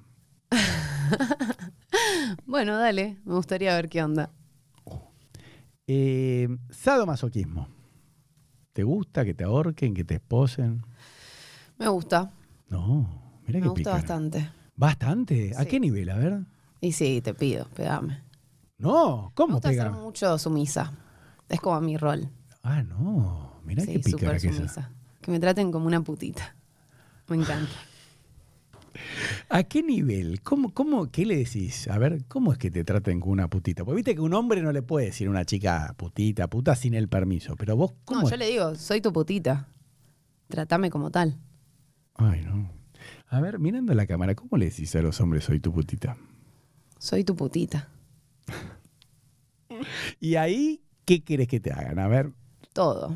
Speaker 3: Bueno, dale. Me gustaría ver qué onda.
Speaker 2: Eh, sadomasoquismo. ¿Te gusta que te ahorquen, que te esposen?
Speaker 3: Me gusta.
Speaker 2: No, mira
Speaker 3: Me
Speaker 2: que
Speaker 3: gusta bastante.
Speaker 2: ¿Bastante? ¿A
Speaker 3: Sí.
Speaker 2: qué nivel? A ver.
Speaker 3: Y sí, te pido, pegame.
Speaker 2: No,
Speaker 3: Me
Speaker 2: ¿cómo
Speaker 3: gusta
Speaker 2: pega?
Speaker 3: hacer mucho sumisa. Es como mi rol.
Speaker 2: Ah, no, mira
Speaker 3: sí,
Speaker 2: qué pícara
Speaker 3: súper
Speaker 2: que es.
Speaker 3: sumisa. Que me traten como una putita. Me encanta.
Speaker 2: ¿A qué nivel? ¿Cómo, cómo, ¿Qué le decís? A ver, ¿cómo es que te traten con una putita? Porque viste que un hombre no le puede decir a una chica putita, puta sin el permiso. Pero vos, ¿cómo?
Speaker 3: No, yo
Speaker 2: es?
Speaker 3: le digo, soy tu putita. Tratame como tal.
Speaker 2: Ay, no. A ver, mirando la cámara, ¿cómo le decís a los hombres soy tu putita?
Speaker 3: Soy tu putita.
Speaker 2: Y ahí, ¿qué querés que te hagan? A ver,
Speaker 3: Todo.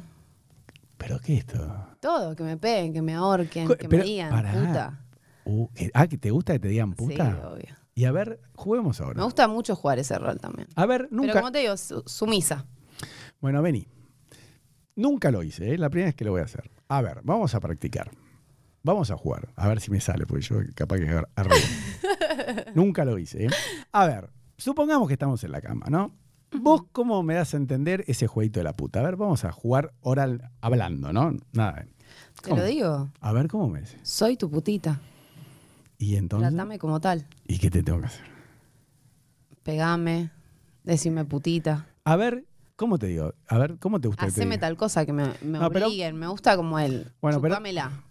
Speaker 2: ¿pero qué es esto?
Speaker 3: Todo. Que me peguen, que me ahorquen,
Speaker 2: Co-
Speaker 3: que
Speaker 2: pero,
Speaker 3: me digan,
Speaker 2: pará.
Speaker 3: puta.
Speaker 2: Uh, que- ah, que te gusta que te digan puta.
Speaker 3: Sí, obvio.
Speaker 2: y a ver, juguemos
Speaker 3: Me
Speaker 2: ahora.
Speaker 3: gusta mucho jugar ese rol también.
Speaker 2: A ver,
Speaker 3: Pero
Speaker 2: nunca.
Speaker 3: como te digo, su- sumisa.
Speaker 2: Bueno, vení. Nunca lo hice, ¿eh? la primera vez que lo voy a hacer. A ver, vamos a practicar. Vamos a jugar. A ver si me sale, porque yo capaz que ar- arruino. Nunca lo hice. ¿eh? A ver, supongamos que estamos en la cama, ¿no? ¿Vos cómo me das a entender ese jueguito de la puta? A ver, vamos a jugar oral, hablando, ¿no? Nada.
Speaker 3: Te
Speaker 2: ¿Cómo?
Speaker 3: lo digo.
Speaker 2: A ver, ¿cómo me dices?
Speaker 3: Soy tu putita.
Speaker 2: Y entonces,
Speaker 3: Tratame como tal.
Speaker 2: ¿y qué te tengo que hacer?
Speaker 3: Pegame. Decime putita.
Speaker 2: A ver, ¿cómo te digo? A ver, ¿cómo te gusta que te
Speaker 3: Haceme
Speaker 2: diga?
Speaker 3: tal cosa que me, me
Speaker 2: No, pero-
Speaker 3: obliguen. Me gusta como él.
Speaker 2: Bueno, pero-
Speaker 3: Chupámela.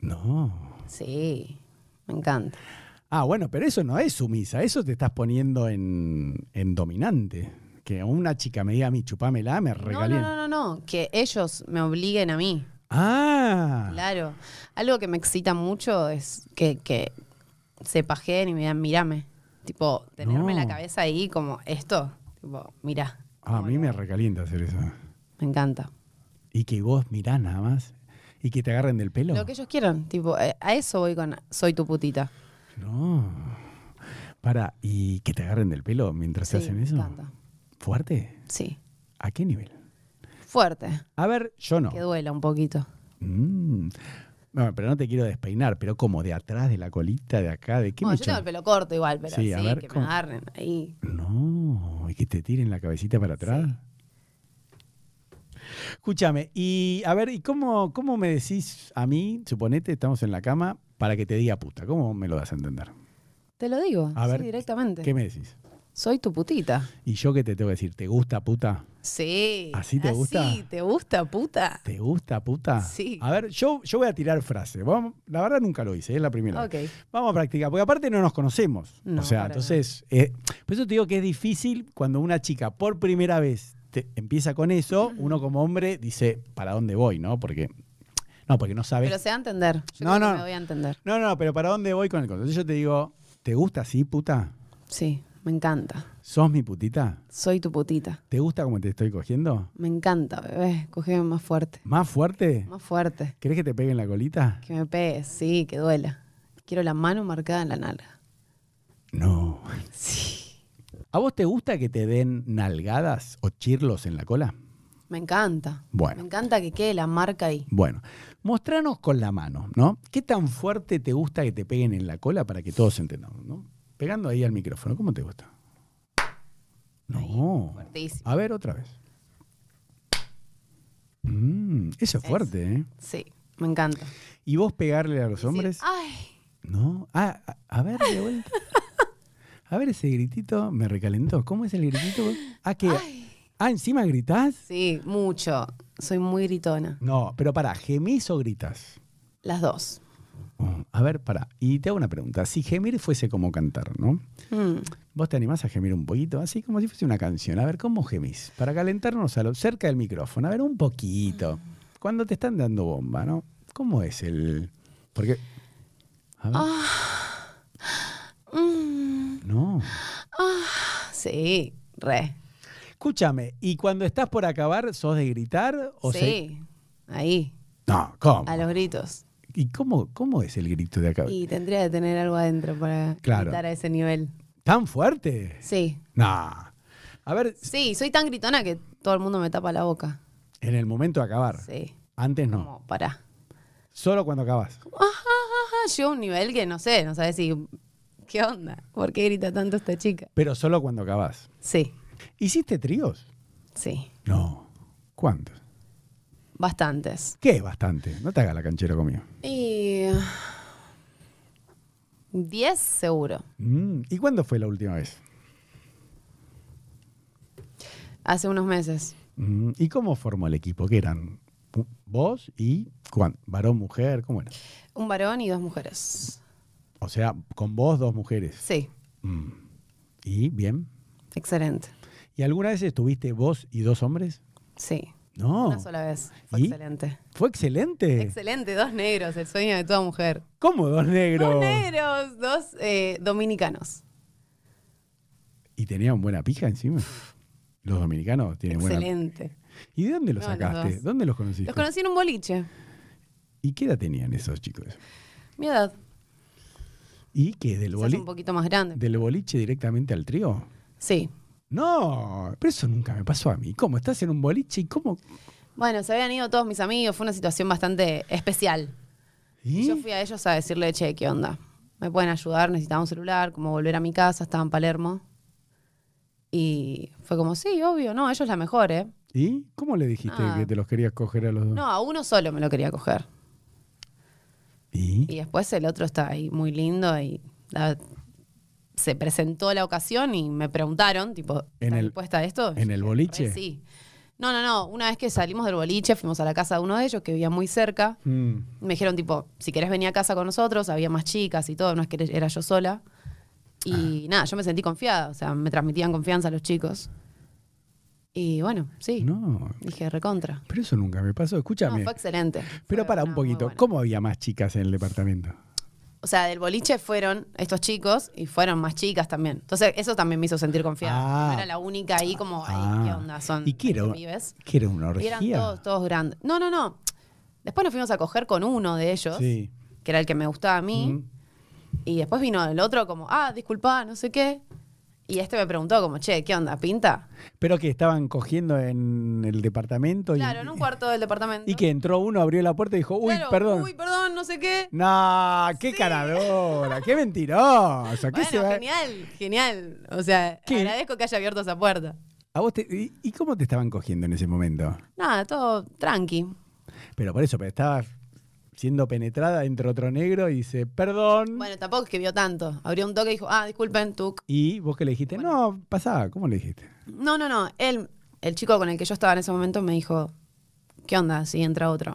Speaker 2: No.
Speaker 3: Sí. Me encanta.
Speaker 2: Ah, bueno, pero eso no es sumisa, eso te estás poniendo en, en dominante. Que una chica me diga a mí, chupamela, me
Speaker 3: No, no,
Speaker 2: regalienta.
Speaker 3: no, no, no, que ellos me obliguen a mí.
Speaker 2: Ah,
Speaker 3: Claro. Algo que me excita mucho es que, que se pajeen y me digan, mírame. Tipo, tenerme
Speaker 2: No.
Speaker 3: la cabeza ahí como esto. Tipo, mirá.
Speaker 2: Ah, a mí me recalienta hacer eso.
Speaker 3: Me encanta.
Speaker 2: Y que vos mirás nada más. Y que te agarren del pelo.
Speaker 3: Lo que ellos quieran. Tipo, eh, a eso voy con soy tu putita.
Speaker 2: No. Para, y que te agarren del pelo mientras te
Speaker 3: Sí,
Speaker 2: hacen
Speaker 3: me
Speaker 2: eso.
Speaker 3: encanta.
Speaker 2: ¿Fuerte?
Speaker 3: Sí.
Speaker 2: ¿A qué nivel?
Speaker 3: Fuerte.
Speaker 2: A ver, yo no.
Speaker 3: Que duela un poquito.
Speaker 2: Mm. No, pero no te quiero despeinar, pero como de atrás, de la colita, de acá, de qué
Speaker 3: Bueno,
Speaker 2: me
Speaker 3: yo tengo el
Speaker 2: echas?
Speaker 3: pelo corto igual, pero
Speaker 2: Sí,
Speaker 3: sí,
Speaker 2: a ver,
Speaker 3: que
Speaker 2: ¿cómo?
Speaker 3: me agarren ahí.
Speaker 2: No, y que te tiren la cabecita para atrás. Escúchame, y a ver, ¿y cómo, cómo me decís a mí, suponete, estamos en la cama, para que te diga puta? ¿Cómo me lo das a entender?
Speaker 3: Te lo digo,
Speaker 2: A
Speaker 3: sí,
Speaker 2: ver,
Speaker 3: directamente.
Speaker 2: ¿Qué me decís?
Speaker 3: Soy tu putita.
Speaker 2: ¿Y yo qué te tengo que decir? ¿Te gusta puta?
Speaker 3: Sí.
Speaker 2: ¿Así te gusta?
Speaker 3: Sí, te gusta, puta.
Speaker 2: ¿Te gusta puta?
Speaker 3: Sí.
Speaker 2: A ver, yo, yo voy a tirar frase. Vamos, la verdad nunca lo hice, es la primera. vez.
Speaker 3: Ok.
Speaker 2: Vamos a practicar, porque aparte no nos conocemos.
Speaker 3: No,
Speaker 2: o sea,
Speaker 3: para
Speaker 2: entonces, eh, por eso te digo que es difícil cuando una chica por primera vez te empieza con eso, uno como hombre dice, ¿para dónde voy? ¿No? Porque no, porque no sabes.
Speaker 3: Pero se va a entender. Yo
Speaker 2: No,
Speaker 3: creo que
Speaker 2: no.
Speaker 3: me voy a entender.
Speaker 2: no, no, pero ¿para dónde voy con el concepto? Yo te digo, ¿te gusta así, puta?
Speaker 3: Sí, me encanta.
Speaker 2: ¿Sos mi putita?
Speaker 3: Soy tu putita.
Speaker 2: ¿Te gusta como te estoy cogiendo?
Speaker 3: Me encanta, bebé. Cogeme más fuerte.
Speaker 2: ¿Más fuerte?
Speaker 3: Más fuerte.
Speaker 2: ¿Crees que te peguen la colita?
Speaker 3: Que me pegues, sí, que duela. Quiero la mano marcada en la nalga.
Speaker 2: No.
Speaker 3: Sí.
Speaker 2: ¿A vos te gusta que te den nalgadas o chirlos en la cola?
Speaker 3: Me encanta.
Speaker 2: Bueno.
Speaker 3: Me encanta que quede la marca ahí.
Speaker 2: Bueno, mostranos con la mano, ¿no? ¿Qué tan fuerte te gusta que te peguen en la cola para que todos entendamos, ¿no? Pegando ahí al micrófono, ¿cómo te gusta? No.
Speaker 3: Fuertísimo.
Speaker 2: A ver, otra vez. Mm, eso es
Speaker 3: Es.
Speaker 2: fuerte, ¿eh?
Speaker 3: Sí, me encanta.
Speaker 2: ¿Y vos pegarle a los
Speaker 3: Decir,
Speaker 2: hombres?
Speaker 3: Ay,
Speaker 2: No. Ah, a, a ver, de vuelta. A ver, ese gritito me recalentó. ¿Cómo es el gritito? Ah, que. Ah, encima gritás.
Speaker 3: sí, mucho. Soy muy gritona.
Speaker 2: No, pero para, ¿gemís o gritas?
Speaker 3: Las dos.
Speaker 2: Oh, A ver, pará. Y te hago una pregunta. Si gemir fuese como cantar, ¿no?
Speaker 3: Mm.
Speaker 2: ¿Vos te animás a gemir un poquito? Así como si fuese una canción. A ver, ¿cómo gemís? Para calentarnos a lo, cerca del micrófono. A ver, un poquito. Cuando te están dando bomba, ¿no? ¿Cómo es el...? Porque... A ver.
Speaker 3: Ah.
Speaker 2: No.
Speaker 3: Mm. Ah, Sí, re.
Speaker 2: Escúchame. ¿Y cuando estás por acabar, sos de gritar? O
Speaker 3: sí,
Speaker 2: se-
Speaker 3: ahí,
Speaker 2: No, ¿cómo?
Speaker 3: a los gritos.
Speaker 2: ¿Y cómo, cómo es el grito de acabar?
Speaker 3: Y tendría que tener algo adentro para
Speaker 2: Claro.
Speaker 3: gritar a ese nivel.
Speaker 2: ¿Tan fuerte?
Speaker 3: Sí.
Speaker 2: No. A ver,
Speaker 3: Sí, soy tan gritona que todo el mundo me tapa la boca.
Speaker 2: en el momento de acabar.
Speaker 3: Sí.
Speaker 2: Antes no.
Speaker 3: Como, pará.
Speaker 2: Solo cuando acabas.
Speaker 3: Ah, llegó a un nivel que no sé, no sabes si. ¿Qué onda? ¿Por qué grita tanto esta chica?
Speaker 2: Pero solo cuando acabas.
Speaker 3: Sí,
Speaker 2: ¿Hiciste tríos?
Speaker 3: sí.
Speaker 2: No. ¿Cuántos?
Speaker 3: Bastantes.
Speaker 2: ¿Qué? Bastante. No te hagas la canchera conmigo.
Speaker 3: Y. 10 seguro.
Speaker 2: Mm, ¿Y cuándo fue la última vez?
Speaker 3: Hace unos meses.
Speaker 2: Mm, ¿Y cómo formó el equipo? ¿Qué eran? Pu- ¿Vos y Juan? ¿Varón, mujer? ¿Cómo era?
Speaker 3: Un varón y dos mujeres.
Speaker 2: O sea, con vos dos mujeres.
Speaker 3: Sí,
Speaker 2: Mm. ¿Y bien?
Speaker 3: excelente.
Speaker 2: ¿Y alguna vez estuviste vos y dos hombres?
Speaker 3: Sí.
Speaker 2: No.
Speaker 3: Una sola vez. Fue
Speaker 2: Oh. ¿Y?
Speaker 3: excelente.
Speaker 2: Fue excelente.
Speaker 3: Excelente, dos negros, el sueño de toda mujer.
Speaker 2: ¿Cómo dos negros?
Speaker 3: Dos negros, dos eh, dominicanos.
Speaker 2: Y tenían buena pija encima. Los dominicanos tienen buena
Speaker 3: Excelente.
Speaker 2: ¿Y de dónde los
Speaker 3: No, los
Speaker 2: sacaste?
Speaker 3: dos.
Speaker 2: ¿Dónde los conociste?
Speaker 3: Los conocí en un boliche.
Speaker 2: ¿Y qué edad tenían esos chicos?
Speaker 3: Mi edad.
Speaker 2: ¿Y que del,
Speaker 3: Quizás
Speaker 2: boli-
Speaker 3: un poquito más grande.
Speaker 2: del boliche directamente al trío?
Speaker 3: Sí.
Speaker 2: No, pero eso nunca me pasó a mí. ¿Cómo? ¿Estás en un boliche y cómo?
Speaker 3: Bueno, se habían ido todos mis amigos, fue una situación bastante especial.
Speaker 2: ¿Y?
Speaker 3: Y yo fui a ellos a decirle, che, ¿qué onda? ¿Me pueden ayudar? Necesitaba un celular, como volver a mi casa, estaba en Palermo. Y fue como, sí, obvio, no, ellos la mejor, ¿eh?
Speaker 2: ¿Y? ¿Cómo le dijiste
Speaker 3: Ah.
Speaker 2: que te los querías coger a los dos?
Speaker 3: No, a uno solo me lo quería coger.
Speaker 2: ¿Y?
Speaker 3: Y después el otro está ahí muy lindo y la- se presentó la ocasión y me preguntaron, tipo,
Speaker 2: En
Speaker 3: ¿estás
Speaker 2: el-
Speaker 3: dispuesta a esto?
Speaker 2: en el boliche?
Speaker 3: Sí. No, no, no. Una vez que salimos del boliche, fuimos a la casa de uno de ellos que vivía muy cerca.
Speaker 2: Mm.
Speaker 3: Me dijeron, tipo, si querés venir a casa con nosotros, había más chicas y todo, no es que era yo sola. Y
Speaker 2: Ah.
Speaker 3: nada, yo me sentí confiada, o sea, me transmitían confianza los chicos. Y bueno, sí.
Speaker 2: No,
Speaker 3: Dije, recontra.
Speaker 2: pero eso nunca me pasó.
Speaker 3: No,
Speaker 2: Escúchame.
Speaker 3: fue excelente.
Speaker 2: pero
Speaker 3: Fue
Speaker 2: para
Speaker 3: una
Speaker 2: un
Speaker 3: muy
Speaker 2: poquito,
Speaker 3: buena.
Speaker 2: ¿cómo había más chicas en el departamento?
Speaker 3: O sea, del boliche fueron estos chicos y fueron más chicas también. Entonces, eso también me hizo sentir confiada.
Speaker 2: Ah.
Speaker 3: No era la única ahí como, ay,
Speaker 2: Ah.
Speaker 3: ¿qué onda? Son
Speaker 2: ¿Y qué era,
Speaker 3: pibes.
Speaker 2: qué era una
Speaker 3: Y
Speaker 2: orgía?
Speaker 3: eran todos, todos grandes. No, no, no. Después nos fuimos a coger con uno de ellos,
Speaker 2: Sí.
Speaker 3: que era el que me gustaba a mí.
Speaker 2: Mm.
Speaker 3: Y después vino el otro como, ah, disculpa, no sé qué. Y este me preguntó como, che, ¿qué onda? ¿Pinta?
Speaker 2: Pero que estaban cogiendo en el departamento. y-
Speaker 3: Claro, en un cuarto del departamento.
Speaker 2: Y que entró uno, abrió la puerta y dijo, uy,
Speaker 3: Claro,
Speaker 2: perdón.
Speaker 3: Uy, perdón, no sé qué.
Speaker 2: No, qué caradora, qué mentirosa. ¿qué
Speaker 3: Bueno,
Speaker 2: se va-
Speaker 3: genial, genial. O sea,
Speaker 2: ¿Qué?
Speaker 3: agradezco que haya abierto esa puerta.
Speaker 2: ¿A vos te- y, y cómo te estaban cogiendo en ese momento?
Speaker 3: Nada, todo tranqui.
Speaker 2: Pero por eso, pero estabas siendo penetrada entre otro negro y dice, perdón.
Speaker 3: Bueno, tampoco es que vio tanto. Abrió un toque y dijo, ah, disculpen, tú.
Speaker 2: Y vos que le dijiste, no, pasá, ¿cómo le dijiste?
Speaker 3: No, no, no. Él, el chico con el que yo estaba en ese momento me dijo, ¿qué onda si entra otro?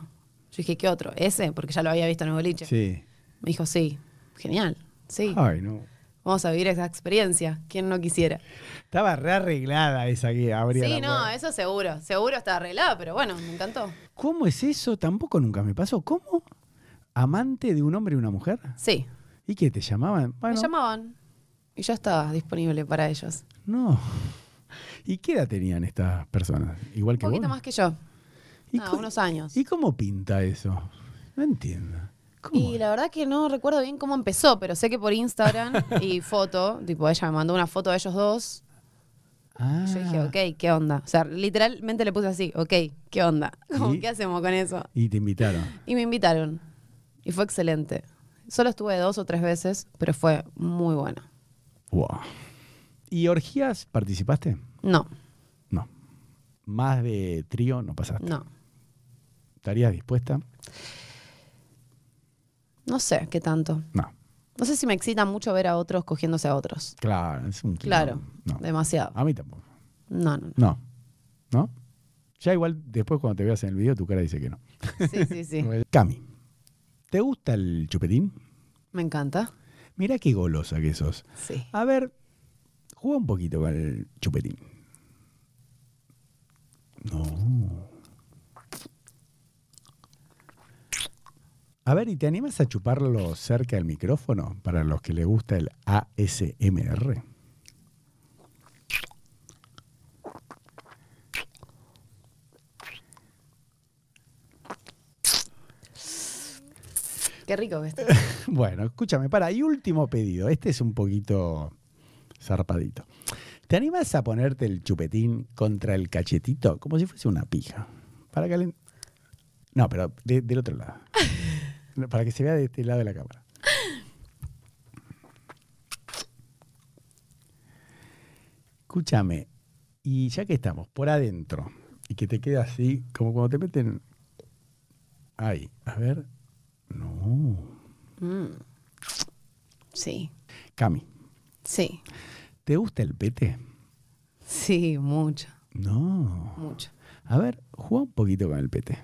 Speaker 3: Yo dije, ¿qué otro? ¿Ese? Porque ya lo había visto en el boliche.
Speaker 2: Sí.
Speaker 3: Me dijo, sí. Genial. Sí.
Speaker 2: Ay, no.
Speaker 3: Vamos a vivir esa experiencia. ¿Quién no quisiera?
Speaker 2: Estaba rearreglada esa que abría
Speaker 3: sí,
Speaker 2: la
Speaker 3: no,
Speaker 2: puerta.
Speaker 3: eso seguro. Seguro está arreglado, pero bueno, me encantó.
Speaker 2: ¿Cómo es eso? Tampoco nunca me pasó. ¿Cómo? ¿Amante de un hombre y una mujer?
Speaker 3: Sí.
Speaker 2: ¿Y qué te llamaban? Bueno,
Speaker 3: Me llamaban y yo estaba disponible para ellos.
Speaker 2: no. ¿Y qué edad tenían estas personas? Igual
Speaker 3: Un
Speaker 2: que
Speaker 3: poquito
Speaker 2: vos.
Speaker 3: más que yo.
Speaker 2: ¿Y
Speaker 3: Nada,
Speaker 2: cu-
Speaker 3: unos años.
Speaker 2: ¿Y cómo pinta eso? No entiendo. ¿Cómo?
Speaker 3: Y la verdad que no recuerdo bien cómo empezó, pero sé que por Instagram y foto, tipo ella me mandó una foto de ellos dos.
Speaker 2: Ah,
Speaker 3: Yo dije, ok, ¿qué onda? O sea, literalmente le puse así, ok, ¿qué onda? Como,
Speaker 2: ¿Y?
Speaker 3: ¿Qué hacemos con eso?
Speaker 2: Y te invitaron.
Speaker 3: Y me invitaron. Y fue excelente. Solo estuve dos o tres veces, pero fue muy bueno.
Speaker 2: Wow. ¿Y orgías participaste?
Speaker 3: No,
Speaker 2: No. Más de trío no pasaste.
Speaker 3: no.
Speaker 2: ¿Estarías dispuesta?
Speaker 3: No sé qué tanto.
Speaker 2: No.
Speaker 3: No sé si me excita mucho ver a otros cogiéndose a otros.
Speaker 2: Claro, es un
Speaker 3: Claro,
Speaker 2: quilombo. No. Ah.
Speaker 3: demasiado.
Speaker 2: A mí tampoco.
Speaker 3: No, no,
Speaker 2: No. ¿No? Ya igual después cuando te veas en el video tu cara dice que no.
Speaker 3: no. Sí, sí, sí.
Speaker 2: Cami, ¿te gusta el chupetín?
Speaker 3: Me encanta.
Speaker 2: Mirá qué golosa que sos.
Speaker 3: Sí.
Speaker 2: A ver, juega un poquito con el chupetín. No. A ver, ¿y te animas a chuparlo cerca del micrófono para los que les gusta el ASMR?
Speaker 3: Qué rico que está.
Speaker 2: Bueno, escúchame, para, y último pedido. Este es un poquito zarpadito. ¿Te animas a ponerte el chupetín contra el cachetito? Como si fuese una pija. Para calen- No, pero de- del otro lado. No, para que se vea de este lado de la cámara. Escúchame, y ya que estamos por adentro y que te queda así, como cuando te meten. Ahí, a ver. No.
Speaker 3: Mm. Sí,
Speaker 2: Cami,
Speaker 3: sí,
Speaker 2: ¿te gusta el pete?
Speaker 3: sí, mucho,
Speaker 2: No.
Speaker 3: mucho.
Speaker 2: A ver, juega un poquito con el pete.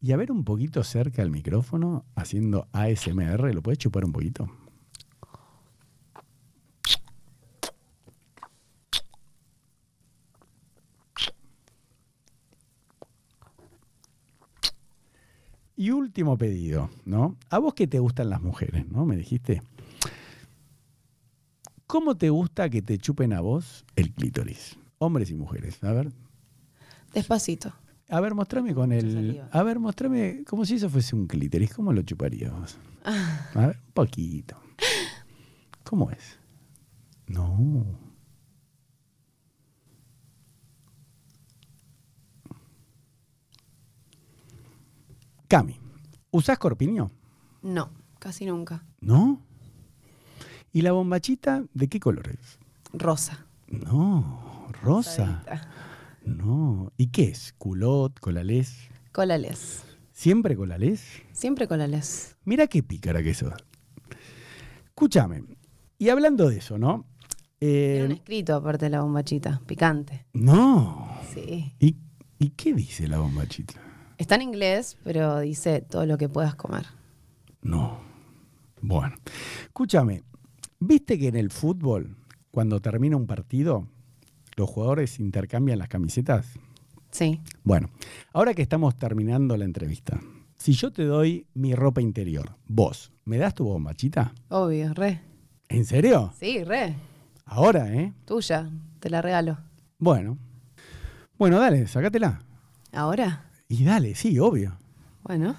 Speaker 2: Y a ver un poquito cerca al micrófono, haciendo ASMR, ¿lo puedes chupar un poquito? Y último pedido, ¿no? A vos que te gustan las mujeres, ¿no? Me dijiste. ¿Cómo te gusta que te chupen a vos el clítoris? Hombres y mujeres. A ver.
Speaker 3: Despacito.
Speaker 2: A ver, mostrame con
Speaker 3: Mucha
Speaker 2: el.
Speaker 3: saliva.
Speaker 2: A ver, mostrame como si eso fuese un clítoris. ¿Cómo lo chuparías vos?
Speaker 3: Ah.
Speaker 2: A ver, un poquito. ¿Cómo es? No. Cami, ¿usás corpiño?
Speaker 3: No, casi nunca.
Speaker 2: No. ¿Y la bombachita de qué color es?
Speaker 3: Rosa.
Speaker 2: No. ¿Rosa?
Speaker 3: Sabrita.
Speaker 2: No. ¿Y qué es? ¿Culot? ¿Colalés?
Speaker 3: Colales.
Speaker 2: ¿Siempre colalés?
Speaker 3: Siempre colales.
Speaker 2: Eh, Mira qué pícara que sos. Escúchame. Y hablando de eso, ¿no? Eh,
Speaker 3: Tiene un escrito aparte de la bombachita, picante.
Speaker 2: no.
Speaker 3: Sí.
Speaker 2: ¿Y, y qué dice la bombachita?
Speaker 3: Está en inglés, pero dice todo lo que puedas comer.
Speaker 2: No. Bueno. Escúchame. ¿Viste que en el fútbol, cuando termina un partido, los jugadores intercambian las camisetas?
Speaker 3: Sí.
Speaker 2: Bueno, ahora que estamos terminando la entrevista, si yo te doy mi ropa interior, vos, ¿me das tu bombachita?
Speaker 3: Obvio, re.
Speaker 2: ¿En serio?
Speaker 3: Sí, re.
Speaker 2: Ahora, ¿eh?
Speaker 3: Tuya. Te la regalo.
Speaker 2: Bueno. Bueno, dale, sacátela.
Speaker 3: ¿Ahora?
Speaker 2: Y dale, sí, obvio.
Speaker 3: Bueno.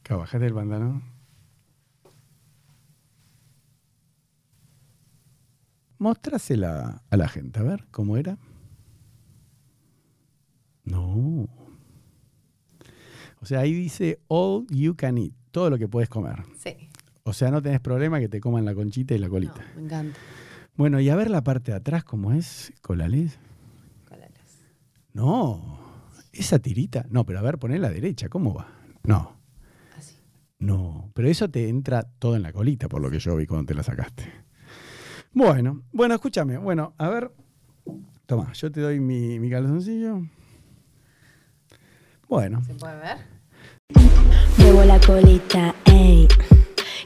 Speaker 2: Acá, bajate el pantalón. Mostrásela a la gente, a ver cómo era. No. O sea, ahí dice all you can eat, todo lo que puedes comer.
Speaker 3: Sí.
Speaker 2: O sea, no tenés problema que te coman la conchita y la
Speaker 3: No,
Speaker 2: colita.
Speaker 3: me encanta.
Speaker 2: Bueno, y a ver la parte de atrás, ¿cómo es? ¿Colales?
Speaker 3: Colalas.
Speaker 2: No. Esa tirita. No, pero a ver, poné la derecha, ¿cómo va? No.
Speaker 3: Así.
Speaker 2: No, pero eso te entra todo en la colita, por lo que yo vi cuando te la sacaste. Bueno, bueno, escúchame. Bueno, a ver. Toma, yo te doy mi, mi calzoncillo. Bueno,
Speaker 3: ¿Se puede ver?
Speaker 1: Llevo la colita, ey.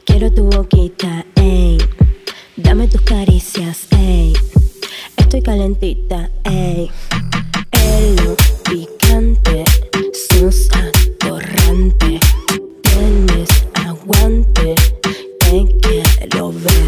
Speaker 1: Quiero tu boquita, ey. Dame tus caricias, ey. Estoy calentita, ey. Elo picante, sos atorrante. Tienes aguante, te quiero ver.